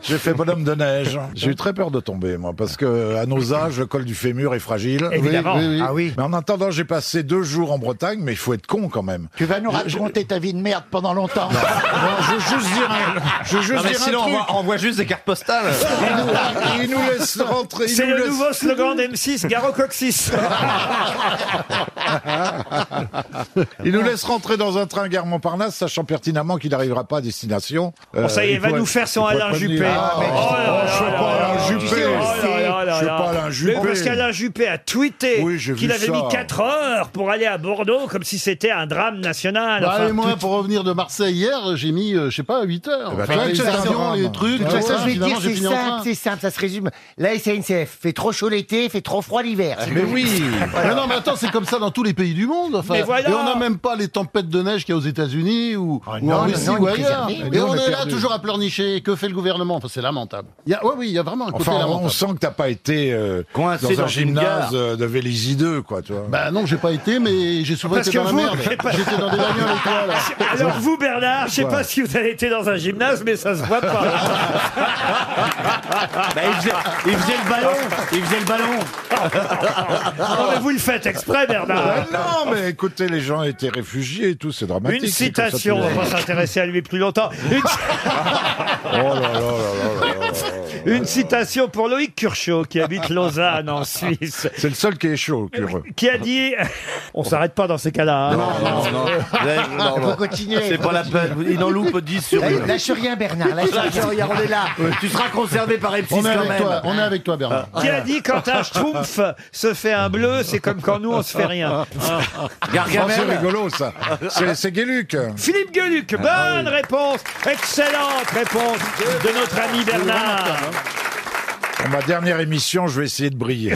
Speaker 11: J'ai fait bonhomme de neige. J'ai eu très peur de tomber, moi, parce que à nos âges, le col du fémur est fragile.
Speaker 5: Évidemment. Oui, oui, oui.
Speaker 11: Ah oui. Mais en attendant, j'ai passé deux jours en Bretagne, mais il faut être con quand même.
Speaker 5: Tu vas nous raconter ta vie de merde pendant longtemps.
Speaker 11: Non, je veux juste dire un, je veux juste
Speaker 6: Ah,
Speaker 5: Non, mais
Speaker 11: dire un
Speaker 5: sinon, on
Speaker 11: truc.
Speaker 5: voit-
Speaker 21: On voit juste des cartes postales.
Speaker 11: Il nous laisse rentrer. il
Speaker 1: C'est
Speaker 11: nous
Speaker 1: le
Speaker 11: laisse-
Speaker 1: nouveau slogan d'M6, Garo Coccyx.
Speaker 11: Il nous laisse rentrer dans un train gare Montparnasse, sachant pertinemment qu'il n'arrivera pas à destination.
Speaker 1: Bon, Oh, ça y est,
Speaker 11: Euh, il
Speaker 1: va
Speaker 11: faut-
Speaker 1: nous faire son
Speaker 11: il faut
Speaker 1: Alain
Speaker 11: prévenir.
Speaker 1: Juppé.
Speaker 11: Ah, mais-
Speaker 1: Oh là
Speaker 11: oh, je suis pas
Speaker 1: là là
Speaker 11: Alain
Speaker 1: là
Speaker 11: Juppé.
Speaker 1: là là là
Speaker 11: Je suis
Speaker 1: là.
Speaker 11: pas Alain Juppé.
Speaker 1: Mais parce qu'Alain Juppé a tweeté
Speaker 11: vu
Speaker 1: qu'il avait
Speaker 11: ça.
Speaker 1: mis 4 heures pour aller à Bordeaux comme si c'était un drame national.
Speaker 12: Bah,
Speaker 1: Enfin,
Speaker 12: et moi,
Speaker 1: tout-
Speaker 12: pour revenir de Marseille hier, j'ai mis, euh, je sais pas, 8 heures.
Speaker 5: Eh ben,
Speaker 12: Enfin,
Speaker 5: tu vois,
Speaker 12: les
Speaker 5: c'est un
Speaker 12: avions,
Speaker 5: drame.
Speaker 12: les trucs,
Speaker 5: De toute
Speaker 12: tout
Speaker 5: façon,
Speaker 12: ça,
Speaker 5: je vais te
Speaker 12: finalement,
Speaker 5: dire,
Speaker 12: j'ai
Speaker 5: c'est
Speaker 12: fini en
Speaker 5: simple,
Speaker 12: train.
Speaker 5: c'est simple, ça se résume. La SNCF fait trop chaud l'été, fait trop froid l'hiver.
Speaker 12: Mais oui Mais non, mais attends, c'est comme ça dans tous les pays du monde. Enfin,
Speaker 5: Mais voilà.
Speaker 12: Et on n'a même pas les tempêtes de neige qu'il y a aux États-Unis ou, ou
Speaker 11: Ah,
Speaker 5: non,
Speaker 12: en
Speaker 5: non,
Speaker 12: Russie
Speaker 5: non,
Speaker 12: ou
Speaker 5: on est
Speaker 12: ailleurs.
Speaker 5: préservé.
Speaker 12: Et
Speaker 5: Nous,
Speaker 12: on,
Speaker 5: on est
Speaker 12: est là
Speaker 5: perdus.
Speaker 12: toujours à pleurnicher. Que fait le gouvernement Enfin, c'est lamentable. Il Y a, ouais, oui, il y a vraiment un côté
Speaker 11: Enfin, on
Speaker 12: lamentable.
Speaker 11: sent que t'as pas été euh,
Speaker 12: Coincé
Speaker 11: dans un
Speaker 12: dans une
Speaker 11: gymnase
Speaker 12: gare.
Speaker 11: euh, de Vélizy 2, quoi, tu vois.
Speaker 12: Bah non, j'ai pas été, mais j'ai souvent
Speaker 1: Parce
Speaker 12: été
Speaker 1: que
Speaker 12: dans la
Speaker 1: vous-
Speaker 12: merde. J'étais dans des bagnoles et toi, là.
Speaker 1: Alors vous, Bernard, je sais pas si vous avez été dans un gymnase, mais ça se voit pas.
Speaker 5: Bah,
Speaker 10: il, faisait, le ballon Il faisait le ballon
Speaker 1: Non, mais vous le faites exprès, Bernard.
Speaker 11: Ah, Ouais, non, mais écoutez, les gens étaient réfugiés et tout, c'est dramatique.
Speaker 1: Une
Speaker 11: c'est comme ça
Speaker 1: citation, on
Speaker 11: toujours.
Speaker 1: va pas s'intéresser à lui plus longtemps. Une...
Speaker 11: Oh là là là là là là.
Speaker 1: Une citation pour Loïc Curchaud, qui habite Lausanne, en Suisse, Euh,
Speaker 11: C'est le seul qui est chaud, curieux.
Speaker 1: qui a dit... On s'arrête pas dans ces cas-là. hein.
Speaker 11: non, non.
Speaker 5: non, non. Faut continuer,
Speaker 1: C'est
Speaker 5: faut
Speaker 1: pas la
Speaker 5: continuer.
Speaker 1: peine, il en loupe 10 sur
Speaker 5: Lâche-
Speaker 1: une.
Speaker 5: Lâche rien, Bernard, lâche rien, regarde, on est là. Tu seras conservé par Epsis
Speaker 12: On est
Speaker 5: quand
Speaker 12: avec
Speaker 5: même.
Speaker 12: toi, on est avec toi, Bernard.
Speaker 1: Qui a dit quand un schtroumpf se fait un bleu, c'est comme quand nous on se fait rien.
Speaker 11: Oh, c'est rigolo, ça. C'est- C'est Guéluc.
Speaker 1: Philippe Gueluc, bonne
Speaker 11: Ah, oui.
Speaker 1: réponse, excellente réponse de notre ami Bernard.
Speaker 11: Pour ma dernière émission, je vais essayer de briller.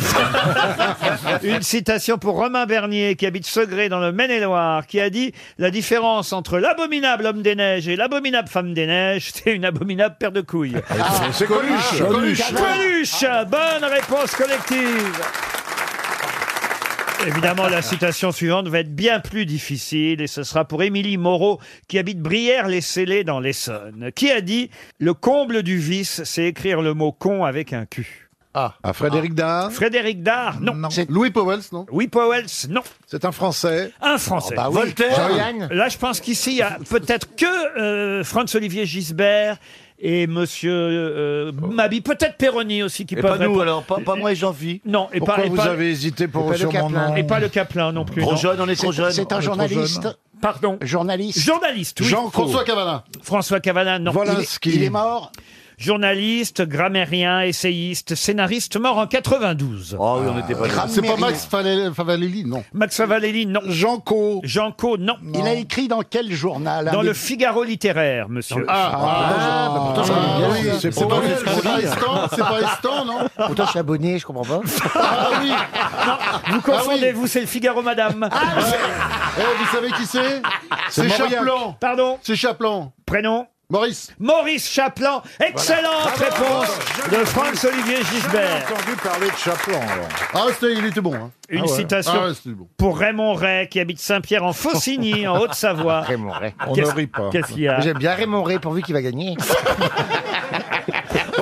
Speaker 1: Une citation pour Romain Bernier, qui habite Segré dans le Maine-et-Loire, qui a dit La différence entre l'abominable homme des neiges et l'abominable femme des neiges, c'est une abominable paire de couilles.
Speaker 11: Ah, C'est Coluche.
Speaker 1: Coluche. Coluche. Bonne réponse collective. Évidemment, la citation suivante va être bien plus difficile et ce sera pour Émilie Moreau qui habite Brière-les-Cellés dans l'Essonne, qui a dit Le comble du vice, c'est écrire le mot con avec un cul.
Speaker 12: Ah.
Speaker 11: À Frédéric Dard.
Speaker 1: Frédéric Dard, non.
Speaker 12: Louis Powells, non
Speaker 1: Louis Powells, non.
Speaker 11: C'est un Français.
Speaker 1: Un Français.
Speaker 11: Ah bah oui. Voltaire. Jean-Yann.
Speaker 1: Là, je pense qu'ici, il y a peut-être que euh, Franz-Olivier Gisbert et Monsieur euh, Mabi, peut-être Perroni aussi qui
Speaker 11: Et
Speaker 1: peuvent
Speaker 11: pas nous,
Speaker 1: répondre.
Speaker 11: alors, pas- pas moi et
Speaker 1: Jean-Phi. Non, et
Speaker 11: Pourquoi
Speaker 1: pas. et
Speaker 11: vous
Speaker 1: pas-
Speaker 11: avez hésité pour-
Speaker 1: et pas
Speaker 11: sur
Speaker 1: le
Speaker 11: mon
Speaker 1: Kaplan.
Speaker 11: nom
Speaker 1: Et pas le Kaplan non plus.
Speaker 11: Trop
Speaker 1: non.
Speaker 11: jeune, on est trop C'est- jeune. c'est un
Speaker 1: On est trop
Speaker 11: journaliste.
Speaker 1: jeune. Pardon. Journaliste. Journaliste. Oui.
Speaker 12: Jean-François Cavana.
Speaker 1: François Cavana. Non.
Speaker 12: Volinsky. Il est- il est mort.
Speaker 1: Journaliste, grammairien, essayiste, scénariste, mort en 92.
Speaker 12: Ah
Speaker 1: oui, on n'était pas loin.
Speaker 12: C'est pas Max Fale- Favalelli, non.
Speaker 1: Max Favalelli, non.
Speaker 12: Janco.
Speaker 1: Janco, non.
Speaker 5: Il a écrit dans quel journal
Speaker 1: Dans
Speaker 5: Un
Speaker 1: le
Speaker 5: des-
Speaker 1: Figaro littéraire, monsieur.
Speaker 5: Ah, ah, bah, pourtant, je connais bien, ça.
Speaker 12: C'est pas c'est
Speaker 5: hein.
Speaker 12: pas Estan, c'est pas Estan, non
Speaker 5: Pourtant, je suis abonné, je comprends pas. Ah
Speaker 12: Ah oui
Speaker 1: Vous confondez, vous, c'est le Figaro, madame.
Speaker 12: Eh, vous savez qui c'est C'est
Speaker 1: C'est Mauriac.
Speaker 12: Chaplan.
Speaker 1: Pardon
Speaker 12: C'est Chaplan.
Speaker 1: Prénom
Speaker 12: Maurice.
Speaker 1: Maurice Chaplan. Excellente
Speaker 12: Voilà. Bravo.
Speaker 1: réponse de Franz-Olivier Gisbert.
Speaker 11: entendu parler de Chaplan.
Speaker 12: Ah, c'était- il était bon. hein.
Speaker 1: Une
Speaker 12: Ah ouais.
Speaker 1: citation
Speaker 12: Ah ouais, c'était bon.
Speaker 1: pour Raymond Ray, qui habite Saint-Pierre en Faucigny, en Haute-Savoie.
Speaker 5: Raymond Ray.
Speaker 1: Qu'est-ce- Qu'est-ce qu'il y a
Speaker 5: Ah J'aime bien Raymond Ray, pourvu qu'il va gagner.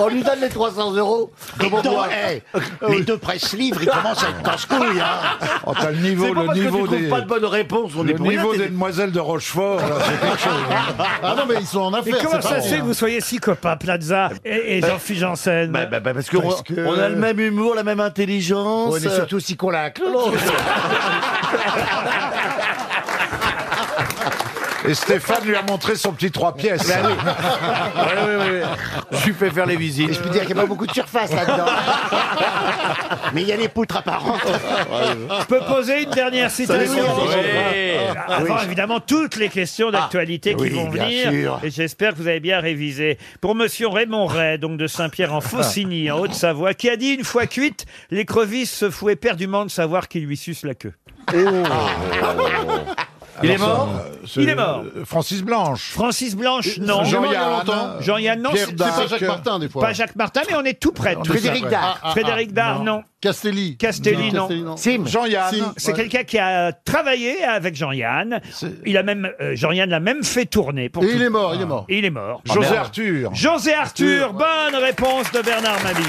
Speaker 5: On lui donne les 300 euros.
Speaker 11: Comment Eh,
Speaker 5: Les deux-
Speaker 11: moi
Speaker 5: hey, les deux presse livres, ils commencent à être casse-couilles. Hein.
Speaker 11: Oh, t'as le niveau,
Speaker 5: C'est pas
Speaker 11: le
Speaker 5: parce que
Speaker 11: niveau
Speaker 5: tu trouves
Speaker 11: des.
Speaker 5: pas de bonne réponse, on est
Speaker 11: Le
Speaker 5: pour rien,
Speaker 11: niveau
Speaker 5: t'es-
Speaker 11: des demoiselles de Rochefort, là, c'est quelque chose. hein.
Speaker 12: Ah non, mais ils sont en
Speaker 1: Et
Speaker 12: affaire.
Speaker 1: comment
Speaker 12: c'est
Speaker 1: ça
Speaker 12: pas
Speaker 1: se
Speaker 12: vrai.
Speaker 1: fait que vous soyez si copains, Plaza et, et
Speaker 12: Bah-
Speaker 1: Jean-Philippe Janssen
Speaker 12: Bah, bah, bah, parce qu'on on a le même humour, la même intelligence.
Speaker 1: Ouais, mais surtout
Speaker 12: si qu'on la
Speaker 5: Oh.
Speaker 11: Et Stéphane lui a montré son petit trois pièces.
Speaker 12: Ben oui. Ouais, ouais, ouais. Je lui fais faire les visites.
Speaker 5: Je peux dire qu'il n'y a pas beaucoup de surface là-dedans. Mais il y a les poutres apparentes.
Speaker 1: Je peux poser une dernière citation
Speaker 5: Oui, oui,
Speaker 1: Euh,
Speaker 5: oui.
Speaker 1: Avant,
Speaker 5: Oui. Ah.
Speaker 1: évidemment, toutes les questions d'actualité
Speaker 5: oui,
Speaker 1: qui vont
Speaker 5: bien
Speaker 1: venir.
Speaker 5: sûr.
Speaker 1: Et j'espère que vous avez bien révisé. Pour monsieur Raymond Ray, donc de Saint-Pierre en Faucigny, en Haute-Savoie, qui a dit une fois cuite, l'écrevisse se fout éperdument de savoir qui lui suce la queue.
Speaker 5: Oh.
Speaker 1: Il est mort Il est mort.
Speaker 11: Francis Blanche.
Speaker 1: Francis Blanche, Euh, non.
Speaker 11: Jean-Yann.
Speaker 1: Jean-Yann, non.
Speaker 11: Pierre
Speaker 1: c'est-
Speaker 11: Dac.
Speaker 1: c'est Pas Jacques Martin, mais on est tout près. de
Speaker 11: On
Speaker 1: tout
Speaker 11: est
Speaker 1: ça.
Speaker 11: tout près. Ah, ah,
Speaker 1: Frédéric
Speaker 11: ah,
Speaker 1: Dard,
Speaker 11: non.
Speaker 1: non. Castelli. Castelli,
Speaker 11: Non.
Speaker 1: non.
Speaker 11: Castelli, non. Sim. Jean-Yann. Sim,
Speaker 1: C'est
Speaker 11: ouais.
Speaker 1: quelqu'un qui a travaillé avec Jean-Yann. Il a même, euh, Jean-Yann l'a même fait tourner. Pour
Speaker 12: Et il
Speaker 1: tout-
Speaker 12: est mort, il
Speaker 1: Ah.
Speaker 12: est mort.
Speaker 1: Et il est mort.
Speaker 11: José
Speaker 1: Ah, merde.
Speaker 11: Arthur.
Speaker 1: José Arthur.
Speaker 11: Arthur,
Speaker 1: Bonne réponse de Bernard Mabille.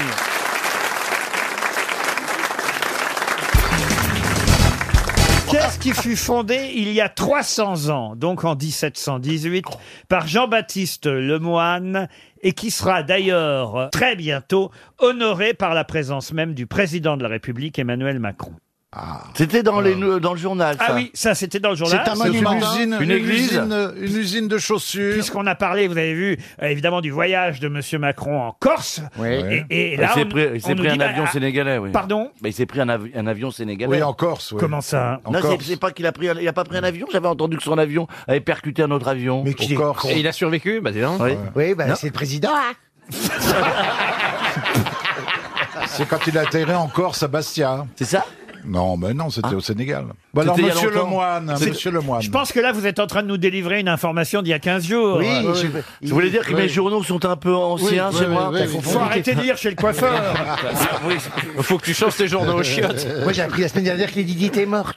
Speaker 1: Qu'est-ce qui fut fondé il y a 300 ans, donc en 1718, par Jean-Baptiste Lemoine et qui sera d'ailleurs euh, très bientôt honoré par la présence même du président de la République, Emmanuel Macron.
Speaker 20: C'était dans, les nou- dans le journal.
Speaker 1: Ah oui, ça c'était dans le journal.
Speaker 20: C'est un monument.
Speaker 11: Une usine,
Speaker 20: Une église
Speaker 11: usine, une usine de chaussures.
Speaker 1: Puisqu'on a parlé, vous avez vu, euh, évidemment, du voyage de Monsieur Macron en Corse.
Speaker 11: Oui.
Speaker 1: Et, et
Speaker 20: Ah, il
Speaker 1: là,
Speaker 20: s'est
Speaker 1: on-
Speaker 20: pris, il s'est
Speaker 1: on nous
Speaker 20: pris un
Speaker 1: dit, bah,
Speaker 20: avion
Speaker 1: ah,
Speaker 20: sénégalais, oui.
Speaker 1: Pardon
Speaker 20: Bah, il s'est pris un, avi- un avion sénégalais.
Speaker 11: Oui, en Corse, oui.
Speaker 1: Comment
Speaker 5: hein
Speaker 1: ça
Speaker 11: En
Speaker 20: Non, c'est-
Speaker 11: Corse.
Speaker 20: c'est pas qu'il a pris, il a pas pris un avion. J'avais entendu que son avion avait percuté un autre avion. Mais
Speaker 5: qu'il est Corse. con.
Speaker 20: il a survécu, bah dis donc. Oui,
Speaker 5: bah, c'est le président. hein.
Speaker 11: C'est quand il atterrit en Corse à Bastia.
Speaker 20: C'est ça Hein
Speaker 11: Non, mais non, c'était au Sénégal.
Speaker 20: C'était
Speaker 11: Bon, alors,
Speaker 20: il y a
Speaker 11: monsieur
Speaker 20: longtemps.
Speaker 11: Lemoine,
Speaker 20: C'est-
Speaker 11: monsieur Lemoine.
Speaker 1: Je pense que là, vous êtes en train de nous délivrer une information d'il y a 15 jours.
Speaker 20: Oui,
Speaker 1: Euh,
Speaker 20: je, je voulais dire que mes journaux sont un peu anciens
Speaker 1: Oui,
Speaker 20: chez
Speaker 1: oui,
Speaker 20: moi.
Speaker 1: oui, oui, Faut oui. arrêter de lire chez le coiffeur.
Speaker 20: Ah, oui, faut que tu changes tes journaux aux chiottes.
Speaker 5: Moi, j'ai appris la semaine dernière que Lady Di était morte.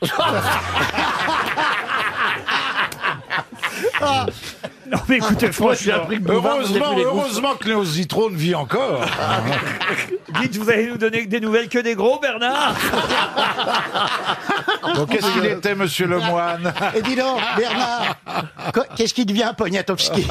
Speaker 1: Non, mais écoutez, franchement,
Speaker 11: Heureusement, heureusement que Léo Zitrone vit encore.
Speaker 1: Dites, vous allez nous donner des nouvelles que des gros, Bernard
Speaker 11: Donc, qu'est-ce qu'il était, monsieur Lemoine
Speaker 5: Ah. Et dis donc, Bernard, qu- qu'est-ce qui devient Poniatowski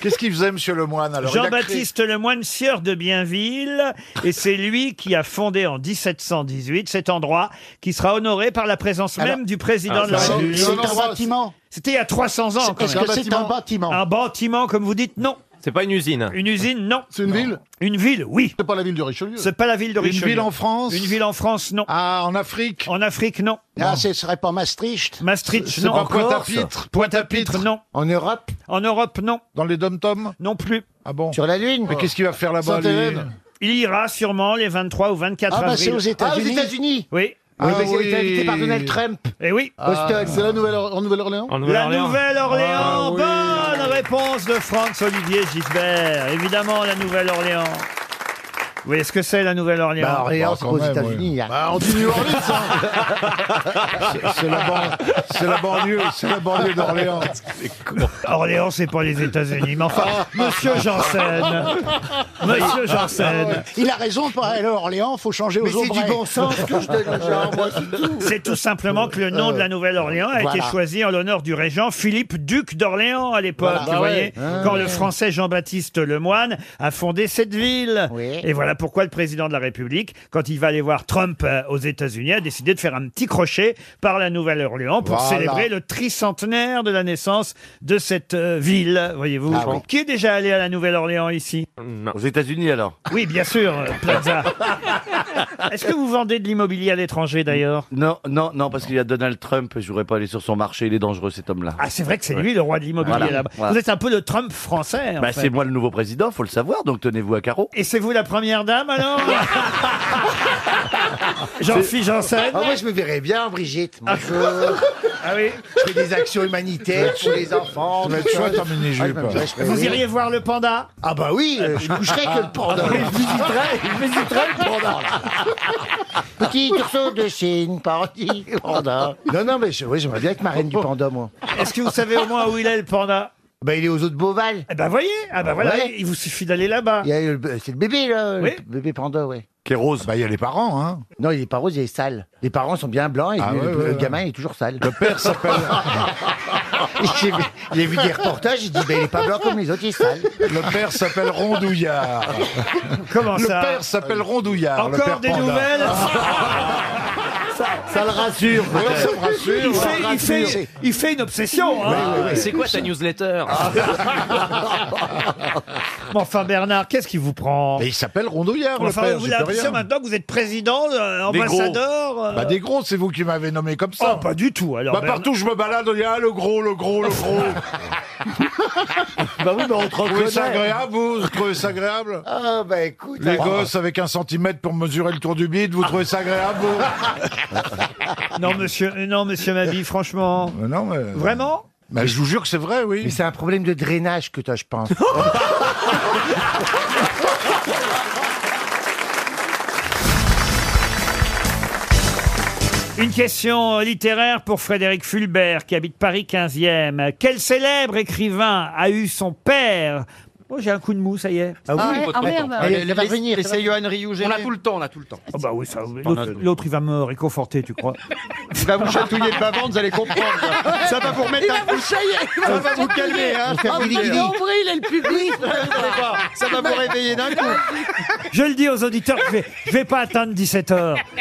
Speaker 11: Qu'est-ce qu'il faisait, monsieur Lemoine alors Il a
Speaker 1: Jean-Baptiste Lemoine, sieur de Bienville, et c'est lui qui a fondé en 1718 cet endroit qui sera honoré par la présence
Speaker 5: Alors-
Speaker 1: même du président
Speaker 5: Ah,
Speaker 1: de la
Speaker 5: c'est-
Speaker 1: République.
Speaker 5: c'est un bâtiment
Speaker 1: C'était il y a 300 ans.
Speaker 5: Est-ce que c'est un bâtiment
Speaker 1: Un bâtiment, comme vous dites, non.
Speaker 21: C'est pas une usine.
Speaker 1: Une usine, non.
Speaker 12: C'est une ville
Speaker 1: Une ville, oui.
Speaker 12: C'est pas la ville de Richelieu.
Speaker 1: C'est pas la ville de
Speaker 11: Une
Speaker 1: Richelieu.
Speaker 11: ville en France
Speaker 1: Une ville en France, non.
Speaker 11: Ah, en Afrique
Speaker 1: En Afrique, non.
Speaker 5: Ah, ce serait pas Maastricht
Speaker 1: Maastricht,
Speaker 11: C'est
Speaker 1: non.
Speaker 11: pas Pointe-à-Pitre
Speaker 1: Pointe-à-Pitre, non.
Speaker 5: En Europe
Speaker 1: En Europe, non.
Speaker 11: Dans les dom-toms
Speaker 1: Non plus.
Speaker 11: Ah bon
Speaker 5: Sur la Lune
Speaker 11: Mais qu'est-ce qu'il va faire là-bas, lui
Speaker 5: Sainte-Hélène
Speaker 1: Il ira sûrement les 23 ou 24
Speaker 5: Ah, bah,
Speaker 1: avril.
Speaker 5: c'est aux États-Unis. Ah, aux États-Unis.
Speaker 1: Oui.
Speaker 5: Ah, Oui, parce qu'il a été oui. invité par Donald Trump.
Speaker 1: Eh oui.
Speaker 12: Boston. C'est la Nouvelle- en Nouvelle-Orléans
Speaker 1: La Nouvelle-Orléans,
Speaker 5: Ah
Speaker 20: Ah,
Speaker 1: bonne réponse de Franz-Olivier Gisbert. Évidemment, la Nouvelle-Orléans. Vous voyez ce que c'est, la Nouvelle-Orléans
Speaker 5: Bah, Orléans,
Speaker 11: Bah,
Speaker 5: c'est
Speaker 11: quand
Speaker 5: aux
Speaker 11: même,
Speaker 5: États-Unis. hein.
Speaker 12: Ah, on dit New Orleans, hein.
Speaker 11: C'est- C'est la, ban- c'est la banlieue, c'est la banlieue d'Orléans.
Speaker 1: Orléans, c'est pas les États-Unis. Mais enfin, monsieur Janssen.
Speaker 20: Ah,
Speaker 5: Ah,
Speaker 1: Monsieur Janssen.
Speaker 5: Il a raison, pour aller à Orléans, faut changer aux
Speaker 6: Mais c'est
Speaker 5: Aubrais.
Speaker 6: du bon sens que je donne aux gens, moi, c'est tout.
Speaker 1: C'est tout simplement que le nom de la Nouvelle-Orléans a
Speaker 5: voilà.
Speaker 1: été choisi en l'honneur du régent Philippe, duc d'Orléans à l'époque,
Speaker 5: Voilà.
Speaker 1: vous
Speaker 5: Ah ouais.
Speaker 1: voyez,
Speaker 5: Ah
Speaker 1: quand
Speaker 5: ouais.
Speaker 1: le français Jean-Baptiste Lemoyne a fondé cette ville.
Speaker 5: Oui.
Speaker 1: Et voilà pourquoi le président de la République, quand il va aller voir Trump euh, aux États-Unis, a décidé de faire un petit crochet par la Nouvelle-Orléans pour
Speaker 5: Voilà.
Speaker 1: célébrer le tricentenaire de la naissance de cette euh, ville, voyez-vous.
Speaker 20: Ah oui.
Speaker 1: Qui est déjà allé à la Nouvelle-Orléans ici
Speaker 20: Aux États-Unis alors.
Speaker 1: Oui, bien sûr, euh, Plaza. Est-ce que vous vendez de l'immobilier à l'étranger d'ailleurs
Speaker 20: Non, non, non, parce qu'il y a Donald Trump. Je voudrais pas aller sur son marché. Il est dangereux cet homme-là.
Speaker 1: Ah, c'est vrai que c'est lui le roi de l'immobilier
Speaker 20: Voilà.
Speaker 1: là-bas.
Speaker 20: Voilà.
Speaker 1: Vous êtes un peu le Trump français. en
Speaker 20: Bah,
Speaker 1: fait.
Speaker 20: c'est moi le nouveau président, faut le savoir. Donc tenez-vous à carreau.
Speaker 1: Et c'est vous la première dame alors Jean-Philippe Janssen
Speaker 5: Ah, moi, je me verrais bien, Brigitte. Bonjour.
Speaker 1: Ah oui
Speaker 5: Je fais des actions humanitaires pour les enfants.
Speaker 11: Ça va être chouette en mini-jupe.
Speaker 5: ben,
Speaker 1: Vous iriez voir le panda
Speaker 5: Ah bah oui, euh, je coucherai que le panda.
Speaker 1: Oui,
Speaker 5: je visiterai, le panda. Petit ourson de Chine, parti panda. Non, non, mais je- oui, j'aimerais bien être marraine du panda, moi.
Speaker 1: Est-ce que vous savez au moins où il est le panda
Speaker 5: Ben, il est aux eaux de Beauval.
Speaker 1: Ah ben, voyez, ah ben voilà, il vous suffit d'aller là-bas.
Speaker 5: C'est le bébé, là,
Speaker 1: Oui.
Speaker 5: le bébé panda, ouais.
Speaker 11: Qui est rose. Bah, il y a les parents, hein.
Speaker 5: Non, il est pas rose, il est sale. Les parents sont bien blancs et
Speaker 11: Ah
Speaker 5: le,
Speaker 11: ouais, ouais,
Speaker 5: le
Speaker 11: ouais.
Speaker 5: gamin il est toujours sale.
Speaker 11: Le père s'appelle.
Speaker 5: J'ai vu- J'ai vu des reportages, il dit, ben, il est pas blanc comme les hein. autres, il est sale.
Speaker 11: Le père s'appelle Rondouillard.
Speaker 1: Comment
Speaker 11: le
Speaker 1: ça
Speaker 11: Le père s'appelle Rondouillard. le
Speaker 1: Encore
Speaker 11: père
Speaker 1: des
Speaker 11: panda.
Speaker 1: nouvelles
Speaker 5: ça, ça le rassure.
Speaker 11: Ouais,
Speaker 5: peut-être.
Speaker 11: ça me rassure.
Speaker 1: Il fait, il fait-
Speaker 11: Rassure.
Speaker 1: il fait une obsession. hein.
Speaker 21: C'est quoi ta newsletter
Speaker 4: Ah.
Speaker 1: Mais enfin, Bernard, qu'est-ce qui vous prend
Speaker 11: Mais il s'appelle Rondouillard, le
Speaker 1: Enfin,
Speaker 11: père.
Speaker 1: vous
Speaker 11: j'y
Speaker 1: l'avez
Speaker 11: peux rien.
Speaker 1: l'impression maintenant que vous êtes président, euh,
Speaker 11: Des gros.
Speaker 1: ambassadeur. euh,
Speaker 11: Bah, des gros, c'est vous qui m'avez nommé comme ça.
Speaker 1: Oh, pas du tout, alors.
Speaker 11: Bah,
Speaker 5: ben
Speaker 11: partout, je me balade, il y a ah, le gros, le gros, le gros.
Speaker 5: bah oui, mais on te
Speaker 11: Vous trouvez
Speaker 5: reconnaît.
Speaker 11: ça agréable, vous Vous trouvez ça agréable
Speaker 5: Ah, bah écoute.
Speaker 11: Les
Speaker 5: alors-
Speaker 11: gosses avec un centimètre pour mesurer le tour du bide, vous trouvez ça agréable, vous
Speaker 1: Non, monsieur, euh, non, monsieur Mabi, franchement.
Speaker 11: Non, mais...
Speaker 1: Vraiment
Speaker 11: Mais je vous jure que c'est vrai, oui.
Speaker 5: Mais c'est un problème de drainage que t'as, je pense.
Speaker 1: Une question euh, littéraire pour Frédéric Fulbert, qui habite Paris 15e. Quel célèbre écrivain a eu son père Oh, j'ai un coup de mou, ça y est.
Speaker 4: Ah oui, Ah ouais, votre ah merde. père. Elle- elle va venir, elle va venir.
Speaker 1: Rioux.
Speaker 4: On a tout le temps, on a tout le temps.
Speaker 1: Oh bah oui, ça, l'autre, l'autre, il va me réconforter, tu crois
Speaker 4: Il va vous chatouiller le bavant, vous allez comprendre. Ça va vous remettre
Speaker 7: Il
Speaker 4: un
Speaker 7: va vous
Speaker 4: coup-
Speaker 7: chailler, il va
Speaker 4: Ça va vous
Speaker 7: chatouiller.
Speaker 4: calmer,
Speaker 1: Oh,
Speaker 4: hein.
Speaker 7: Ah,
Speaker 4: Ah,
Speaker 7: vous
Speaker 4: vous
Speaker 7: êtes
Speaker 4: allez-
Speaker 7: nombril et le public.
Speaker 4: Ça va vous réveiller d'un coup.
Speaker 1: Je le dis aux auditeurs, je vais, je vais pas atteindre 17h.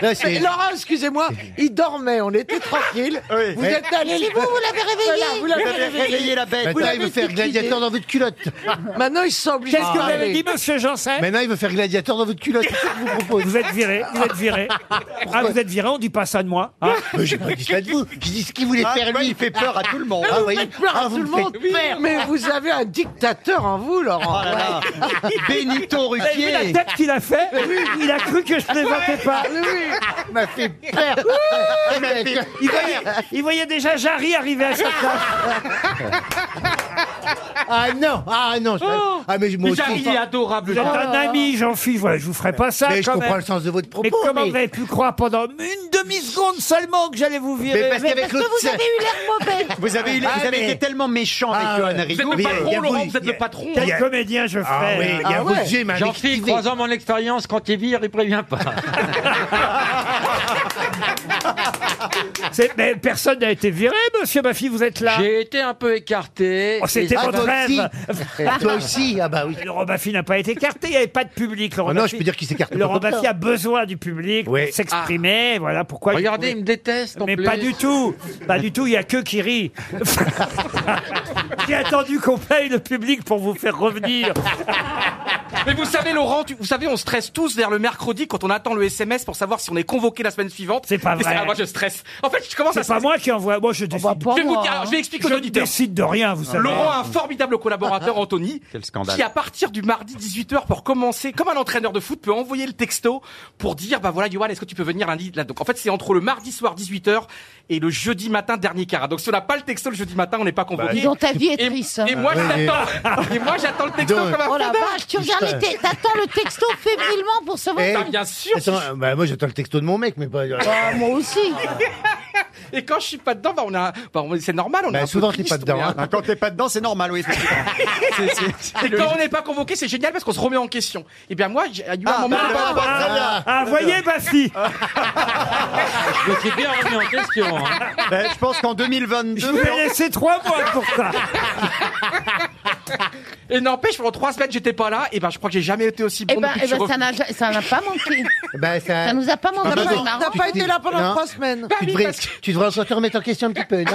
Speaker 6: Euh,
Speaker 7: Mais Laurent, excusez-moi, il dormait, on était tranquille. Vous
Speaker 5: Mais-
Speaker 7: êtes allé.
Speaker 5: C'est vous, vous l'avez
Speaker 7: Voilà, vous l'avez
Speaker 5: Vous l'avez
Speaker 7: réveillé.
Speaker 5: réveillé, la bête.
Speaker 7: Vous
Speaker 5: Maintenant,
Speaker 7: l'avez
Speaker 5: il veut faire
Speaker 7: titillé.
Speaker 5: gladiateur dans votre culotte. Ah,
Speaker 7: Maintenant, il semble.
Speaker 1: Qu'est-ce que vous avez dit, monsieur Janssen
Speaker 5: Maintenant, il veut faire gladiateur dans votre culotte. C'est ce que je vous propose.
Speaker 1: Vous êtes viré, vous êtes viré. Ah, vous êtes viré, on dit pas ça de moi. hein.
Speaker 5: Mais j'ai pas dit ça de vous. J'ai dit ce qu'il voulait
Speaker 4: Ah,
Speaker 5: faire
Speaker 4: bah,
Speaker 5: lui.
Speaker 4: il fait peur à tout le monde,
Speaker 5: Ah,
Speaker 4: hein,
Speaker 5: vous
Speaker 4: voyez.
Speaker 5: faites peur
Speaker 4: Ah,
Speaker 5: à
Speaker 4: vous
Speaker 5: tout le
Speaker 4: le
Speaker 5: monde.
Speaker 4: faites peur.
Speaker 7: Mais vous avez un dictateur en vous, Laurent.
Speaker 4: Oh là là. Benito
Speaker 1: Vous avez vu la
Speaker 4: Ruquier.
Speaker 1: tête qu'il a fait Il a cru que je plaisantais pas.
Speaker 5: Ah Il m'a fait peur. Il m'a fait
Speaker 1: Il voyait, il voyait déjà Jarry arriver à sa place. Oh.
Speaker 5: Ah non, ah non. je- Ah mais moi aussi. Ah.
Speaker 1: Jarry est
Speaker 5: adorable.
Speaker 1: Vous êtes un ami, Jean-Philippe. Voilà, je vous ferai pas ça.
Speaker 5: Mais je
Speaker 1: quand
Speaker 5: comprends
Speaker 1: même.
Speaker 5: le sens de votre propos.
Speaker 1: Mais comment
Speaker 5: mais-
Speaker 1: vous avez pu croire pendant une demi-seconde seulement que j'allais vous virer
Speaker 5: Mais parce Mais qu'avec parce que l'autre- vous avez eu
Speaker 1: l'air mauvais.
Speaker 4: Vous avez, eu- vous
Speaker 5: Ah,
Speaker 4: avez
Speaker 5: mais-
Speaker 4: été tellement méchant
Speaker 5: Ah,
Speaker 4: avec
Speaker 5: ouais.
Speaker 4: Johan Rioux.
Speaker 5: Vous êtes le patron,
Speaker 4: Mais-
Speaker 5: Laurent, vous
Speaker 4: êtes le patron.
Speaker 1: Quel comédien je
Speaker 5: Ah
Speaker 1: ferais
Speaker 5: oui,
Speaker 1: hein.
Speaker 5: il y a votre jeu, il m'a
Speaker 10: Jean-Philippe,
Speaker 5: rectifié.
Speaker 10: trois ans mon expérience, quand il vire, il prévient pas.
Speaker 1: C'est- mais personne n'a été viré, monsieur Baffy, vous êtes là.
Speaker 10: J'ai été un peu écarté.
Speaker 1: Oh, C'était
Speaker 5: Ah,
Speaker 1: votre
Speaker 5: toi aussi.
Speaker 1: rêve.
Speaker 5: Toi aussi, ah bah oui.
Speaker 1: Laurent Baffy n'a pas été écarté, il n'y avait pas de public. Laurent
Speaker 5: Oh non,
Speaker 1: Baffy.
Speaker 5: je peux dire qu'il s'écarte pas
Speaker 1: Laurent
Speaker 5: comme ça.
Speaker 1: Baffy a besoin du public
Speaker 5: Oui.
Speaker 1: pour s'exprimer. Voilà pourquoi.
Speaker 10: Ah. Regardez, il me déteste. en
Speaker 1: Mais
Speaker 10: plus.
Speaker 1: pas du tout, pas du tout, il y a que qui rit. J'ai attendu qu'on paye le public pour vous faire revenir.
Speaker 4: Mais vous savez, Laurent, tu- vous savez, on stresse tous vers le mercredi quand on attend le SMS pour savoir si on est convoqué la semaine suivante.
Speaker 1: C'est pas
Speaker 4: Et
Speaker 1: vrai.
Speaker 4: ah, moi, je stresse. En fait, je commence à
Speaker 1: C'est pas
Speaker 4: stresser.
Speaker 1: moi qui envoie, moi je
Speaker 4: Je
Speaker 1: décide.
Speaker 4: vais, vous dire- alors, je vais expliquer aux
Speaker 1: Je ne
Speaker 4: auditeurs.
Speaker 1: décide de rien, vous savez.
Speaker 4: Laurent a un formidable collaborateur, Anthony,
Speaker 21: Quel scandale.
Speaker 4: qui à partir du mardi 18h pour commencer, comme un entraîneur de foot, peut envoyer le texto pour dire, bah voilà, Johan, est-ce que tu peux venir lundi là Donc en fait, c'est entre le mardi soir 18h et le jeudi matin dernier quart. Donc si on n'a pas le texto le jeudi matin, on n'est pas convoqué.
Speaker 14: Bah, Dis donc, ta vie est
Speaker 4: et,
Speaker 14: triste. hein.
Speaker 4: et moi, Ah
Speaker 5: Ah, oui.
Speaker 4: j'attends, et moi, j'attends le texto
Speaker 5: Donc-
Speaker 4: comme un
Speaker 14: Oh la
Speaker 4: fou.
Speaker 14: vache, tu regardes les te- t'attends le texto fébrilement pour savoir.
Speaker 5: Eh,
Speaker 4: Ah, bien sûr.
Speaker 5: Attends, bah, moi j'attends le texto de mon mec, mais pas.
Speaker 14: Ah, moi aussi.
Speaker 4: Et quand je suis pas dedans, bah on a, bah, on- c'est normal. On
Speaker 5: Bah,
Speaker 4: est un
Speaker 5: souvent,
Speaker 4: peu
Speaker 5: t'es
Speaker 4: triste,
Speaker 5: pas dedans,
Speaker 4: on est un-
Speaker 5: hein.
Speaker 4: Quand t'es pas dedans, c'est normal, oui. Et quand on n'est pas convoqué, c'est génial parce qu'on se remet en question. Et bien moi, j'ai eu un moment.
Speaker 5: bah,
Speaker 4: pas-
Speaker 5: bah,
Speaker 4: pas-
Speaker 1: Ah, ah, voyez, Baffy
Speaker 10: Je me suis bien remis en question. hein.
Speaker 4: Bah, je pense qu'en
Speaker 1: Je
Speaker 4: 2022.
Speaker 1: vous ai laissé trois mois pour ça.
Speaker 4: Et n'empêche, pendant trois semaines, j'étais pas là. Et ben, je crois que j'ai jamais été aussi bon.
Speaker 14: Eh ben,
Speaker 4: depuis
Speaker 14: eh
Speaker 4: que je
Speaker 14: ben,
Speaker 4: suis
Speaker 14: ça n'a ça n'a pas manqué.
Speaker 5: Bah, ça...
Speaker 14: Ça nous a pas manqué.
Speaker 5: Ah, bah,
Speaker 14: c'est
Speaker 5: non.
Speaker 14: marrant.
Speaker 7: T'as pas été là pendant
Speaker 5: Non.
Speaker 7: trois semaines.
Speaker 4: Bah
Speaker 5: Tu
Speaker 4: oui,
Speaker 5: devrais,
Speaker 4: parce que-
Speaker 5: tu devrais encore te remettre en question un petit peu, non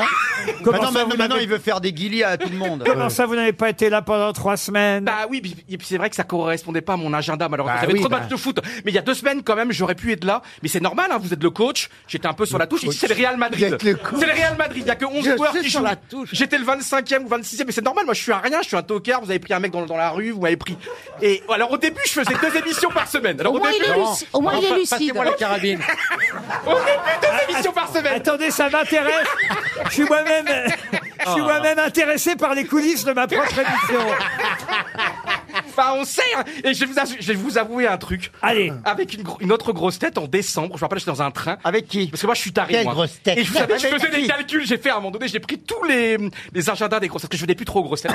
Speaker 1: Comment ça, vous n'avez-
Speaker 4: veut faire des guillis à tout le monde.
Speaker 1: Comment ça, vous n'avez pas été là pendant trois semaines
Speaker 4: Bah oui, puis- et puis c'est vrai que ça correspondait pas à mon agenda malheureusement.
Speaker 5: Bah
Speaker 4: J'avais
Speaker 5: oui,
Speaker 4: trop de
Speaker 5: bah.
Speaker 4: matchs de foot. Mais il y a deux semaines quand même, j'aurais pu être là. Mais c'est normal, hein, vous êtes le coach. J'étais un peu sur la touche. Ici, c'est le Real
Speaker 5: Vous
Speaker 4: Madrid.
Speaker 5: êtes
Speaker 4: C'est
Speaker 5: le
Speaker 4: le
Speaker 5: coach.
Speaker 4: Real Madrid. Il y a que 11
Speaker 7: Je
Speaker 4: joueurs
Speaker 7: sais
Speaker 4: qui
Speaker 7: sur
Speaker 4: jouent.
Speaker 7: la touche.
Speaker 4: J'étais le 25e ou 26e, mais c'est normal. Moi, je suis un rien, je suis un tocard. Vous avez pris un mec dans, dans la rue, vous m'avez pris. Et alors au début, je faisais deux émissions par semaine. Alors
Speaker 14: Au moins,
Speaker 4: début,
Speaker 14: il est
Speaker 4: Laurent,
Speaker 14: lucide. Au moins, il est lucide.
Speaker 4: passez-moi la carabine. au début, deux émissions par semaine.
Speaker 1: Attendez, ça m'intéresse. Je suis moi-même,
Speaker 4: Oh.
Speaker 1: je suis moi-même intéressé par les coulisses de ma propre émission.
Speaker 4: Enfin, on sait. hein. Et je, vous assu- je vais vous avouer un truc.
Speaker 1: Allez.
Speaker 4: Avec une, gro- une autre grosse tête en décembre. Je me rappelle, j'étais dans un train. Avec qui Parce que moi, je suis taré.
Speaker 2: Quelle
Speaker 4: moi.
Speaker 2: grosse tête
Speaker 4: Et je vous avais, je
Speaker 2: Avec
Speaker 4: faisais des
Speaker 2: qui
Speaker 4: calculs. J'ai fait à un moment donné, j'ai pris tous les, les agendas des grosses têtes. Parce que je venais plus trop aux grosses têtes.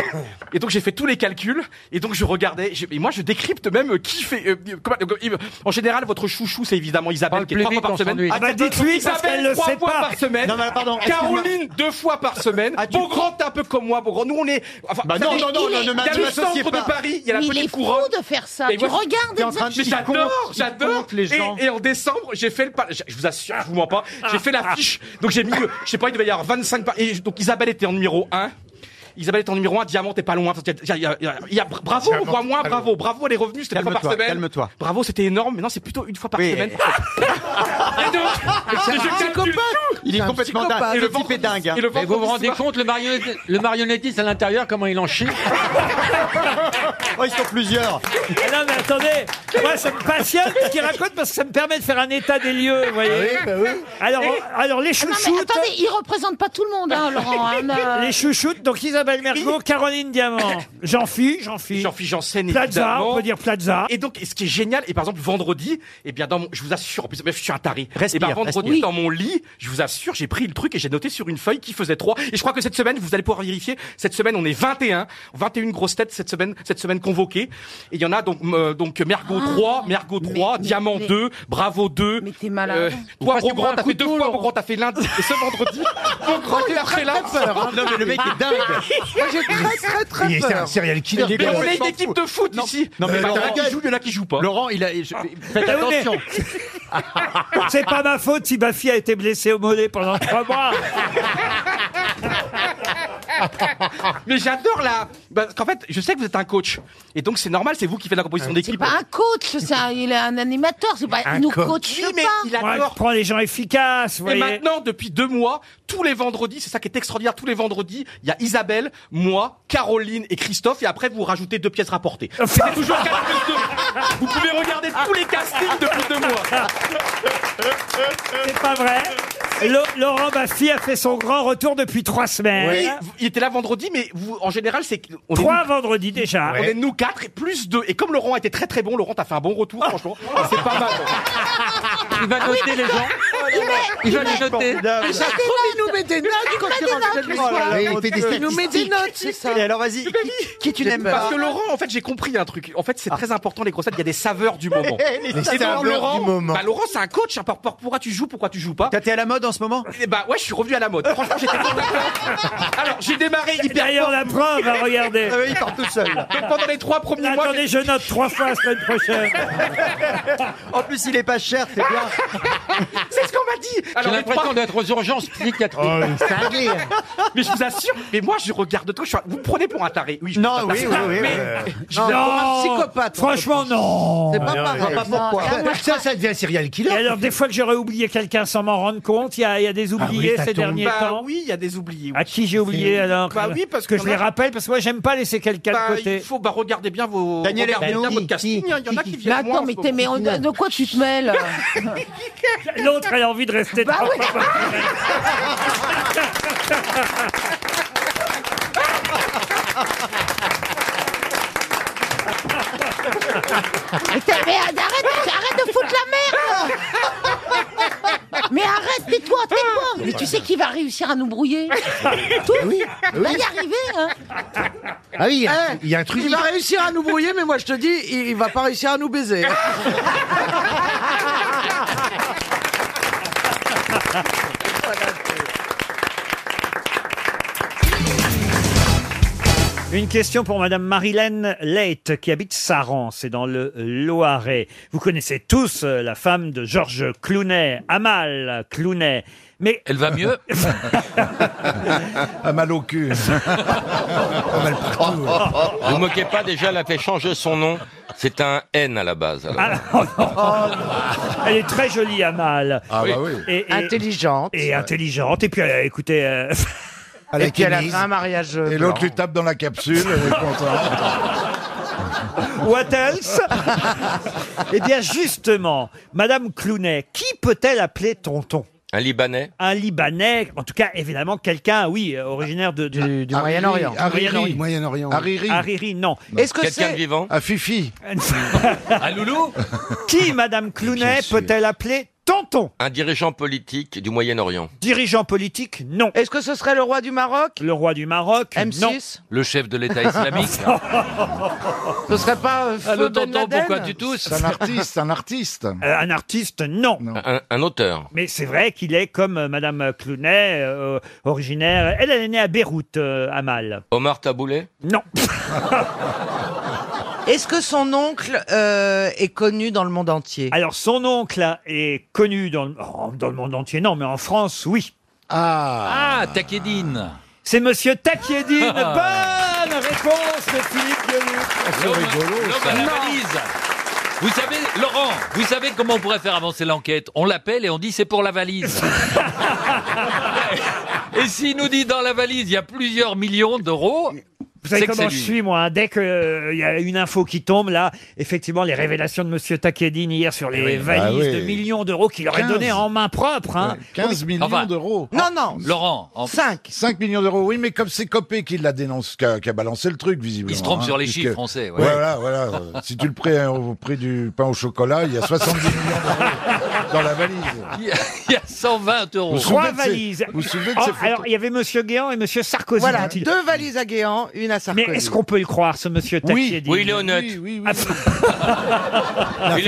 Speaker 4: Et donc, j'ai fait tous les calculs. Et donc, je regardais. je- et moi, je décrypte même euh, qui fait. euh, comment- donc, euh, en général, votre chouchou, c'est évidemment Isabelle, qui est
Speaker 1: plus
Speaker 4: trois fois
Speaker 1: vite,
Speaker 4: par semaine.
Speaker 1: aujourd'hui. Ah bah, dites-lui, parce
Speaker 4: Isabelle,
Speaker 1: qu'elle le
Speaker 4: trois
Speaker 1: sait
Speaker 4: fois
Speaker 1: pas.
Speaker 4: par semaine.
Speaker 1: Non, mais pardon, excuse-moi.
Speaker 4: Caroline, deux fois par semaine. Beaugrand, t'es un peu comme moi, Beaugrand. Nous, on est. Enfin,
Speaker 5: Bah
Speaker 4: vous
Speaker 5: non,
Speaker 4: savez,
Speaker 5: non, non,
Speaker 4: il
Speaker 5: non,
Speaker 4: est-
Speaker 5: ne
Speaker 4: Il y a le
Speaker 5: m'associez
Speaker 4: centre
Speaker 5: pas.
Speaker 4: de Paris, il y a la
Speaker 28: Mais il est
Speaker 4: petite
Speaker 28: fou
Speaker 4: couronne.
Speaker 28: de faire ça.
Speaker 4: Et
Speaker 28: Tu
Speaker 4: moi,
Speaker 28: regardes
Speaker 4: t'es en train de-
Speaker 28: exactement-
Speaker 4: Mais J'adore, j'adore. Et- Et en décembre, j'ai fait le. pa- Je je vous assure, je vous mens pas. J'ai fait la fiche. Donc j'ai mis. euh, Je sais pas, il devait y avoir 25. pa- Et donc Isabelle était en numéro 1. Isabelle était en numéro 1, Diamant t'es pas loin. Parce qu'il y a- il y a- il y a- il y a- bravo,
Speaker 20: Diamant,
Speaker 4: voire moins,
Speaker 20: pas loin.
Speaker 4: bravo, bravo, elle est revenue, c'était une fois par
Speaker 20: Calme-toi,
Speaker 4: semaine.
Speaker 20: calme-toi.
Speaker 4: Bravo, c'était énorme, mais non, c'est plutôt une fois par
Speaker 20: Oui.
Speaker 4: semaine. Et donc,
Speaker 28: Ah,
Speaker 20: C'est
Speaker 4: et
Speaker 20: un
Speaker 4: je calcule tout.
Speaker 20: Il est
Speaker 4: C'est un
Speaker 20: complètement
Speaker 4: psychopathe.
Speaker 20: dingue.
Speaker 4: Et le
Speaker 20: Ce type est
Speaker 4: vendredi-
Speaker 20: dingue, hein.
Speaker 4: et le
Speaker 20: Mais
Speaker 10: Vous vous
Speaker 4: vendredi
Speaker 10: rendez
Speaker 4: soir-
Speaker 10: compte, le, marionnette- le marionnettiste à l'intérieur, comment il en chie
Speaker 1: Oh, ils sont plusieurs. non, mais attendez, moi, ça me passionne ce qu'il raconte parce que ça me permet de faire un état des lieux, vous voyez.
Speaker 4: Ah
Speaker 2: Oui, bah oui.
Speaker 1: Alors, alors les
Speaker 28: Ah non,
Speaker 1: chouchoutes.
Speaker 28: mais attendez, il représente pas tout le monde, hein, Laurent. hein, euh,
Speaker 1: Les chouchoutes, donc Isabelle Mergo, Caroline Diamant, j'en fiche, j'en fiche.
Speaker 4: J'en fiche, j'en sais
Speaker 1: Plaza,
Speaker 4: évidemment.
Speaker 1: on peut dire Plaza.
Speaker 4: Et donc, et ce qui est génial, et par exemple, vendredi, et bien, dans mon, je vous assure, en plus, mais je suis un taré.
Speaker 20: Respire,
Speaker 4: et bien, vendredi,
Speaker 20: respire.
Speaker 4: dans mon lit, je vous assure, j'ai pris le truc et j'ai noté sur une feuille qui faisait 3. Et je crois que cette semaine, vous allez pouvoir vérifier, cette semaine, on est 21. 21 grosses têtes cette semaine, cette semaine convoquées. Et il y en a donc, euh, donc, Mergo
Speaker 28: Ah.
Speaker 4: 3, Mergo 3, Diamant 2, Bravo 2. Mais
Speaker 28: t'es malade.
Speaker 4: Poivre Grand, t'as fait deux fois, Beaugrand, t'as fait lundi. Et ce vendredi, Beaugrand,
Speaker 28: Oh, il
Speaker 4: il
Speaker 28: a
Speaker 4: a fait
Speaker 28: très, très peur, hein.
Speaker 4: lundi.
Speaker 28: Non, mais le mec est dingue.
Speaker 6: Moi, j'ai très, très, très
Speaker 28: Il est-
Speaker 6: peur.
Speaker 28: c'est un serial killer.
Speaker 4: Mais on est
Speaker 28: complètement
Speaker 4: une équipe de foot ici.
Speaker 28: Non, mais
Speaker 4: il y en a
Speaker 28: Laurent-
Speaker 4: qui jouent, il y en a qui jouent pas.
Speaker 28: Laurent,
Speaker 1: il a- je-
Speaker 28: faites
Speaker 1: Ah oui, mais-
Speaker 28: attention.
Speaker 1: C'est pas ma faute si ma fille a été blessée au mollet pendant trois mois.
Speaker 4: Mais j'adore la. Parce qu'en fait, je sais que vous êtes un coach. Et donc, c'est normal, c'est vous qui faites la composition
Speaker 28: Euh, C'est
Speaker 4: d'équipe.
Speaker 28: pas un coach, c'est un- il est un animateur, c'est pas,
Speaker 4: Un
Speaker 28: il nous
Speaker 4: coach.
Speaker 28: coach,
Speaker 4: Oui, mais
Speaker 28: pas.
Speaker 4: il
Speaker 1: Moi,
Speaker 4: adore.
Speaker 1: je prends les gens efficaces, vous
Speaker 4: Et
Speaker 1: voyez.
Speaker 4: maintenant, depuis deux mois, tous les vendredis, c'est ça qui est extraordinaire, tous les vendredis, il y a Isabelle, moi, Caroline et Christophe, et après, vous rajoutez deux pièces rapportées. Et C'est toujours 4 plus 2. Vous pouvez regarder tous les castings depuis deux mois.
Speaker 1: C'est pas vrai. Lo- Laurent Baffy a fait son grand retour depuis trois semaines.
Speaker 4: Oui, vous- il était là vendredi, mais vous, en général, c'est que- on est
Speaker 1: Trois
Speaker 4: nous-
Speaker 1: vendredis déjà.
Speaker 4: On est nous quatre et plus deux. Et comme Laurent était très très bon, Laurent, t'as fait un bon
Speaker 7: Oh.
Speaker 4: retour, franchement. C'est pas mal.
Speaker 10: Il va noter les gens. Il va les noter.
Speaker 7: Mais chaque fois, Oh il nous met des notes quand il rentre chez lui.
Speaker 6: Oh là là,
Speaker 7: Oui, euh,
Speaker 6: mon
Speaker 7: il fait
Speaker 6: Dieu.
Speaker 7: des
Speaker 6: Il nous met des
Speaker 7: statistiques.
Speaker 6: notes, c'est ça.
Speaker 7: Et alors, vas-y, qui- qui tu n'aimes pas Ah.
Speaker 4: Parce que Laurent, en fait, j'ai compris un truc. En fait, c'est très important les grossettes. Il y a des saveurs du moment.
Speaker 7: Les
Speaker 4: Et donc,
Speaker 7: saveurs
Speaker 4: Laurent,
Speaker 7: du moment.
Speaker 4: bah, Laurent, c'est un coach. hein. Par- par- Pourquoi tu joues, pourquoi tu joues pas T'es à la mode en ce moment Et Bah ouais, je suis revenu à la mode. Franchement, j'étais tout à fait- Alors, j'ai démarré hyper.
Speaker 1: D'ailleurs, la preuve, hein, regardez.
Speaker 4: Ah oui, il part tout seul. Donc, pendant les trois premiers
Speaker 1: Attendez,
Speaker 4: mois,
Speaker 1: je note trois fois la semaine prochaine.
Speaker 7: En plus, il est pas cher, c'est bien.
Speaker 4: C'est ce qu'on m'a dit.
Speaker 10: J'ai
Speaker 4: les
Speaker 10: l'impression
Speaker 4: trois-
Speaker 10: d'être aux urgences psychiatriques.
Speaker 7: Oh,
Speaker 4: Mais je vous assure, mais moi je regarde tout, je suis un- vous me prenez pour un taré. Oui, je
Speaker 7: Non,
Speaker 4: suis un
Speaker 7: oui,
Speaker 4: taré.
Speaker 7: oui, oui,
Speaker 4: Mais
Speaker 7: oui.
Speaker 4: je vous assure,
Speaker 1: Non,
Speaker 4: un psychopathe.
Speaker 1: Franchement, non.
Speaker 7: C'est pas Non, pareil. je vois pas Ah, pourquoi.
Speaker 1: Ça,
Speaker 7: Ça, ça devient serial killer.
Speaker 1: Et alors, des fois que j'aurais oublié quelqu'un sans m'en rendre compte, il y a, il y a
Speaker 4: Ah
Speaker 1: des
Speaker 7: Ah
Speaker 1: oubliés ces derniers
Speaker 4: Bah
Speaker 1: temps.
Speaker 4: oui, il y a des oubliés. oui.
Speaker 1: À qui j'ai oublié alors
Speaker 4: Bah oui, parce
Speaker 1: que
Speaker 4: qu'il
Speaker 1: je
Speaker 4: y en
Speaker 1: les
Speaker 4: a-
Speaker 1: rappelle, parce que moi, j'aime pas laisser quelqu'un
Speaker 4: Bah,
Speaker 1: de
Speaker 4: il
Speaker 1: côté.
Speaker 4: faut bah, regardez bien vos
Speaker 1: Daniel
Speaker 4: regardez bien
Speaker 1: Ernaud.
Speaker 4: votre casting, hein, il y en a qui viennent
Speaker 28: Là,
Speaker 4: moins
Speaker 28: attends,
Speaker 4: en
Speaker 28: mais,
Speaker 4: ce
Speaker 28: t'es- mais
Speaker 4: moment.
Speaker 28: on- de quoi tu te mêles
Speaker 1: L'autre, elle a envie de rester
Speaker 28: Bah
Speaker 1: trois
Speaker 28: oui.
Speaker 1: fois par semaine.
Speaker 28: mais, t'es- mais arrête, arrête de foutre la merde Mais arrête, tais-toi, tais-toi Mais tu sais qui va réussir à nous brouiller Tout
Speaker 7: Oui,
Speaker 28: On va y arriver, hein
Speaker 5: Euh,
Speaker 7: Ah oui, il y
Speaker 1: Hein
Speaker 7: a- il y a un truc.
Speaker 6: Il va réussir à nous brouiller, mais moi je te dis, il, il va pas réussir à nous baiser.
Speaker 1: Une question pour Madame Marilène Leight, qui habite Saran, c'est dans le Loiret. Vous connaissez tous euh, la femme de Georges Clounet, Amal Clounet. Mais
Speaker 10: Elle va mieux
Speaker 11: Un mal au cul.
Speaker 13: Vous moquez pas déjà, elle a fait changer son nom. C'est un N à la base. alors.
Speaker 1: Oh, elle est très jolie, Amal.
Speaker 13: Ah, bah oui.
Speaker 1: intelligente. Et intelligente. Et puis, euh, écoutez... euh,
Speaker 11: Elle est Kénise.
Speaker 6: mariage.
Speaker 11: Et l'autre lui tape dans la capsule, elle est contente.
Speaker 1: What else Eh bien, justement, Madame Clounet, qui peut-elle appeler tonton
Speaker 13: Un Libanais
Speaker 1: Un Libanais, en tout cas, évidemment, quelqu'un, oui, euh, originaire de, du,
Speaker 13: Moyen-Orient. Hariri.
Speaker 1: Moyen-Orient.
Speaker 13: Hariri.
Speaker 1: Hariri, non. Est-ce que Ah,
Speaker 13: Quelqu'un de vivant
Speaker 11: À Fifi.
Speaker 1: à Loulou Qui, Madame Clounet, peut-elle appeler tonton
Speaker 13: Un dirigeant politique du Moyen-Orient.
Speaker 1: Dirigeant politique, non.
Speaker 6: Est-ce que ce serait le roi du Maroc
Speaker 1: Le roi du Maroc, non.
Speaker 6: M6
Speaker 16: Le chef de l'État islamique.
Speaker 6: Ce serait pas euh,
Speaker 16: Allô,
Speaker 6: Feu Ben
Speaker 16: tonton,
Speaker 6: Laden
Speaker 16: pourquoi tu tousses
Speaker 11: C'est un artiste, un artiste.
Speaker 1: Euh, un artiste, non.
Speaker 13: Un, un auteur.
Speaker 1: Mais c'est vrai qu'il est, comme euh, Madame Clounet, euh, originaire. Elle, elle est née à Beyrouth, euh, à Mal.
Speaker 13: Omar Taboulay
Speaker 1: Non.
Speaker 6: Est-ce que son oncle euh, est connu dans le monde entier
Speaker 1: Alors, son oncle est connu dans le, oh, dans le monde entier, non, mais en France, oui.
Speaker 16: Ah, Takedine.
Speaker 1: C'est Monsieur Bah, Takiedine.
Speaker 16: Ah.
Speaker 1: Bonne réponse de Philippe Gueluc.
Speaker 16: L'homme l'homme à la valise. Vous savez, Laurent, vous savez comment on pourrait faire avancer l'enquête On l'appelle et on dit c'est pour la valise. et s'il nous dit dans la valise, il y a plusieurs millions d'euros,
Speaker 1: Vous savez
Speaker 16: c'est que c'est
Speaker 1: comment je
Speaker 16: lui.
Speaker 1: suis, moi. hein. Dès qu'il y a une info qui tombe, là, effectivement, les révélations de Monsieur Takedine hier sur les
Speaker 16: oui.
Speaker 1: valises
Speaker 16: Ah oui.
Speaker 1: de millions d'euros qu'il aurait
Speaker 11: 15.
Speaker 1: donné en main propre. hein.
Speaker 11: 15 millions
Speaker 16: Enfin,
Speaker 11: d'euros.
Speaker 6: Non, non.
Speaker 16: Laurent,
Speaker 6: 5.
Speaker 11: 5 millions d'euros, oui, mais comme c'est Copé qui la dénonce, qui a, qui a balancé le truc, visiblement. hein,
Speaker 16: Il se trompe sur les
Speaker 11: puisque-
Speaker 16: chiffres français, ouais.
Speaker 11: Voilà, voilà. euh, si tu le prends hein, au prix du pain au chocolat, il y a 70 millions d'euros dans la valise.
Speaker 16: il y a, il y a 120 euros.
Speaker 11: Vous vous
Speaker 1: Trois
Speaker 11: souvenez de ces-
Speaker 1: valises.
Speaker 11: vous vous souvenez de
Speaker 1: Oh,
Speaker 11: ces photos
Speaker 1: alors, il y avait Monsieur Guéant et Monsieur Sarkozy.
Speaker 6: Voilà,
Speaker 1: quand il-
Speaker 6: deux valises à Guéant, une à
Speaker 1: Mais
Speaker 6: Sarkozy.
Speaker 1: est-ce qu'on peut le croire, ce Monsieur Takedine
Speaker 13: Oui, il est honnête. il a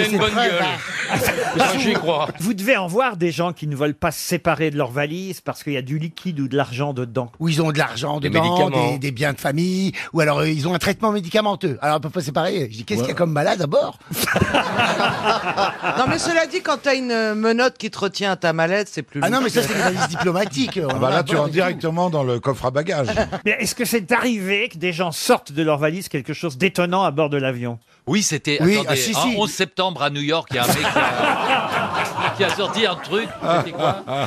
Speaker 13: une bonne gueule. Moi, j'y crois.
Speaker 1: Vous devez en voir des gens qui ne veulent pas se séparer de leurs valises parce qu'il y a du liquide ou de l'argent dedans.
Speaker 5: Où ils ont de l'argent
Speaker 13: Des
Speaker 5: dedans,
Speaker 13: médicaments.
Speaker 5: des, des biens de famille, ou alors euh, ils ont un traitement médicamenteux. Alors on peut pas séparer. Je dis qu'est-ce qu'il y a comme malade à bord
Speaker 6: Non, mais cela dit, quand t'as une euh, menotte qui te retient à ta mallette, c'est plus
Speaker 5: Ah non
Speaker 6: lourd.
Speaker 5: mais ça c'est des valises diplomatiques.
Speaker 11: Ah bah là, tu rentres directement dans le coffre à bagages.
Speaker 1: Mais est-ce que c'est arrivé que des gens sortent de leur valise quelque chose d'étonnant à bord de l'avion
Speaker 16: Oui, c'était
Speaker 1: Oui,
Speaker 16: attendez,
Speaker 1: ah, si,
Speaker 16: en
Speaker 1: si.
Speaker 16: 11 septembre à New York, il y a un mec qui a, qui a sorti un truc. C'était quoi
Speaker 5: Ah,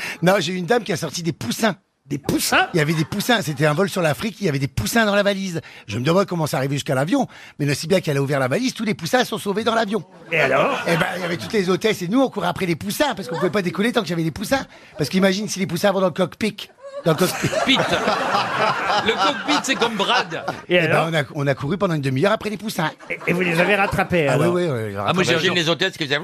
Speaker 5: non, j'ai eu une dame qui a sorti des poussins.
Speaker 1: Des poussins
Speaker 5: Il y avait des poussins. C'était un vol sur l'Afrique. Il y avait des poussins dans la valise. Je me demande comment ça arrivé jusqu'à l'avion. Mais si bien qu'elle a ouvert la valise, tous les poussins sont sauvés dans l'avion.
Speaker 1: Et alors
Speaker 5: Eh ben, il y avait toutes les hôtesses et nous, on courait après les poussins parce qu'on pouvait pas décoller tant que j'avais les poussins. Parce qu'imagine si les poussins vont dans le cockpit. Dans le cockpit.
Speaker 16: Pete. Le cockpit, c'est comme Brad.
Speaker 5: Eh ben, on, a, on a couru pendant une demi-heure après les poussins.
Speaker 1: Et vous les avez rattrapés
Speaker 5: Ah oui,
Speaker 1: alors
Speaker 5: oui, oui.
Speaker 16: Ah, moi, j'ai-
Speaker 13: J'imagine les hôtesses qui faisaient...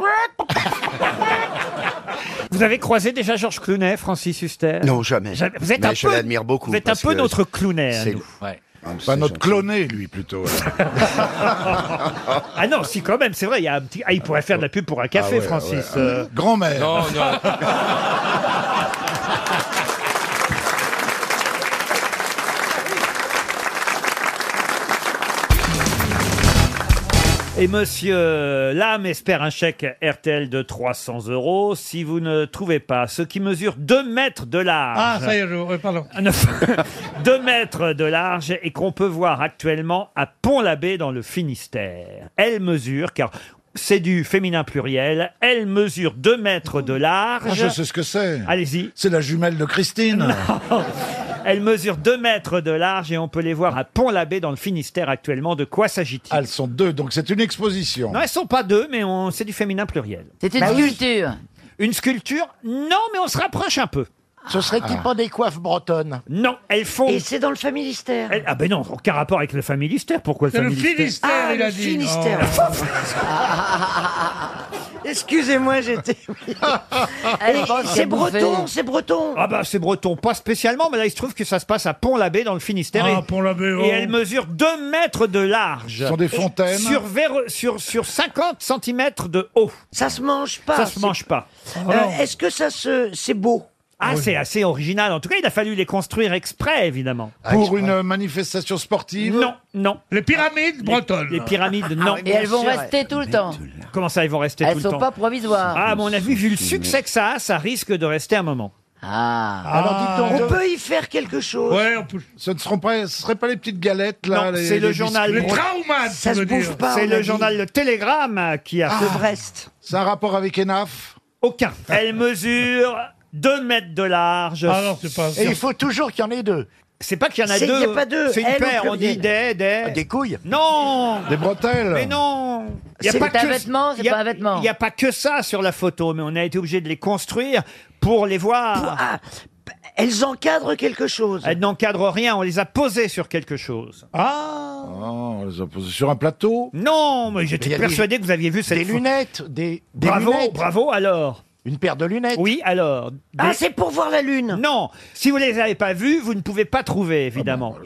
Speaker 1: Vous avez croisé déjà Georges Clounet, Francis Huster
Speaker 9: Non, jamais.
Speaker 1: Euh, Vous êtes
Speaker 9: Mais
Speaker 1: un
Speaker 9: je
Speaker 1: peu-
Speaker 9: l'admire beaucoup.
Speaker 1: Vous êtes un
Speaker 9: parce
Speaker 1: peu
Speaker 9: que
Speaker 1: notre Clounet. à
Speaker 9: c'est-
Speaker 1: nous.
Speaker 16: Ouais.
Speaker 11: Pas notre cloné, lui, plutôt.
Speaker 1: Ah non, si quand même, c'est vrai, il y a un petit. Ah, il pourrait faire de la pub pour un café,
Speaker 11: Ah ouais,
Speaker 1: Francis.
Speaker 11: ouais.
Speaker 1: euh.
Speaker 11: Grand-mère.
Speaker 13: Non, non.
Speaker 26: Ah,
Speaker 1: Et monsieur Lame espère un chèque RTL de 300 euros si vous ne trouvez pas ce qui mesure 2 mètres de large.
Speaker 2: Ah, ça y est, je... oui, pardon. Ah,
Speaker 1: 2 mètres de large et qu'on peut voir actuellement à Pont-l'Abbé dans le Finistère. Elle mesure, car c'est du féminin pluriel, elle mesure 2 mètres de large.
Speaker 11: Ah, je sais ce que c'est.
Speaker 1: Allez-y.
Speaker 11: C'est la jumelle de Christine.
Speaker 1: Elle mesure 2 mètres de large et on peut les voir à Pont-l'Abbé dans le Finistère actuellement. De quoi s'agit-il
Speaker 11: Elles sont deux, donc c'est une exposition.
Speaker 1: Non, elles sont pas deux, mais on... c'est du féminin pluriel.
Speaker 26: C'est une
Speaker 1: Bah oui.
Speaker 26: sculpture.
Speaker 1: Une sculpture Non, mais on se rapproche un peu.
Speaker 5: Ce serait typiquement des coiffes bretonnes.
Speaker 1: Non, elles font.
Speaker 2: Et c'est dans le Familistère.
Speaker 1: Elles- Ah ben non, aucun rapport avec le familistère. Pourquoi le
Speaker 2: C'est le
Speaker 1: familistère
Speaker 2: Finistère, Ah, il a le dit. Finistère.
Speaker 1: Oh.
Speaker 2: Excusez-moi, j'étais. Et c'est breton, c'est breton.
Speaker 1: Ah bah c'est breton, pas spécialement, mais là il se trouve que ça se passe à Pont-l'Abbé dans le Finistère.
Speaker 2: Ah,
Speaker 1: et-
Speaker 2: Pont-l'Abbé, oh.
Speaker 1: Et elle mesure 2 mètres de large.
Speaker 11: Ce sont des
Speaker 1: Et-
Speaker 11: fontaines.
Speaker 1: Sur, ver- sur, sur 50 cm de haut.
Speaker 2: Ça se mange pas.
Speaker 1: Ça se
Speaker 2: c'est-
Speaker 1: mange pas.
Speaker 2: Euh, Est-ce que ça se, c'est beau
Speaker 1: Ah, c'est assez original. En tout cas, il a fallu les construire exprès, évidemment.
Speaker 2: Ah,
Speaker 11: Pour une manifestation sportive
Speaker 1: Non, non.
Speaker 2: Les pyramides bretonnes.
Speaker 1: Les pyramides, non.
Speaker 26: Et elles vont rester tout le temps.
Speaker 1: Comment ça, ils vont rester
Speaker 26: Elles
Speaker 1: tout le
Speaker 26: sont
Speaker 1: temps
Speaker 26: pas provisoires.
Speaker 1: Ah, à mon avis, vu le succès que ça a, ça risque de rester un moment.
Speaker 26: Ah.
Speaker 2: on peut y faire quelque chose. Ouais, on peut.
Speaker 11: Ce ne seront pas, ce seraient pas les petites galettes là.
Speaker 1: Non,
Speaker 11: les-
Speaker 1: c'est le
Speaker 11: les
Speaker 1: journal.
Speaker 2: Les
Speaker 11: biscuits.
Speaker 2: traumas, Ça tu veux se bouffe dire. pas.
Speaker 1: C'est
Speaker 2: on
Speaker 1: le
Speaker 2: a dit.
Speaker 1: journal Le Télégramme euh, qui a
Speaker 2: Ah,
Speaker 1: fait-
Speaker 2: de Brest.
Speaker 11: C'est un rapport avec Enaf.
Speaker 1: aucun. Elle mesure 2 mètres de large.
Speaker 2: Ah non, c'est pas.
Speaker 1: Sur-
Speaker 5: faut toujours qu'il y en ait deux.
Speaker 1: C'est pas qu'il y en a
Speaker 2: C'est-
Speaker 1: deux.
Speaker 2: il y a pas deux.
Speaker 1: C'est une
Speaker 2: Elle au
Speaker 1: paire. On dit
Speaker 2: pluriel.
Speaker 1: des,
Speaker 5: Ah,
Speaker 1: des. Des couilles. Non. Des bretelles. Mais non. Il y a
Speaker 26: C'est
Speaker 1: pas
Speaker 26: un
Speaker 1: que-
Speaker 26: vêtement,
Speaker 1: il
Speaker 26: c'est
Speaker 1: y a-
Speaker 26: pas un vêtement.
Speaker 1: Il n'y a pas que ça sur la photo, mais on a été obligé de les construire pour les voir. elles encadrent quelque chose. Elles n'encadrent rien. On les a posées sur quelque chose. Ah.
Speaker 11: on les a posés sur un plateau
Speaker 1: Non, mais
Speaker 11: Mais il y
Speaker 1: j'étais
Speaker 11: a
Speaker 1: persuadé
Speaker 11: des-
Speaker 1: que vous aviez vu cette.
Speaker 11: des
Speaker 1: pho-
Speaker 11: lunettes,
Speaker 1: des,
Speaker 11: des
Speaker 1: bravo,
Speaker 11: lunettes.
Speaker 1: bravo. Alors. Une paire de lunettes. Oui, alors.
Speaker 28: Ah, c'est
Speaker 1: pour voir la lune. Non, si vous les avez pas vues, vous ne pouvez pas trouver
Speaker 11: Ah,
Speaker 1: évidemment.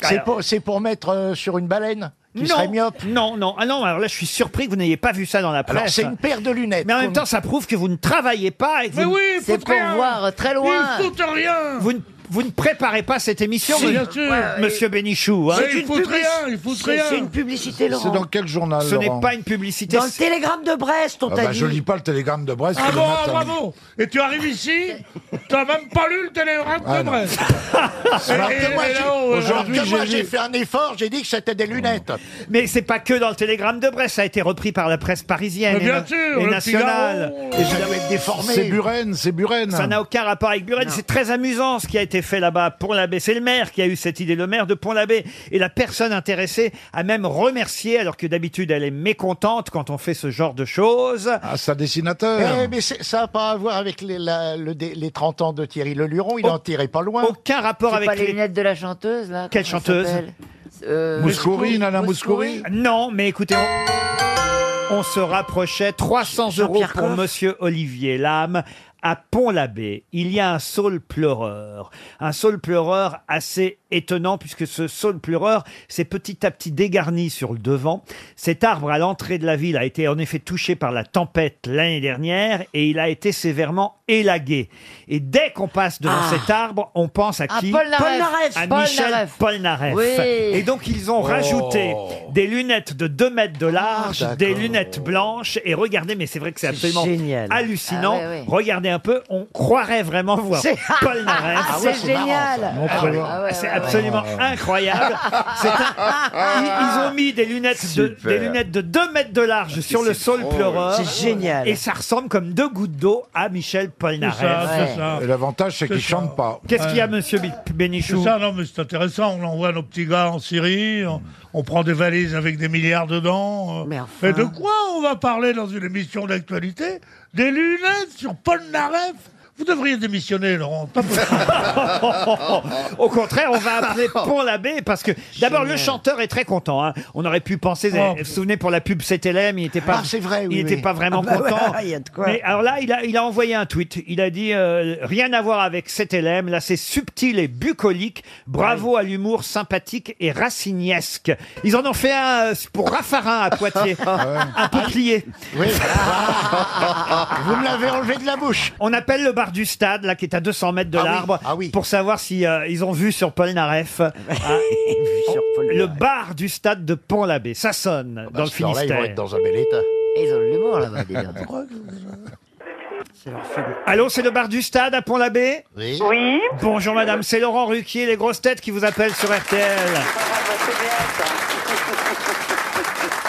Speaker 1: Ah,
Speaker 28: C'est pour, c'est pour mettre euh, sur une baleine qui
Speaker 1: non,
Speaker 28: serait myope.
Speaker 1: non, non, ah non, alors là je suis surpris que vous n'ayez pas vu ça dans la presse.
Speaker 28: Alors, c'est une paire de lunettes.
Speaker 1: Mais en même
Speaker 28: qu'on-
Speaker 1: temps, ça prouve que vous ne travaillez pas. Et que
Speaker 28: Mais
Speaker 1: vous-
Speaker 28: oui, il C'est faut pour rien. voir
Speaker 26: très loin.
Speaker 1: Il faut rien. Vous ne, vous ne préparez pas cette émission,
Speaker 26: Si,
Speaker 1: monsieur,
Speaker 26: bien sûr. Ouais,
Speaker 1: monsieur Bénichou. hein.
Speaker 28: C'est une publici- c'est- C'est une publicité, Laurent.
Speaker 1: Ce n'est pas une publicité.
Speaker 28: Dans le télégramme de Brest, on
Speaker 11: Ah
Speaker 28: t'a
Speaker 11: bah,
Speaker 28: dit.
Speaker 11: je lis pas le télégramme de Brest.
Speaker 2: Ah
Speaker 11: tous les
Speaker 2: bon, ah,
Speaker 11: matins.
Speaker 2: bravo Et tu arrives ici, t'as même pas lu le télégramme
Speaker 11: Ah,
Speaker 2: de
Speaker 11: non.
Speaker 2: Brest
Speaker 28: Alors
Speaker 2: Et-
Speaker 28: que
Speaker 2: et
Speaker 28: moi,
Speaker 2: là-haut,
Speaker 28: j'ai- alors
Speaker 2: aujourd'hui,
Speaker 28: que moi,
Speaker 2: j'ai
Speaker 28: j'ai
Speaker 2: vu.
Speaker 28: fait un effort, j'ai dit que c'était des lunettes.
Speaker 1: Oh. Mais c'est pas que dans le télégramme de Brest, ça a été repris par la presse parisienne
Speaker 28: Mais
Speaker 1: et,
Speaker 28: bien
Speaker 1: na-
Speaker 28: sûr,
Speaker 1: et
Speaker 28: le
Speaker 1: nationale.
Speaker 28: Figaro. Et ça doit être déformé.
Speaker 11: C'est Buren, c'est Buren.
Speaker 1: Ça n'a aucun rapport avec Buren. C'est très amusant ce qui a été fait là-bas à Pont-l'Abbé. C'est le maire qui a eu cette idée, le maire de Pont-l'Abbé. Et la personne intéressée a même remercié, alors que d'habitude elle est mécontente quand on fait ce genre de choses.
Speaker 11: Ah, ça dessinateur.
Speaker 1: Euh.
Speaker 28: Eh, mais c'est- ça n'a pas à voir avec les, la- le dé- les 30 ans de Thierry Leluron, il en tirait pas loin.
Speaker 1: Aucun rapport
Speaker 26: C'est
Speaker 1: avec
Speaker 26: pas les
Speaker 1: les-
Speaker 26: lunettes de la chanteuse, là.
Speaker 1: Quelle
Speaker 26: comment elle
Speaker 1: chanteuse
Speaker 26: s'appelle
Speaker 28: Ah
Speaker 26: Euh,
Speaker 1: Ah Non, mais écoutez, on, on se rapprochait 300 euros
Speaker 28: Jean-Pierre
Speaker 1: pour
Speaker 28: Coff
Speaker 1: Monsieur Olivier Lame. À Pont-l'Abbé, il y a un saule pleureur. Un saule pleureur assez étonnant puisque ce saule pleureur s'est petit à petit dégarni sur le devant. Cet arbre à l'entrée de la ville a été en effet touché par la tempête l'année dernière et il a été sévèrement élagué. Et dès qu'on passe devant
Speaker 26: Ah.
Speaker 1: cet arbre, on pense à
Speaker 26: Ah,
Speaker 1: qui
Speaker 26: Paul Naref.
Speaker 1: À
Speaker 26: Paul
Speaker 1: Michel
Speaker 26: Naref.
Speaker 1: Polnareff.
Speaker 26: Oui.
Speaker 1: Et donc ils ont
Speaker 26: Oh.
Speaker 1: rajouté des lunettes de 2 mètres de large,
Speaker 7: Ah,
Speaker 1: des lunettes blanches. Et regardez, mais c'est vrai que c'est absolument
Speaker 7: génial.
Speaker 1: hallucinant.
Speaker 7: Ah ouais, ouais.
Speaker 1: Regardez un peu, on croirait vraiment voir
Speaker 7: C'est-
Speaker 1: Paul Naref.
Speaker 7: Ah ouais, C'est c'est marrant, génial. ça. Montre-le.
Speaker 1: Ah ouais,
Speaker 7: Ah ouais,
Speaker 1: C'est
Speaker 7: ouais,
Speaker 1: absolument
Speaker 7: ouais.
Speaker 1: incroyable. C'est un- Ils, ils ont mis des lunettes, de,
Speaker 7: Super. Ah,
Speaker 1: des lunettes de 2 mètres de large sur le sol pleureur.
Speaker 7: C'est génial.
Speaker 1: Et ça ressemble comme deux gouttes d'eau à Michel Polnareff.
Speaker 11: Et l'avantage, c'est
Speaker 2: C'est
Speaker 11: qu'il
Speaker 2: ça.
Speaker 11: chante pas.
Speaker 1: Qu'est-ce qu'il y a, monsieur Bi- Bénichou
Speaker 2: C'est ça, non, mais c'est intéressant. On envoie nos petits gars en Syrie, on, on prend des valises avec des milliards dedans. euh.
Speaker 28: Mais enfin.
Speaker 2: Et de quoi on va parler dans une émission d'actualité Des lunettes sur Paul Naref Vous devriez démissionner, Laurent. Pas possible.
Speaker 1: Au contraire, on va appeler pour l'abbé parce que d'abord le chanteur est très content. hein. On aurait pu penser, vous
Speaker 28: Oh.
Speaker 1: vous souvenez pour la pub CTLM, il n'était pas,
Speaker 28: Ah, c'est vrai, oui,
Speaker 1: il n'était
Speaker 28: oui.
Speaker 1: pas vraiment
Speaker 28: Ah bah ouais,
Speaker 1: content.
Speaker 28: il y a de quoi.
Speaker 1: Mais alors là, il a, il a envoyé un tweet. Il a dit euh, rien à voir avec CTLM. Là, c'est subtil et bucolique. Bravo à l'humour sympathique et racinesque. Ils en ont fait un euh, pour Raffarin à Poitiers, un peuplier. Vous me l'avez enlevé de la bouche. Ah On appelle le bar du stade, là, qui est à 200 mètres de l'arbre, pour savoir si euh, ils ont vu sur Paul Naref hein, le bar du stade de Pont-l'Abbé. Ça sonne
Speaker 28: Alors là,
Speaker 1: dans le
Speaker 28: ils vont
Speaker 1: Finistère.
Speaker 28: être dans un bel état.
Speaker 26: Ils ont de l'humour là-bas, dis donc.
Speaker 1: Allô, c'est le bar du stade à Pont-l'Abbé
Speaker 28: Oui.
Speaker 1: Bonjour madame, c'est Laurent Ruquier, les grosses têtes qui vous appellent sur RTL.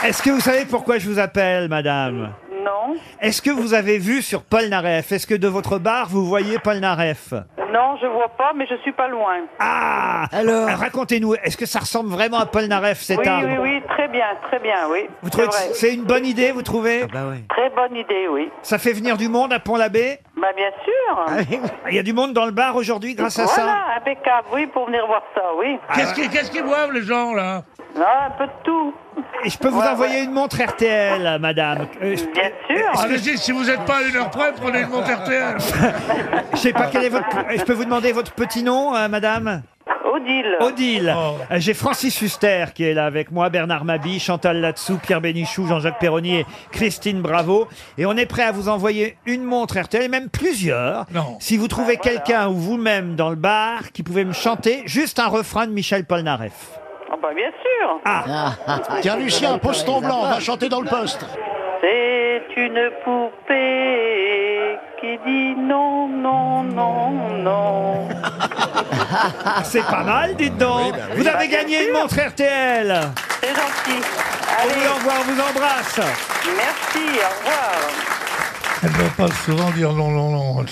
Speaker 1: Est-ce que vous savez pourquoi je vous appelle madame
Speaker 9: Non,
Speaker 1: Est-ce que vous avez vu sur Paul Naref Est-ce que de votre bar vous voyez Paul Naref
Speaker 9: non, je vois pas, mais je suis pas loin.
Speaker 1: Ah Alors Racontez-nous, est-ce que ça ressemble vraiment à Paul Naref, cet
Speaker 9: oui,
Speaker 1: arbre
Speaker 9: oui, oui, très bien, Ah, très bien, oui.
Speaker 1: Vous
Speaker 9: C'est
Speaker 1: trouvez que
Speaker 9: vrai.
Speaker 1: c'est une bonne idée, vous trouvez
Speaker 9: Très bonne idée, oui.
Speaker 1: Ça fait venir du monde à Pont-l'Abbé Ah,
Speaker 9: Bah bien sûr.
Speaker 1: Il y a du monde dans le bar aujourd'hui grâce à
Speaker 9: voilà,
Speaker 1: ça
Speaker 9: impeccable, oui, pour venir voir ça, oui.
Speaker 2: Qu'est-ce qu'ils qu'est-ce qu'ils boivent, les gens, là
Speaker 9: Ah, un peu de tout.
Speaker 1: Et je peux vous
Speaker 9: Ouais,
Speaker 1: envoyer une montre RTL, madame. Euh, je-
Speaker 9: Bien sûr.
Speaker 1: Est-ce que-
Speaker 2: Allez-y, Ah, si vous n'êtes pas à une heure près, prenez une montre RTL.
Speaker 1: Je sais pas quel est votre. Je peux vous demander votre petit nom, euh, madame
Speaker 9: Odile.
Speaker 1: Odile. Euh, J'ai Francis Huster qui est là avec moi, Bernard Mabi, Chantal Latsou, Pierre Bénichou, Jean-Jacques Perroni et Christine Bravo. Et on est prêt à vous envoyer une montre RTL, et même plusieurs. Si vous trouvez quelqu'un ou vous-même dans le bar qui pouvait me chanter juste un refrain de Michel Polnareff.
Speaker 9: Ah, bah bien sûr.
Speaker 1: Ah.
Speaker 28: Tiens, Lucien, pose ton blanc, on va chanter dans le poste.
Speaker 9: C'est une poupée qui dit non, non, non, non.
Speaker 1: C'est pas mal, dites donc.
Speaker 9: Ah. Oui, bah oui.
Speaker 1: Vous
Speaker 9: Bah,
Speaker 1: avez
Speaker 9: bien
Speaker 1: gagné
Speaker 9: sûr.
Speaker 1: une montre RTL.
Speaker 9: C'est gentil.
Speaker 1: On
Speaker 9: Allez,
Speaker 1: vous l'envoie, on vous embrasse.
Speaker 9: merci, au revoir.
Speaker 2: Elles vont pas souvent dire non, non, non.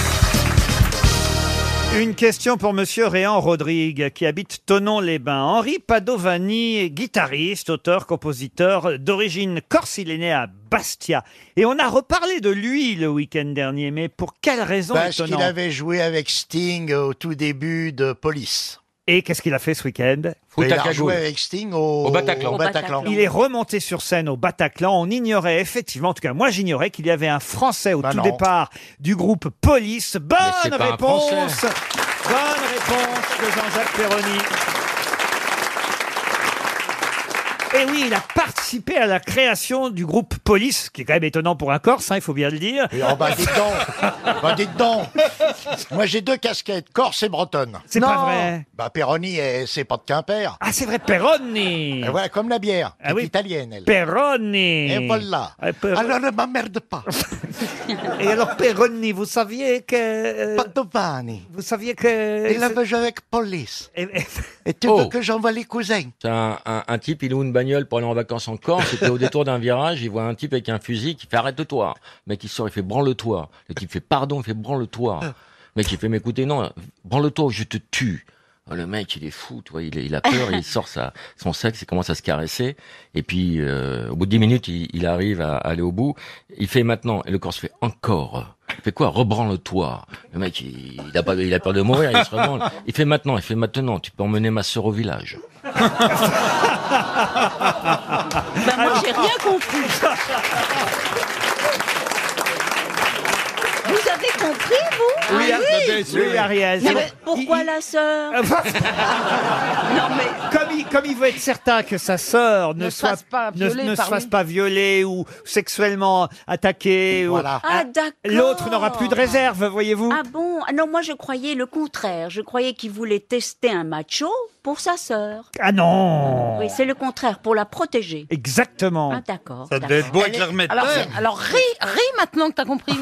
Speaker 1: Une question pour Monsieur Réan Rodrigue, qui habite Tonon-les-Bains. Henri Padovani, est guitariste, auteur, compositeur, d'origine corse, il est né à Bastia. Et on a reparlé de lui le week-end dernier, mais pour quelle raison
Speaker 8: Parce qu'il
Speaker 1: étonnante
Speaker 8: avait joué avec Sting au tout début de Police.
Speaker 1: Et qu'est-ce qu'il a fait ce week-end
Speaker 8: Mais Il a joué avec Sting au, au Bataclan.
Speaker 1: Il est remonté sur scène au Bataclan. On ignorait effectivement, en tout cas moi j'ignorais qu'il y avait un Français au
Speaker 8: Bah
Speaker 1: tout
Speaker 8: non.
Speaker 1: départ du groupe Police.
Speaker 8: c'est
Speaker 1: Bonne
Speaker 8: pas un
Speaker 1: réponse Bonne
Speaker 8: Français.
Speaker 1: réponse de Jean-Jacques
Speaker 2: Ah,
Speaker 1: Perroni. Et oui, il a participé à la création du groupe Police, ce qui est quand même étonnant pour un Corse, hein, il faut bien le dire.
Speaker 8: Oh bah dites donc, bah dites donc. Moi j'ai deux casquettes, corse et bretonne.
Speaker 1: C'est pas Non. vrai.
Speaker 8: Bah Peroni, eh, c'est pas de Quimper.
Speaker 1: Ah c'est vrai, Peroni.
Speaker 8: voilà, comme la bière, qui
Speaker 1: Ah
Speaker 8: est
Speaker 1: oui.
Speaker 8: italienne elle.
Speaker 1: Perroni.
Speaker 8: Et voilà.
Speaker 1: Ah, Per-
Speaker 8: Alors ne m'emmerde pas.
Speaker 1: Et alors Perroni, vous saviez que... euh,
Speaker 8: Padovani.
Speaker 1: Vous saviez que...
Speaker 8: Il avait joué avec Police.
Speaker 1: Et,
Speaker 8: tu
Speaker 31: Oh.
Speaker 8: veux que j'envoie les cousins
Speaker 31: C'est un, un- un type, il loue une bagnole pour aller en vacances en Corse, et puis au détour d'un virage, il voit un type avec un fusil qui fait arrête-toi. Le mec, il sort, il fait branle-toi. Le type fait pardon, il fait branle-toi. Le mec, il fait m'écouter, non, branle-toi ou je te tue. Ah, Le mec, il est fou, tu vois, il, est- il a peur, il sort sa, son sexe, il commence à se caresser, et puis euh, au bout de 10 minutes, il, il arrive à aller au bout. Il fait maintenant, et le Corse fait encore. Il fait quoi Rebranle-toi. Le mec, il, il a pas, il a peur de mourir, il se rebranle. Il fait maintenant, il fait maintenant, tu peux emmener ma sœur au village.
Speaker 28: Bah, moi, j'ai rien compris. Vous avez compris, vous
Speaker 1: Oui,
Speaker 28: Ah
Speaker 1: attendez, oui, oui. Ariel.
Speaker 28: Non, mais pourquoi la sœur
Speaker 1: Comme il, comme il veut être certain que sa sœur ne,
Speaker 28: Ne se
Speaker 1: soit
Speaker 28: fasse pas
Speaker 1: ne-
Speaker 28: violer
Speaker 1: ne se
Speaker 28: par
Speaker 1: fasse
Speaker 28: lui.
Speaker 1: pas violer ou sexuellement attaquée, ou-
Speaker 28: Voilà. Ah, d'accord.
Speaker 1: l'autre n'aura plus de réserve, voyez-vous.
Speaker 28: Ah bon Ah Non, moi, je croyais le contraire. Je croyais qu'il voulait tester un macho pour sa sœur.
Speaker 1: Ah non.
Speaker 28: Oui, c'est le contraire, pour la protéger.
Speaker 1: Exactement.
Speaker 28: Ah, d'accord.
Speaker 1: Ça
Speaker 28: d'accord.
Speaker 1: devait être beau avec
Speaker 28: Elle
Speaker 1: la
Speaker 28: est-
Speaker 1: remette
Speaker 28: alors,
Speaker 1: terre.
Speaker 28: c'est- alors, ris, ris maintenant que t'as compris.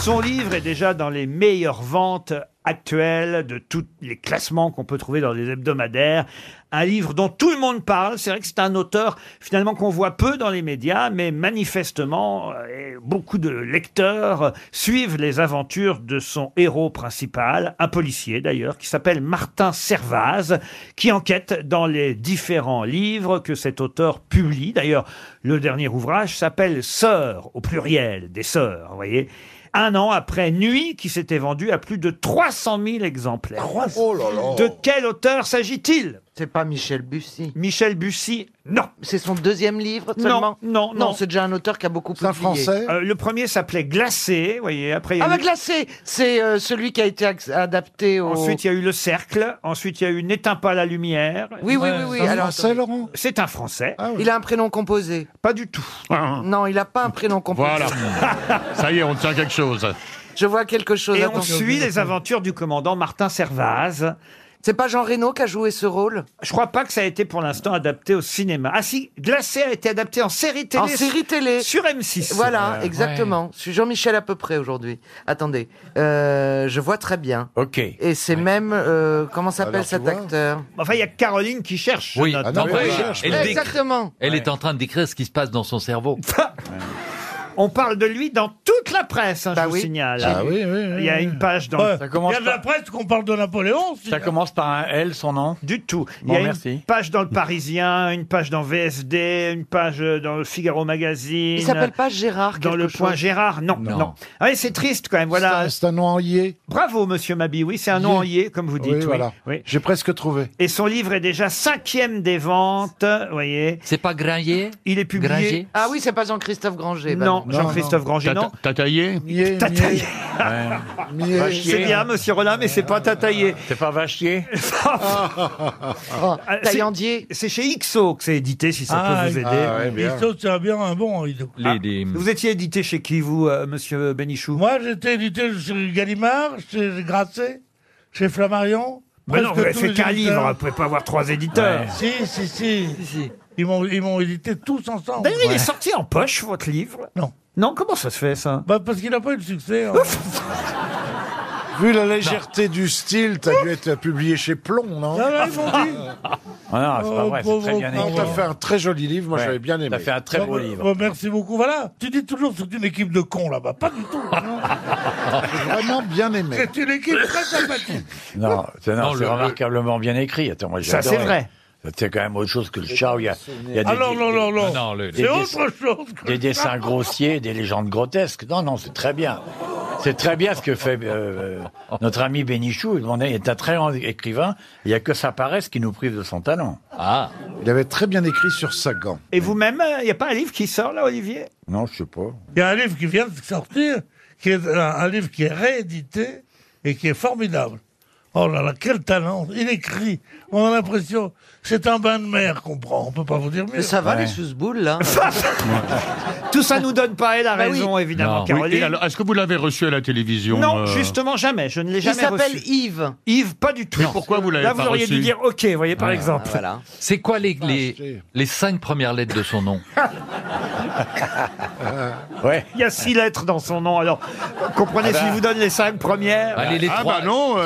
Speaker 1: Son livre est déjà dans les meilleures ventes actuelles de tous les classements qu'on peut trouver dans les hebdomadaires. Un livre dont tout le monde parle. C'est vrai que c'est un auteur finalement qu'on voit peu dans les médias, mais manifestement, euh, beaucoup de lecteurs suivent les aventures de son héros principal, un policier d'ailleurs, qui s'appelle Martin Servaz, qui enquête dans les différents livres que cet auteur publie. D'ailleurs, le dernier ouvrage s'appelle Sœurs, au pluriel, des sœurs, vous voyez un an après Nuit, qui s'était vendu à plus de 300 000 exemplaires. De quel auteur s'agit-il
Speaker 6: C'est pas Michel Bussy.
Speaker 1: Michel Bussy, non.
Speaker 6: C'est son deuxième livre
Speaker 1: Non,
Speaker 6: seulement
Speaker 1: non, non.
Speaker 6: c'est déjà un auteur qui a beaucoup publié.
Speaker 1: Euh, Le premier s'appelait Glacé, vous voyez, après... il y a
Speaker 6: Ah bah
Speaker 1: eu-
Speaker 6: glacé, c'est euh, celui qui a été ac- adapté au...
Speaker 1: Ensuite, il y a eu Le Cercle. Ensuite, il y a eu N'éteins pas la lumière.
Speaker 6: Oui, oui, oui, oui. C'est un Alors, Français,
Speaker 1: Laurent C'est un Français.
Speaker 6: Il a un prénom composé
Speaker 1: Pas du tout.
Speaker 6: Non, il n'a pas un prénom composé.
Speaker 1: Ça y est, on tient quelque chose.
Speaker 6: Je vois quelque chose.
Speaker 1: Et on
Speaker 6: attention.
Speaker 1: suit les aventures du commandant Martin Servaz.
Speaker 6: C'est pas Jean Reno qui a joué ce rôle
Speaker 1: Je crois pas que ça a été pour l'instant adapté au cinéma. Ah si, Glacé a été adapté en série télé.
Speaker 6: En série télé.
Speaker 1: Sur M6.
Speaker 6: Voilà,
Speaker 1: Euh,
Speaker 6: exactement. Je suis Jean-Michel à peu près aujourd'hui. Attendez, euh, je vois très bien.
Speaker 1: Ok.
Speaker 6: Et c'est même... euh, comment s'appelle
Speaker 1: Alors, tu
Speaker 6: cet
Speaker 1: vois.
Speaker 6: acteur
Speaker 1: Enfin, il y a Caroline qui cherche.
Speaker 16: Oui,
Speaker 1: notre-
Speaker 16: non, mais elle, décrit-
Speaker 6: Exactement.
Speaker 16: elle est en train de décrire ce qui se passe dans son cerveau.
Speaker 1: On parle de lui dans toute la presse, hein, je vous signale.
Speaker 16: Ah oui,
Speaker 1: Il y a une page dans...
Speaker 2: Ouais. Il y a de la presse qu'on parle de Napoléon. si-
Speaker 1: commence par un L, son nom Du tout.
Speaker 2: Bon,
Speaker 1: Il y a une
Speaker 2: merci.
Speaker 1: page dans le Parisien, une page dans VSD, une page euh, dans le Figaro Magazine.
Speaker 6: Il s'appelle pas Gérard
Speaker 1: Dans
Speaker 6: quelque
Speaker 1: le Point
Speaker 6: chose
Speaker 1: Gérard, non, non. Ah oui, c'est triste quand même, voilà. C'est un nom en yé. Bravo, monsieur Mabi, oui, c'est un nom en yé, comme vous dites.
Speaker 11: Oui, voilà. J'ai presque trouvé.
Speaker 1: Et son livre est déjà cinquième des ventes, vous voyez. C'est pas Gringier Il est publié.
Speaker 6: Ah oui, c'est pas Jean-Christophe Granger. bah
Speaker 1: Non, Jean-Christophe Granger, non. Tataillé Tataillé.
Speaker 6: Vachier.
Speaker 1: C'est bien, monsieur Rollin, mais c'est pas Tataillé.
Speaker 19: C'est pas Vachier
Speaker 1: Ah, c'est- C'est chez XO que c'est édité, si ça
Speaker 2: Ah,
Speaker 1: peut vous aider.
Speaker 2: Il saute ça bien un bon. il- Ah.
Speaker 1: Vous étiez édité chez qui, vous, euh, monsieur Bénichou
Speaker 2: Moi, j'étais édité chez Gallimard, chez Grasset, chez Flammarion.
Speaker 1: Mais Ah non,
Speaker 2: presque
Speaker 1: vous avez
Speaker 2: tous
Speaker 1: fait
Speaker 2: les
Speaker 1: qu'un
Speaker 2: éditeurs.
Speaker 1: livre, vous pouvez pas avoir trois éditeurs.
Speaker 2: Si, si, si. Ils m'ont, ils m'ont édité tous ensemble.
Speaker 1: D'ailleurs, il est sorti en poche, votre livre Non. Non, comment ça se fait, ça
Speaker 2: Bah, parce qu'il n'a pas eu de succès. hein.
Speaker 11: Vu la légèreté du style, t'as dû être publié chez Plomb, non
Speaker 2: Non, non, Ah, ils m'ont dit.
Speaker 22: Ah non, c'est pas
Speaker 2: Oh,
Speaker 22: vrai, c'est
Speaker 2: pauvre
Speaker 22: très bien
Speaker 2: pauvre.
Speaker 22: écrit.
Speaker 2: T'as fait
Speaker 11: un très joli livre, moi j'avais bien aimé.
Speaker 22: T'as fait un très beau livre.
Speaker 2: Bon, merci beaucoup. Voilà, tu dis toujours c'est une équipe de cons là-bas. Pas du tout.
Speaker 11: Vraiment bien aimé.
Speaker 2: C'est une équipe très sympathique.
Speaker 22: Non, c'est non,
Speaker 2: Non,
Speaker 22: c'est
Speaker 2: le-
Speaker 22: remarquablement bien écrit. Attends, moi, j'ai
Speaker 2: Ça,
Speaker 22: adoré.
Speaker 2: c'est vrai.
Speaker 22: C'est quand même autre chose que le chat. où Il y a, il y a des,
Speaker 2: Ah non,
Speaker 22: des-
Speaker 2: non, non, non.
Speaker 22: le-
Speaker 2: C'est
Speaker 22: les
Speaker 2: autre chose.
Speaker 22: des dessins grossiers, des légendes grotesques. Non, non, c'est très bien. C'est très bien ce que fait euh, euh, notre ami Bénichou. Il en est est un très grand écrivain. Il n'y a que sa paresse qui nous prive de son talent. Ah
Speaker 11: Il avait très bien écrit sur Sagan.
Speaker 1: Et vous-même, euh, il n'y a pas un livre qui sort là, Olivier
Speaker 22: Non, je sais pas.
Speaker 2: Il y a un livre qui vient de sortir, qui est un, un livre qui est réédité et qui est formidable. Oh là là, quel talent Il écrit. On a l'impression, c'est un bain de mer qu'on prend. On peut pas vous dire mieux.
Speaker 6: Mais ça va, les
Speaker 2: sous-boules, là.
Speaker 1: Tout ça nous donne pas elle a
Speaker 2: Bah oui.
Speaker 1: raison,
Speaker 18: Non.
Speaker 1: évidemment,
Speaker 18: Oui, et
Speaker 1: Caroline.
Speaker 18: alors, Est-ce que vous l'avez reçu à la télévision
Speaker 1: Non,
Speaker 18: euh,
Speaker 1: justement jamais. Je ne l'ai
Speaker 6: Il
Speaker 1: jamais reçu.
Speaker 6: s'appelle Yves.
Speaker 1: Yves, pas du tout.
Speaker 18: Mais pourquoi vous l'avez
Speaker 1: Là,
Speaker 18: pas
Speaker 1: vous auriez dû
Speaker 18: reçu
Speaker 1: dire OK, vous voyez, par
Speaker 16: Ah,
Speaker 1: exemple.
Speaker 16: voilà. C'est quoi les, les, les cinq premières lettres de son nom
Speaker 22: Ouais.
Speaker 1: Il y a six lettres dans son nom, alors comprenez
Speaker 22: Ah bah.
Speaker 1: s'il vous donne les cinq premières. ben
Speaker 22: Allez, les Ah trois. bah
Speaker 11: non,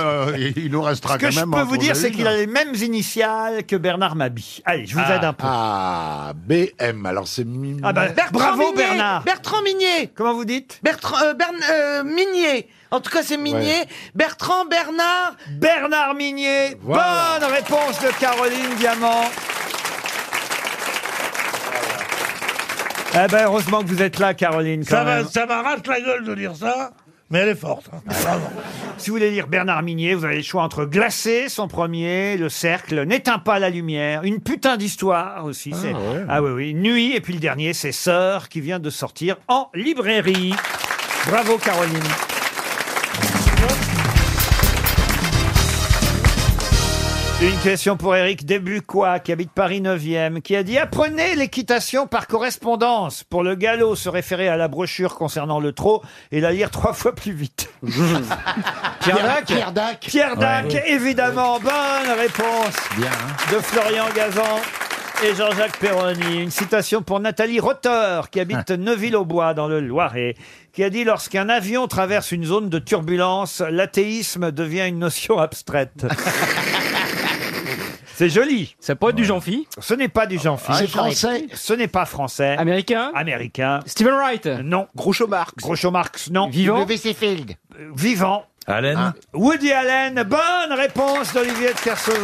Speaker 11: il nous
Speaker 1: Ce
Speaker 11: restera
Speaker 1: que je peux vous dire, c'est qu'il a les mêmes initiales que Bernard Mabi. Allez, je vous aide un peu.
Speaker 11: Ah, BM, alors c'est mignon.
Speaker 1: Ah bah, bravo
Speaker 6: Minier,
Speaker 1: Bernard
Speaker 6: Bertrand Minier
Speaker 1: Comment vous dites
Speaker 6: Bertrand euh, Bern- euh, Minier En tout cas, c'est Minier.
Speaker 1: Ouais.
Speaker 6: Bertrand Bernard
Speaker 1: Bernard Minier
Speaker 6: Voilà.
Speaker 1: Bonne réponse de Caroline Diamant Eh ben, heureusement que vous êtes là, Caroline.
Speaker 2: Ça
Speaker 1: quand
Speaker 2: m'a-
Speaker 1: même.
Speaker 2: ça m'arrache la gueule de dire ça, mais elle est forte. hein. Vraiment.
Speaker 1: Si vous voulez lire Bernard Minier, vous avez le choix entre Glacé, son premier, Le Cercle, N'éteins pas la lumière, Une putain d'histoire aussi.
Speaker 2: Ah,
Speaker 1: c'est-
Speaker 2: ouais.
Speaker 1: ah oui, oui, Nuit, et puis le dernier, c'est Sœur, qui vient de sortir en librairie. Bravo Caroline. Une question pour Eric Débucois, qui habite Paris 9e, qui a dit Apprenez l'équitation par correspondance. Pour le galop, se référer à la brochure concernant le trot et la lire trois fois plus vite.
Speaker 8: Pierre Dac
Speaker 1: Pierre
Speaker 8: Pierre
Speaker 1: Dac.
Speaker 8: Dac.
Speaker 1: Pierre Dac,
Speaker 8: Ouais.
Speaker 1: évidemment. Bonne réponse de Florian Gazan et Jean-Jacques Perroni. Une citation pour Nathalie Rotter, qui habite
Speaker 8: Ah.
Speaker 1: Neuville-au-Bois, dans le Loiret, qui a dit « Lorsqu'un avion traverse une zone de turbulence, l'athéisme devient une notion abstraite. » C'est joli. C'est pas du jean Ce n'est pas du jean
Speaker 8: Ah, C'est français
Speaker 1: Ce n'est pas français. Américain Américain. Stephen Wright Non. Groucho Marx Groucho Marx, non.
Speaker 8: W.C. Field.
Speaker 1: Euh, Vivant.
Speaker 18: Allen
Speaker 2: Ah.
Speaker 1: Woody Allen, bonne réponse d'Olivier de Kersauzon.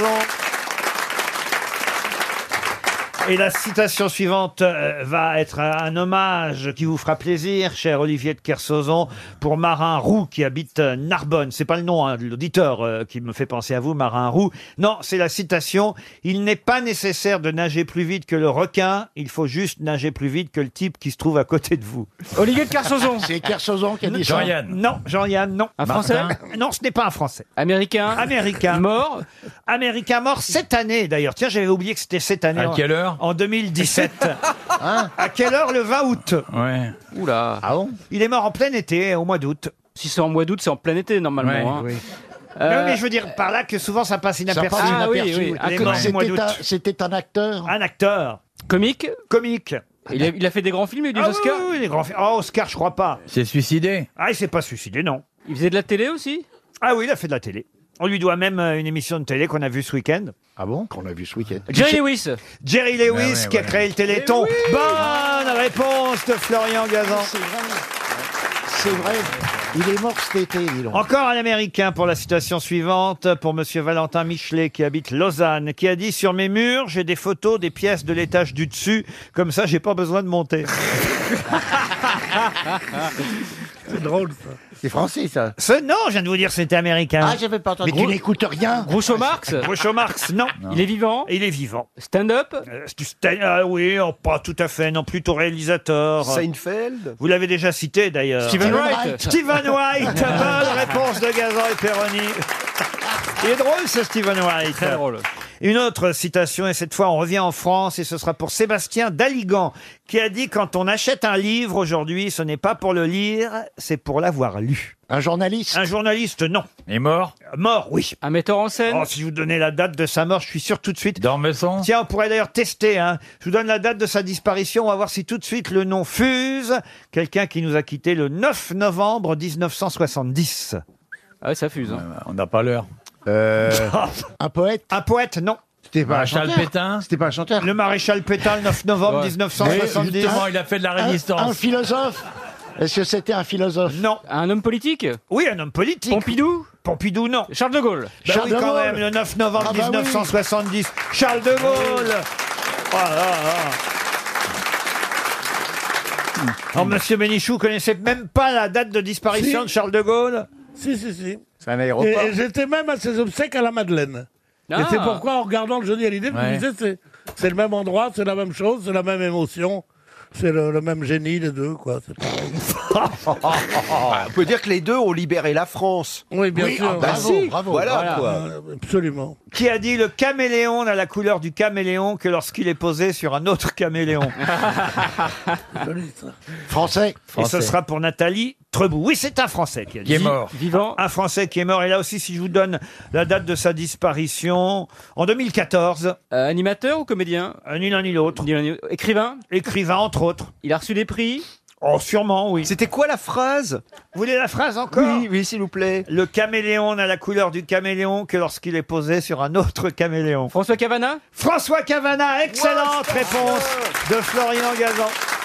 Speaker 1: Et la citation suivante euh, va être un, un hommage qui vous fera plaisir, cher Olivier de Kersauzon, pour Marin Roux qui habite euh, Narbonne. C'est pas le nom hein, de l'auditeur euh, qui me fait penser à vous, Marin Roux. Non, c'est la citation. Il n'est pas nécessaire de nager plus vite que le requin. Il faut juste nager plus vite que le type qui se trouve à côté de vous.
Speaker 8: Olivier de Carsozon. C'est Carsozon qui a dit ça.
Speaker 1: Non, Jean-Yann, non.
Speaker 8: Un Français
Speaker 1: Non, ce n'est pas un Français. Américain Américain. Mort Américain mort cette année, d'ailleurs. Tiens, j'avais oublié que c'était cette année.
Speaker 18: À
Speaker 1: en-
Speaker 18: quelle heure
Speaker 1: En 2017. Hein À quelle heure le 20 août
Speaker 18: Ouais.
Speaker 1: Oula. Ah bon Il est mort en plein été, au mois d'août.
Speaker 19: Si c'est en mois d'août, c'est en plein été normalement.
Speaker 1: Ouais.
Speaker 19: hein.
Speaker 1: Mais oui,
Speaker 19: Euh,
Speaker 1: Mais je veux dire par là que souvent ça passe inaperçu.
Speaker 19: passe Ah oui, inaperçu, oui. oui.
Speaker 1: Les
Speaker 19: Ah,
Speaker 1: morts
Speaker 19: c'était
Speaker 1: au mois d'août. Ah,
Speaker 19: un-
Speaker 1: C'était un acteur. Un acteur.
Speaker 19: Comique
Speaker 1: Comique.
Speaker 19: Il a, il a fait des grands films, il a eu des
Speaker 1: Ah
Speaker 19: Oscars
Speaker 1: oui, oui, oui, les grands films. Oh, Oscar, je crois pas.
Speaker 18: C'est suicidé
Speaker 1: Ah, il s'est pas suicidé, non. Il faisait de la télé aussi Ah oui, il a fait de la télé. On lui doit même euh, une émission de télé qu'on a vue ce week-end. Ah bon Qu'on a vue ce week-end.
Speaker 19: Jerry Lewis
Speaker 1: Jerry
Speaker 18: Ah
Speaker 1: Lewis Eh qui a créé le Téléthon. Bonne réponse de Florian Gazan.
Speaker 8: C'est vrai. Il est mort cet été, dis donc.
Speaker 1: Encore un Américain pour la citation suivante, pour Monsieur Valentin Michelet qui habite Lausanne, qui a dit sur mes murs j'ai des photos des pièces de l'étage du dessus, comme ça j'ai pas besoin de monter.
Speaker 2: C'est drôle, ça.
Speaker 1: C'est français ça. Ce non, je viens de vous dire c'était américain.
Speaker 8: Ah, j'avais pas entendu. Mais tu n'écoutes rien.
Speaker 1: Groucho Marx Groucho Marx, non. Il est vivant Il est vivant. Stand-up Ah oui, oh, pas tout à fait, non, plutôt réalisateur.
Speaker 19: Seinfeld
Speaker 1: Vous l'avez déjà cité d'ailleurs. Hein
Speaker 19: Stephen Stephen Wright. Wright.
Speaker 1: Stephen White, bonne réponse de Gazan et Perroni. Il est drôle ce Stephen White.
Speaker 19: Très drôle.
Speaker 1: Une autre citation, et cette fois on revient en France, et ce sera pour Sébastien Daligan, qui a dit Quand on achète un livre aujourd'hui, ce n'est pas pour le lire, c'est pour l'avoir lu. Un journaliste Un journaliste, non.
Speaker 18: Est mort
Speaker 1: Mort, oui.
Speaker 19: Un metteur en scène
Speaker 1: Oh, si je vous donnez la date de sa mort, je suis sûr tout de suite.
Speaker 18: Dormesson
Speaker 1: Tiens, on pourrait d'ailleurs tester. Hein. Je vous donne la date de sa disparition. On va voir si tout de suite le nom fuse. Quelqu'un qui nous a quitté le 9 novembre 1970.
Speaker 22: Ah, ça fuse.
Speaker 19: hein.
Speaker 22: On n'a pas l'heure.
Speaker 1: Euh, un poète Un poète, non. C'était
Speaker 22: pas un Maréchal
Speaker 2: Ah.
Speaker 22: chanteur Pétain
Speaker 1: C'était pas un chanteur Le maréchal Pétain, le 9 novembre
Speaker 22: Ouais.
Speaker 1: 1970.
Speaker 22: Mais justement, il a fait de la
Speaker 1: Un-
Speaker 22: résistance.
Speaker 1: un philosophe
Speaker 19: Est-ce que c'était un philosophe
Speaker 1: Non.
Speaker 19: Un homme politique
Speaker 1: Oui, un homme politique.
Speaker 19: Pompidou
Speaker 1: Pompidou, non.
Speaker 19: Charles de Gaulle
Speaker 1: Bah oui, quand même, le 9 novembre
Speaker 19: Ah bah oui.
Speaker 1: 1970, Charles de Gaulle.
Speaker 2: Ah,
Speaker 1: Oh là là. Alors, monsieur Bénichou, vous connaissez même pas la date de disparition
Speaker 2: Si.
Speaker 1: de Charles de Gaulle
Speaker 2: Si, si, si.
Speaker 22: C'est un
Speaker 2: Et, et j'étais même à ses obsèques à la Madeleine.
Speaker 1: Ah.
Speaker 2: Et c'est pourquoi, en regardant le jeudi à l'idée, je me
Speaker 1: Ouais.
Speaker 2: disais, c'est, c'est le même endroit, c'est la même chose, c'est la même émotion, c'est le, le même génie, les deux, quoi. C'est pareil.
Speaker 12: Ah, on peut dire que les deux ont libéré la France.
Speaker 2: Oui, bien sûr.
Speaker 12: ah bah si, Voilà, quoi.
Speaker 2: Euh, Absolument.
Speaker 1: Qui a dit le caméléon n'a la couleur du caméléon que lorsqu'il est posé sur un autre caméléon Français. Et ce
Speaker 12: Français.
Speaker 1: sera pour Nathalie Trebout. Oui, c'est un Français qui a dit.
Speaker 22: Qui est mort.
Speaker 1: Vivant. Un Français qui est mort. Et là aussi, si je vous donne la date de sa disparition, en 2014.
Speaker 19: Euh, Animateur ou comédien
Speaker 1: Euh, Ni l'un ni l'autre.
Speaker 19: Écrivain
Speaker 1: Écrivain, entre autres.
Speaker 19: Il a reçu des prix
Speaker 1: Oh, sûrement, oui.
Speaker 12: C'était quoi la phrase
Speaker 1: Vous voulez la phrase encore
Speaker 12: Oui, oui, s'il vous plaît.
Speaker 1: Le caméléon n'a la couleur du caméléon que lorsqu'il est posé sur un autre caméléon.
Speaker 19: François Cavana
Speaker 1: François Cavana, excellente réponse de Florian Gazan.